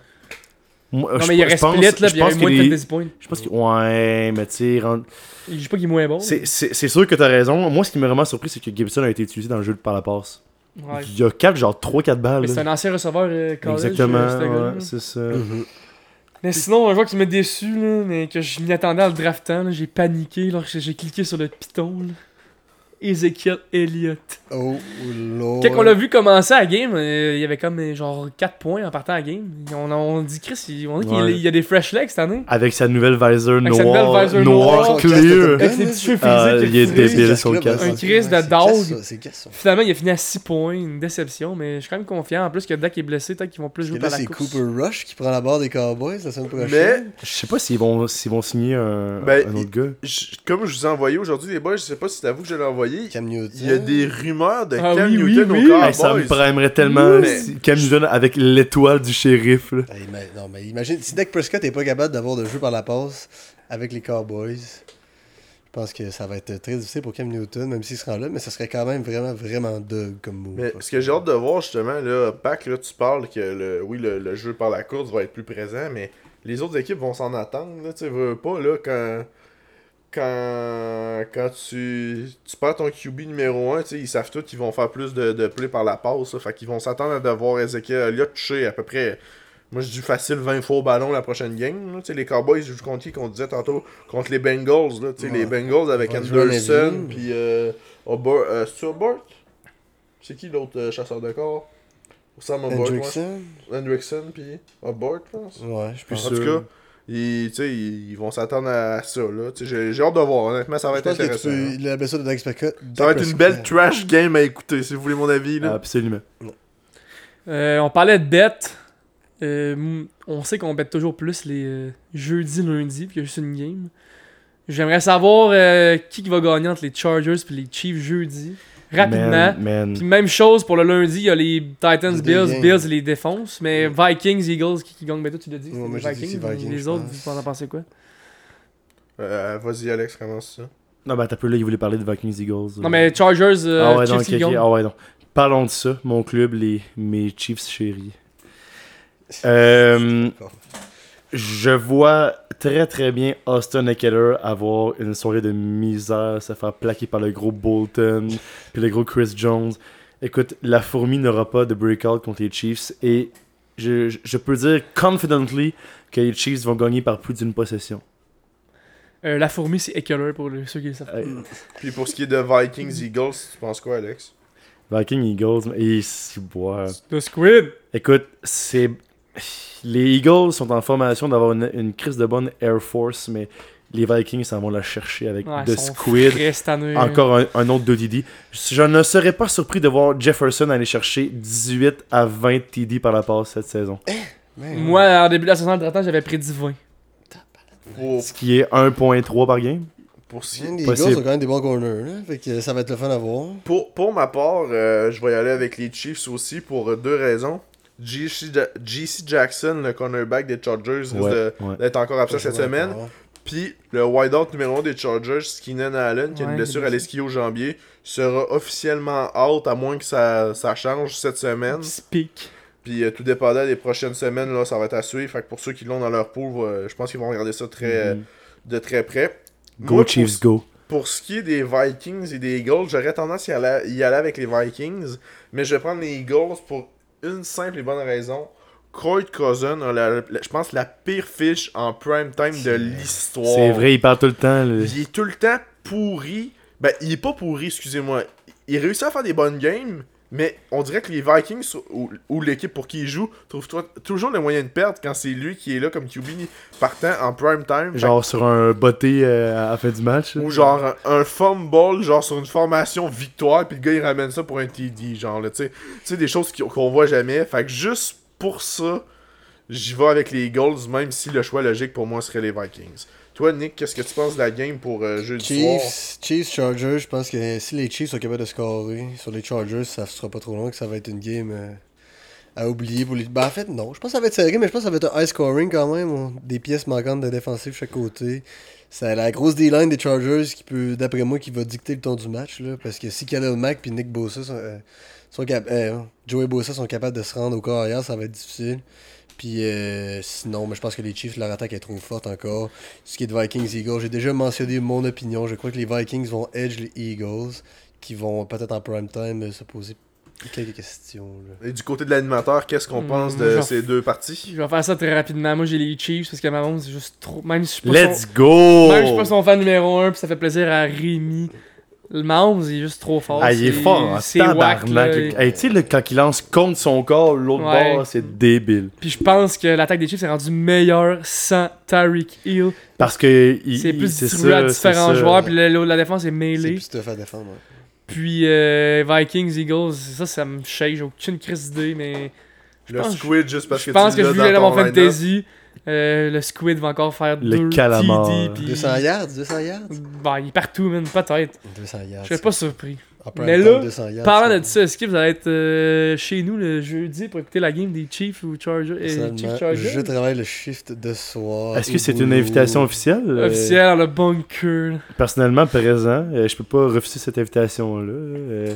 Speaker 3: Moi,
Speaker 1: Non, mais il aurait
Speaker 3: pense-
Speaker 1: split, là, puis
Speaker 3: euh, je
Speaker 1: il aurait
Speaker 3: pense que
Speaker 1: moins de
Speaker 3: les-
Speaker 1: fantasy points.
Speaker 3: Je pense que... Ouais, mais tu sais, rend-
Speaker 1: Je dis pas qu'il est moins bon.
Speaker 3: C'est- C'est c'est sûr que t'as raison. Moi, ce qui m'a vraiment surpris, c'est que Gibson a été utilisé dans le jeu de par la passe.
Speaker 1: Ouais.
Speaker 3: Il y a 4, genre 3-4 balles.
Speaker 1: Mais C'est
Speaker 3: là.
Speaker 1: un ancien receveur euh, college,
Speaker 3: Exactement,
Speaker 1: euh, ce gars-là.
Speaker 3: ouais, c'est ça.
Speaker 4: Mm-hmm.
Speaker 2: Mhm.
Speaker 1: Mais sinon, un joueur qui m'a déçu, là, mais que je m'y attendais en le draftant, là, j'ai paniqué lorsque j'ai cliqué sur le piton. là. Ezekiel Elliott.
Speaker 2: Oh, lord.
Speaker 1: Quand on
Speaker 3: euh,
Speaker 1: l'a vu commencer à game, euh, il y avait comme euh, genre 4 points en partant à game. On, on dit Chris, il, on dit qu'il
Speaker 3: Ouais.
Speaker 1: il y a des fresh legs cette année.
Speaker 3: Avec sa nouvelle visor
Speaker 1: Avec sa
Speaker 3: noire,
Speaker 1: nouvelle visor
Speaker 3: noire
Speaker 1: noire.
Speaker 3: clear.
Speaker 1: Avec ses petits cheveux
Speaker 3: Ah,
Speaker 1: physiques.
Speaker 3: il est
Speaker 1: et tout.
Speaker 3: débile. son
Speaker 1: Un Chris de dog.
Speaker 2: C'est qu'est-ce ça?
Speaker 1: Finalement, il a fini à 6 points, une déception, mais je suis quand même confiant. En plus que Dak est blessé, peut-être qu'ils vont plus
Speaker 2: Parce
Speaker 1: jouer
Speaker 2: que
Speaker 1: par
Speaker 2: là,
Speaker 1: la
Speaker 2: c'est
Speaker 1: course.
Speaker 2: Cooper Rush qui prend la barre des Cowboys la semaine
Speaker 4: Mais,
Speaker 2: prochaine.
Speaker 3: Je sais pas s'ils vont, s'ils vont signer un,
Speaker 4: Ben,
Speaker 3: un
Speaker 4: il-
Speaker 3: autre gars.
Speaker 4: je- comme je vous ai envoyé aujourd'hui, les boys, je sais pas si c'est à vous que je l'ai envoyé.
Speaker 2: Cam Newton.
Speaker 4: Il y a des rumeurs de
Speaker 1: Ah
Speaker 4: Cam
Speaker 1: oui, oui,
Speaker 4: Newton
Speaker 1: oui.
Speaker 4: au
Speaker 1: Ah,
Speaker 3: Hey, ça me
Speaker 4: Cowboys.
Speaker 3: primerait tellement
Speaker 4: Mais-
Speaker 3: si- Cam Newton avec l'étoile du shérif. là.
Speaker 2: Hey, mais- Ben, non, mais imagine, si Dak Prescott n'est pas capable d'avoir de jeu par la passe avec les Cowboys, je pense que ça va être très difficile pour Cam Newton, même s'il se rend là, mais ça serait quand même vraiment, vraiment dog comme move.
Speaker 4: Mais
Speaker 2: Parce
Speaker 4: ce que j'ai hâte de voir justement, là, Pac, là, tu parles que le, oui, le, le jeu par la course va être plus présent, mais les autres équipes vont s'en attendre. Là, tu sais, veux pas, là, quand, quand, quand tu, tu perds ton QB numéro 1, tu sais, ils savent tous qu'ils vont faire plus de, de plays par la passe. Là, fait qu'ils vont s'attendre à devoir Ezekiel Elliott toucher à peu près. Moi, je dis facile 20 fois au ballon la prochaine game. là. Tu sais, les Cowboys, je vous contre qui qu'on disait tantôt Contre les Bengals. Là, tu sais,
Speaker 2: Ouais.
Speaker 4: Les Bengals avec
Speaker 2: Ouais, Jordan
Speaker 4: Anderson,
Speaker 2: Evans.
Speaker 4: puis euh, Obor- euh, c'est-tu Obort? C'est qui l'autre euh, chasseur de corps Sam Obort, ouais.
Speaker 2: Hendrickson?
Speaker 4: Hendrickson, puis Obort, je pense.
Speaker 2: Ouais, je
Speaker 3: Puis
Speaker 2: pense.
Speaker 4: en tout
Speaker 3: sûr.
Speaker 4: cas, ils, tu sais, ils ils vont s'attendre à ça. là. Tu sais, J'ai j'ai hâte de voir, honnêtement, ça va
Speaker 2: Je
Speaker 4: être
Speaker 2: pense que tu
Speaker 4: intéressant.
Speaker 2: peux,
Speaker 4: hein.
Speaker 2: la blessure de Dak Prescott.
Speaker 4: Ça va être une belle trash game à écouter, si vous voulez mon avis. Là.
Speaker 2: Ah.
Speaker 3: Absolument.
Speaker 1: Euh, on parlait de bête. Euh, m- on sait qu'on bête toujours plus les euh, jeudis, lundis, puis qu'il y a juste une game. J'aimerais savoir euh, qui qui va gagner entre les Chargers puis les Chiefs jeudi. Rapidement.
Speaker 3: Man, man.
Speaker 1: Puis même chose pour le lundi, il y a les Titans,
Speaker 2: Mm. Les deux
Speaker 1: Bills,
Speaker 2: games.
Speaker 1: Bills et les défonces. Mais Vikings, Eagles, qui, qui gagne ben toi, tu l'as dit.
Speaker 2: Ouais,
Speaker 1: c'était
Speaker 2: moi,
Speaker 1: les
Speaker 2: j'ai dit
Speaker 1: Vikings,
Speaker 2: c'est Vikings,
Speaker 1: les
Speaker 2: je
Speaker 1: autres,
Speaker 2: pense. Mm.
Speaker 1: vous en pensez quoi
Speaker 4: Euh, Vas-y, Alex, commence ça.
Speaker 3: Non, ben t'as peu là, il voulait parler de Vikings Eagles.
Speaker 1: Non, mais Chargers, euh,
Speaker 3: ah ouais, non,
Speaker 1: Chiefs,
Speaker 3: ok,
Speaker 1: qui
Speaker 3: ok,
Speaker 1: gagnent.
Speaker 3: ah ouais, non. Parlons de ça, mon club, les, mes Chiefs chéris. Euh, je vois très très bien Austin Eckler avoir une soirée de misère, se faire plaquer par le gros Bolton, puis le gros Chris Jones. Écoute, la fourmi n'aura pas de breakout contre les Chiefs et je, je- je peux dire confidently que les Chiefs vont gagner par plus d'une possession.
Speaker 1: Euh, la fourmi, c'est Eckler pour le- ceux qui le savent.
Speaker 3: Euh,
Speaker 4: Puis pour ce qui est de Vikings, Eagles, tu penses quoi, Alex
Speaker 3: Viking Eagles, et si bois.
Speaker 1: The Squid
Speaker 3: Écoute, c'est. Les Eagles sont en formation d'avoir une, une crise de bonne Air Force, mais les Vikings s'en vont la chercher avec
Speaker 1: Ouais,
Speaker 3: The
Speaker 1: ils sont
Speaker 3: Squid.
Speaker 1: frais cette année.
Speaker 3: Encore un, un autre 2 TD. Je, je ne serais pas surpris de voir Jefferson aller chercher 18 à 20 TD par la passe cette saison.
Speaker 1: Moi, en début de la saison, en traitant, j'avais prédit 20. Oh.
Speaker 4: pour,
Speaker 3: Ce qui est 1.3 par game.
Speaker 4: pour ce qui
Speaker 2: Les gars
Speaker 3: Possible.
Speaker 2: sont quand même des bons corners, là, fait que ça va être le fun à voir.
Speaker 4: Pour, pour ma part, euh, je vais y aller avec les Chiefs aussi pour euh, deux raisons. JC Ja- JC Jackson, le cornerback des Chargers, risque
Speaker 3: Ouais,
Speaker 1: euh,
Speaker 4: de-
Speaker 3: ouais.
Speaker 4: d'être encore absent cette semaine. Puis le wideout numéro 1 des Chargers, Keenan Allen, qui a
Speaker 1: Ouais,
Speaker 4: une blessure
Speaker 1: il est
Speaker 4: à l'esquio jambier, sera officiellement out à moins que ça, ça change cette semaine.
Speaker 1: Speak.
Speaker 4: Puis euh, tout dépendant des prochaines semaines, là, ça va être à suivre. Fait que pour ceux qui l'ont dans leur pool, euh, je pense qu'ils vont regarder ça
Speaker 1: euh,
Speaker 4: très, euh,
Speaker 3: Mhm.
Speaker 4: de très près.
Speaker 3: Go
Speaker 4: Moi, pour-
Speaker 3: Chiefs, go.
Speaker 4: pour ce qui est des Vikings et des Eagles, j'aurais tendance à y aller, y aller avec les Vikings, mais je vais prendre les Eagles pour une simple et bonne raison. Croyd Cousin a, la- la- je pense, la pire fiche en prime time de l'histoire.
Speaker 3: C'est vrai, il parle tout le temps. le-
Speaker 4: Il est tout le temps pourri. Ben, il est pas pourri, excusez-moi. Il réussit à faire des bonnes games, mais on dirait que les Vikings ou- ou, ou l'équipe pour qui il joue trouve toi- toujours le moyen de perdre quand c'est lui qui est là comme QB partant en prime time. Fait que-
Speaker 3: Genre sur un botté euh, à la fin du match.
Speaker 4: ou genre un- un fumble, genre sur une formation victoire, puis le gars il ramène ça pour un TD, genre là, tu sais. Tu sais, des choses qui- qu'on voit jamais. Fait que juste pour ça, j'y vais avec les Eagles, même si le choix logique pour moi serait les Vikings. Toi, Nick, qu'est-ce que tu penses de la game pour euh, jeudi soir
Speaker 2: Chiefs, Chiefs, Chargers, je pense que si les Chiefs sont capables de scorer sur les Chargers, ça ne sera pas trop long que ça va être une game euh, à oublier pour les. Ben, en fait, non. Je pense que ça va être serré, mais je pense que ça va être un high scoring quand même. on- Des pièces manquantes de défensif chaque côté. C'est la grosse D-line des Chargers qui peut, d'après moi, qui va dicter le ton du match. Là, parce que si Khalil Mack et Nick Bosa sont, euh, sont cap- euh, Joey Bosa sont capables de se rendre au corps arrière, ça va être difficile. Puis euh, sinon, mais je pense que les Chiefs, leur attaque est trop forte encore. Ce qui est de Vikings Eagles, j'ai déjà mentionné mon opinion. Je crois que les Vikings vont edge les Eagles, qui vont peut-être en prime time euh, se poser Quelques questions, là.
Speaker 4: Et du côté de l'animateur, qu'est-ce qu'on
Speaker 1: Hmm,
Speaker 4: pense
Speaker 1: moi,
Speaker 4: de
Speaker 1: j'en-
Speaker 4: ces deux parties
Speaker 1: Je vais faire ça très rapidement. Moi, j'ai les Chiefs parce que ma montre, c'est juste trop. Même si je suis pas son-
Speaker 3: Let's go!
Speaker 1: Même je suis pas son fan numéro 1, puis ça fait plaisir à Rémi. Le Mahomes, il est juste trop fort.
Speaker 3: Ah, il est
Speaker 1: C'est-
Speaker 3: fort en
Speaker 1: c'est whack,
Speaker 3: tabarnak.
Speaker 1: là.
Speaker 3: Hey, tu sais, le- quand il lance contre son corps, l'autre
Speaker 1: Ouais.
Speaker 3: bord, c'est débile.
Speaker 1: Puis je pense que l'attaque des Chiefs est rendue meilleure sans Tyreek Hill.
Speaker 3: Parce que il-
Speaker 1: C'est
Speaker 3: il-
Speaker 1: plus
Speaker 3: c'est
Speaker 1: distribué à
Speaker 3: ça, c'est
Speaker 1: différents
Speaker 3: ça.
Speaker 1: joueurs, puis le- le- la défense est
Speaker 2: C'est
Speaker 1: mêlée.
Speaker 2: plus tough à défendre. hein. ouais.
Speaker 1: Puis euh, Vikings, Eagles, ça, ça me shake. J'ai aucune crise d'idée, mais
Speaker 4: Le
Speaker 1: pense-
Speaker 4: squid, juste parce
Speaker 1: je
Speaker 4: que
Speaker 1: pense
Speaker 4: tu
Speaker 1: que je
Speaker 4: l'as
Speaker 1: voulais
Speaker 4: dans
Speaker 1: dans mon
Speaker 4: ton line-up.
Speaker 1: fantasy. Euh, le Squid va encore faire
Speaker 3: Le
Speaker 1: deux
Speaker 3: calamar.
Speaker 1: TD, puis-
Speaker 2: 200 yards, 200 yards.
Speaker 1: Ben, il est partout, man, peut-être.
Speaker 2: 200 yards.
Speaker 1: Je serais pas surpris.
Speaker 2: En prime
Speaker 1: Mais
Speaker 2: time,
Speaker 1: là,
Speaker 2: 200 yards,
Speaker 1: Parlant de
Speaker 2: c'est-
Speaker 1: ça, est-ce que vous allez être euh, chez nous le jeudi pour écouter la game des Chiefs ou Chargers euh,
Speaker 2: Seulement,
Speaker 1: Chiefs Chargers
Speaker 2: je travaille le shift de soir.
Speaker 3: Est-ce
Speaker 2: au
Speaker 3: que c'est une
Speaker 2: boulot.
Speaker 3: invitation officielle? Euh,
Speaker 1: Officiel dans le bunker.
Speaker 3: Personnellement, présent, euh, je peux pas refuser cette invitation-là. Euh,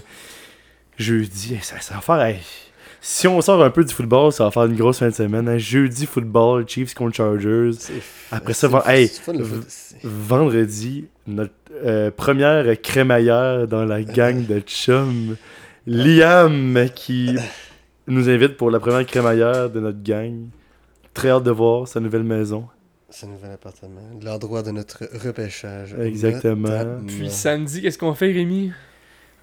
Speaker 3: jeudi, hey, ça, ça va faire. hey, Si on sort un peu du football, ça va faire une grosse fin de semaine. hein. Jeudi, football, Chiefs contre Chargers.
Speaker 2: C'est
Speaker 3: Après
Speaker 2: c'est-
Speaker 3: ça, va- hey,
Speaker 2: c'est fun, le
Speaker 3: v-
Speaker 2: foot. C'est-
Speaker 3: Vendredi, notre euh, première crémaillère dans la gang de chum, Liam, qui nous invite pour la première crémaillère de notre gang. Très hâte de voir sa nouvelle maison.
Speaker 2: C'est un nouvel appartement. L'endroit de notre repêchage.
Speaker 3: Exactement.
Speaker 2: Notamment.
Speaker 1: Puis samedi, qu'est-ce qu'on fait, Rémi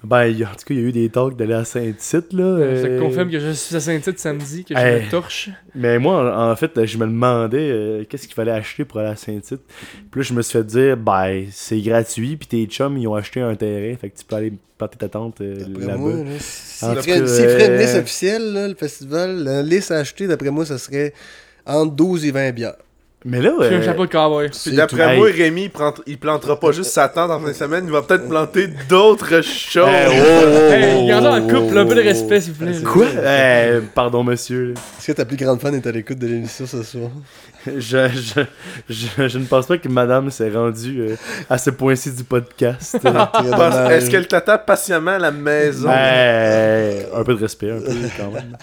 Speaker 3: Ben, il y a- en tout cas, il y a eu des talks d'aller à Saint-Tite, là.
Speaker 1: Je te
Speaker 3: euh,
Speaker 1: confirme que je suis à Saint-Tite samedi, que je
Speaker 3: Hey.
Speaker 1: me torche.
Speaker 3: Mais moi, en, en fait, là, je me demandais euh, qu'est-ce qu'il fallait acheter pour aller à Saint-Tite. Puis là, je me suis fait dire, ben, c'est gratuit, puis tes chums, ils ont acheté un terrain, fait que tu peux aller porter ta tente euh,
Speaker 2: D'après moi,
Speaker 3: là-bas.
Speaker 2: là, si
Speaker 3: En
Speaker 2: ferait-
Speaker 3: tout cas,
Speaker 2: s'il ferait une liste
Speaker 3: euh,
Speaker 2: officielle, là, le festival, la liste à acheter, d'après moi, ça serait entre 12 et 20 bières.
Speaker 3: Mais là,
Speaker 1: Puis un
Speaker 3: euh,
Speaker 1: chapeau de cowboy.
Speaker 4: Puis d'après
Speaker 3: Hey.
Speaker 4: moi, Rémi, il, prend- il plantera pas juste sa tente en fin de semaine, il va peut-être planter d'autres choses.
Speaker 3: Eh, oh, oh,
Speaker 1: Hey,
Speaker 3: oh,
Speaker 1: regardez en
Speaker 3: oh,
Speaker 1: couple, un peu de
Speaker 3: oh,
Speaker 1: respect, s'il vous plaît.
Speaker 2: c'est-
Speaker 3: Quoi? Eh, pardon, monsieur.
Speaker 2: Est-ce que ta plus grande fan est à l'écoute de l'émission ce soir?
Speaker 3: Je, je, je, je ne pense pas que madame s'est rendue euh, à ce point-ci du podcast. Eh,
Speaker 2: Très
Speaker 4: Pense-
Speaker 2: dommage.
Speaker 4: Est-ce qu'elle t'attend patiemment à la maison?
Speaker 3: Ben, un peu de respect, un peu quand même.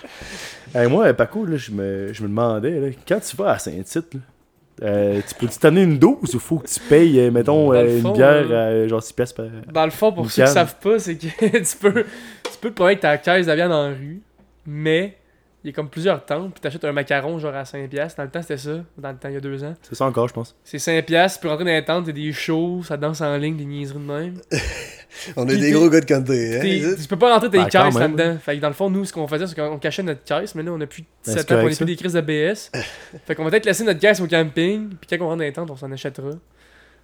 Speaker 3: Eh, moi, Paco, là, je, me, je me demandais, là, quand tu vas à Saint-Tite, là, euh, tu peux-tu t'amener une dose ou faut que tu payes, euh, mettons,
Speaker 1: Dans le
Speaker 3: euh, une
Speaker 1: fond,
Speaker 3: bière
Speaker 1: euh,
Speaker 3: à genre 6 piastres par.
Speaker 1: Dans le fond, pour
Speaker 3: Une
Speaker 1: ceux qui
Speaker 3: canne.
Speaker 1: savent pas, c'est que tu peux, tu peux te promener avec ta caisse de viande en rue, mais il y a comme plusieurs tentes, puis t'achètes un macaron genre à 5$. Dans le temps, c'était ça, dans le temps, il y a deux ans.
Speaker 3: C'est ça encore, je pense.
Speaker 1: C'est 5$, tu peux rentrer dans les tentes, t'as des shows, ça danse en ligne, des niaiseries de même.
Speaker 2: On a des
Speaker 1: Puis
Speaker 2: gros gars de country, hein?
Speaker 1: T'es-
Speaker 2: les autres?
Speaker 1: Tu peux pas rentrer tes
Speaker 3: Ben, quand
Speaker 1: caisses
Speaker 3: même.
Speaker 1: là-dedans. Fait que dans le fond, nous, ce qu'on faisait, c'est qu'on cachait notre caisse, mais là, on a plus de
Speaker 3: Ben, c'est
Speaker 1: 17 ans, on
Speaker 3: correct,
Speaker 1: est plus des crises de BS. fait qu'on va peut-être laisser notre caisse au camping, puis quand on rentre dans les tentes, on s'en achètera.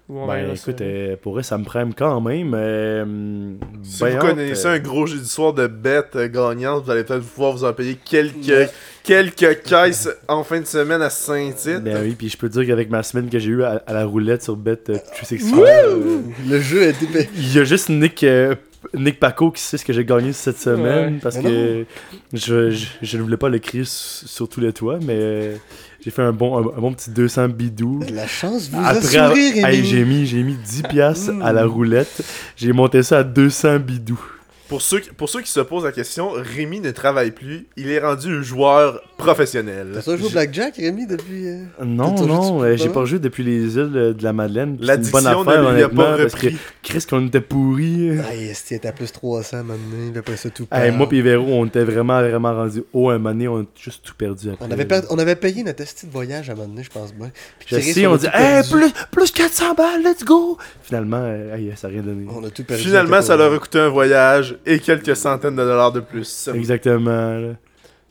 Speaker 1: Ou on
Speaker 3: ben
Speaker 1: verra ça.
Speaker 3: écoute, euh, pour vrai, ça me prime quand même. euh,
Speaker 4: Si
Speaker 3: ben
Speaker 4: vous
Speaker 3: hâte,
Speaker 4: connaissez
Speaker 3: euh,
Speaker 4: un gros jeudi soir de bêtes euh, gagnantes, vous allez peut-être pouvoir vous en payer quelques, quelques caisses en fin de semaine à Saint-Tite.
Speaker 3: Ben oui, puis je peux te dire qu'avec ma semaine que j'ai eue à, à la roulette sur Bet euh, 365, euh,
Speaker 2: Le jeu a été payé.
Speaker 3: il y a juste Nick, euh, Nick Paco qui sait ce que j'ai gagné cette semaine
Speaker 1: Ouais.
Speaker 3: parce
Speaker 2: Mais
Speaker 3: que je, je, je ne voulais pas le crier sur, sur tous les toits, mais euh, j'ai fait un bon, un, un bon petit 200 bidou.
Speaker 2: De la chance vous a
Speaker 3: Après, ah,
Speaker 2: souri,
Speaker 3: hey,
Speaker 2: Rémi. Hmm.
Speaker 3: j'ai mis, j'ai mis 10 piastres à la roulette. J'ai monté ça à 200 bidou.
Speaker 4: Pour, ceux, qui- pour ceux qui se posent la question, Rémi ne travaille plus, il est rendu un joueur professionnel.
Speaker 2: T'as ça joué au Blackjack, Rémi, depuis... euh,
Speaker 3: Non,
Speaker 2: T'as toujours
Speaker 3: non,
Speaker 2: joué
Speaker 3: euh,
Speaker 2: depuis
Speaker 3: j'ai
Speaker 2: pas
Speaker 3: pas joué depuis les îles euh, de la Madeleine. C'est une
Speaker 4: L'addiction
Speaker 3: bonne affaire,
Speaker 4: ne lui a
Speaker 3: honnêtement,
Speaker 4: pas
Speaker 3: parce que
Speaker 4: repris.
Speaker 3: Chris, qu'on était pourris.
Speaker 2: Aïe, est-ce qu'il était à plus 300 maintenant, puis après ça, tout
Speaker 3: Hey,
Speaker 2: part.
Speaker 3: moi pis Véro, on était vraiment, vraiment rendu haut à un moment donné, on a juste tout perdu après.
Speaker 2: on avait, per- on avait payé notre esti de voyage à un moment donné, je pense bien. Puis
Speaker 3: Je
Speaker 2: Thierry,
Speaker 3: sais,
Speaker 2: a
Speaker 3: on
Speaker 2: tout
Speaker 3: dit, hey,
Speaker 2: perdu.
Speaker 3: plus, plus 400 balles, let's go! Finalement, euh, aïe, ça a rien donné.
Speaker 2: On a tout perdu.
Speaker 4: Finalement, ça leur a
Speaker 2: leur
Speaker 4: coûté un voyage et quelques centaines de dollars de plus.
Speaker 3: Exactement. là.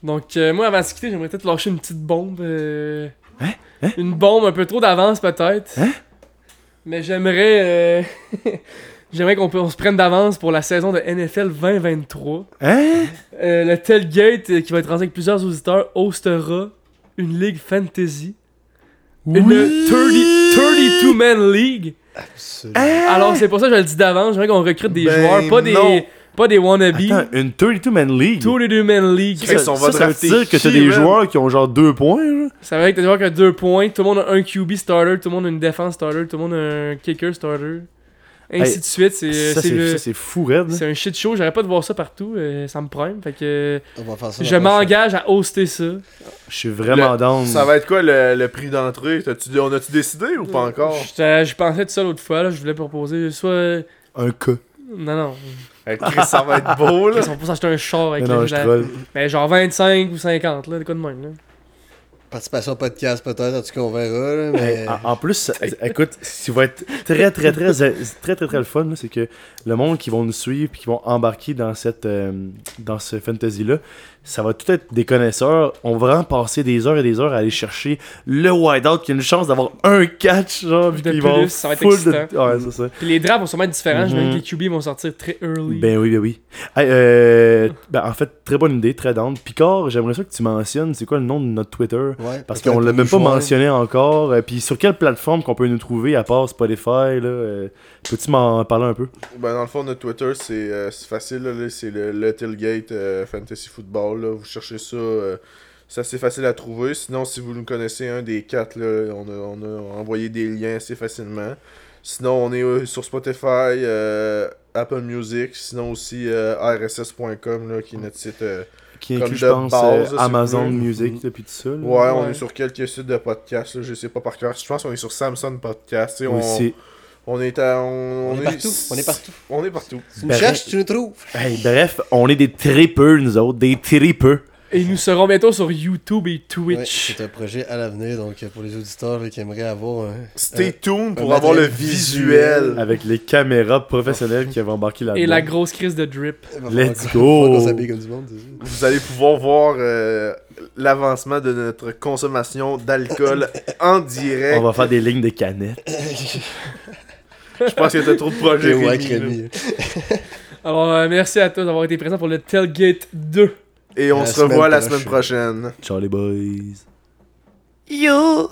Speaker 1: Donc, euh, moi, avant de se quitter, j'aimerais peut-être lâcher une petite bombe. euh, Une bombe un peu trop d'avance, peut-être.
Speaker 3: Hein?
Speaker 1: Mais j'aimerais. euh, j'aimerais qu'on peut- on se prenne d'avance pour la saison de NFL 2023.
Speaker 3: Hein?
Speaker 1: Euh, le Tailgate, euh, qui va être rendu avec plusieurs auditeurs, hostera une ligue fantasy. Une 32-man league.
Speaker 3: Hein?
Speaker 1: Alors, c'est pour ça que je le dis d'avance. J'aimerais qu'on recrute des
Speaker 4: Ben
Speaker 1: joueurs, pas
Speaker 4: non.
Speaker 1: des, pas des wannabes.
Speaker 3: Attends, une 32-man league?
Speaker 1: 32-man league.
Speaker 4: Chris, on va
Speaker 3: ça, ça veut
Speaker 4: drafter
Speaker 3: dire que t'as
Speaker 4: qui,
Speaker 3: des
Speaker 4: man?
Speaker 3: joueurs qui ont genre deux points, là?
Speaker 1: Ça va être des joueurs qui ont deux points, tout le monde a un QB starter, tout le monde a une défense starter, tout le monde a un kicker starter. Ainsi
Speaker 3: Hey,
Speaker 1: de suite, c'est
Speaker 3: ça,
Speaker 1: c'est
Speaker 3: c'est-
Speaker 1: le-
Speaker 3: hein. ça, c'est fou, raide. là.
Speaker 1: c'est un shit show, j'arrête pas de voir ça partout, euh, ça me prime. Fait que
Speaker 2: On va faire ça.
Speaker 1: je
Speaker 2: la prochaine.
Speaker 1: m'engage à hoster ça.
Speaker 3: Je suis vraiment
Speaker 4: Le-
Speaker 3: down.
Speaker 4: Ça va être quoi le, le prix d'entrée T'as-tu- On a-tu décidé ou pas encore
Speaker 1: Je, je pensais de ça l'autre fois, là, je voulais proposer soit
Speaker 3: Un cas.
Speaker 1: Non, non.
Speaker 4: Euh, Chris, ça va être beau, là.
Speaker 1: Ils sont pas s'acheter un char avec
Speaker 3: Mais non,
Speaker 1: le-
Speaker 3: je
Speaker 1: la-
Speaker 3: troll.
Speaker 1: Mais genre 25 ou 50, là, des cas de même. Là.
Speaker 2: Participation podcast peut-être, en tout cas on verra. là, mais...
Speaker 3: Hey, ah, en, en plus, ça- écoute, ce qui va être très, très, très, très, très, très, très le fun, là, c'est que le monde qui vont nous suivre puis qui vont embarquer dans cette euh, dans ce fantasy-là, ça va tout être des connaisseurs. On va vraiment passer des heures et des heures à aller chercher le wideout qui a une chance d'avoir un catch, genre, puis
Speaker 1: De
Speaker 3: qu'ils
Speaker 1: plus,
Speaker 3: vont
Speaker 1: ça va être
Speaker 3: full de-
Speaker 1: excitant.
Speaker 3: Ouais, c'est ça.
Speaker 1: Puis les drafts vont sûrement être différents. Je me
Speaker 3: Mhm.
Speaker 1: dis que les QB vont sortir très early.
Speaker 3: Ben oui, ben oui. Hey, euh, ben, en fait, très bonne idée, très down. Picard, j'aimerais ça que tu mentionnes, c'est quoi le nom de notre Twitter
Speaker 2: Ouais,
Speaker 3: Parce
Speaker 2: peut-être
Speaker 3: qu'on l'a
Speaker 2: pour
Speaker 3: même
Speaker 2: nous
Speaker 3: pas
Speaker 2: joindre.
Speaker 3: mentionné encore. Euh, Puis sur quelle plateforme qu'on peut nous trouver à part Spotify là euh, Peux-tu m'en parler un peu
Speaker 4: Ben, dans le fond, notre Twitter, c'est euh, c'est facile, là, là, c'est le, le Tailgate euh, Fantasy Football. Là. Vous cherchez ça, euh, c'est assez facile à trouver. Sinon, si vous nous connaissez un des quatre, là, on, a, on a envoyé des liens assez facilement. Sinon, on est euh, sur Spotify, euh, Apple Music, sinon aussi euh, rss.com, là, qui est notre site. euh.
Speaker 3: Qui
Speaker 4: Comme
Speaker 3: inclut, je
Speaker 4: de
Speaker 3: pense,
Speaker 4: base,
Speaker 3: euh,
Speaker 4: là, c'est
Speaker 3: Amazon
Speaker 4: cool.
Speaker 3: Music là, puis tout ça. là.
Speaker 4: Ouais, on
Speaker 1: Ouais.
Speaker 4: est sur quelques sites de podcasts, là, je sais pas par cœur. Je pense qu'on est sur Samsung Podcast. tu sais, On,
Speaker 3: Aussi.
Speaker 4: on est à- on,
Speaker 2: On est partout, on est partout.
Speaker 4: On est partout.
Speaker 2: Tu
Speaker 3: Ben,
Speaker 2: nous cherches, tu nous trouves.
Speaker 3: Hey, bref, on est des tripeux, nous autres, des tripeux.
Speaker 1: Et nous serons bientôt sur YouTube et
Speaker 2: Ouais,
Speaker 1: Twitch.
Speaker 2: c'est un projet à l'avenir, donc euh, pour les auditeurs là, qui aimeraient avoir un.
Speaker 4: Stay
Speaker 2: Euh,
Speaker 4: tuned pour
Speaker 2: un
Speaker 4: avoir le
Speaker 2: matériel
Speaker 4: visuel.
Speaker 2: visuel.
Speaker 3: Avec les caméras professionnelles qui avaient embarqué là-dedans.
Speaker 1: et la grosse crise de drip.
Speaker 2: il va
Speaker 3: Let's
Speaker 2: falloir
Speaker 3: go.
Speaker 2: qu'on- qu'on s'habille comme du monde, c'est ça.
Speaker 4: Vous allez pouvoir voir euh, l'avancement de notre consommation d'alcool en direct.
Speaker 3: On va faire des lignes de canettes.
Speaker 4: Je pense que t'as trop de projets.
Speaker 2: Et ouais,
Speaker 4: Rémi, là.
Speaker 2: Rémi.
Speaker 1: Alors, euh, merci à tous d'avoir été présents pour le Tailgate 2.
Speaker 4: Et on
Speaker 2: La
Speaker 4: se
Speaker 2: semaine
Speaker 4: revoit la
Speaker 2: prochaine.
Speaker 4: semaine prochaine.
Speaker 3: Ciao les boys.
Speaker 5: You.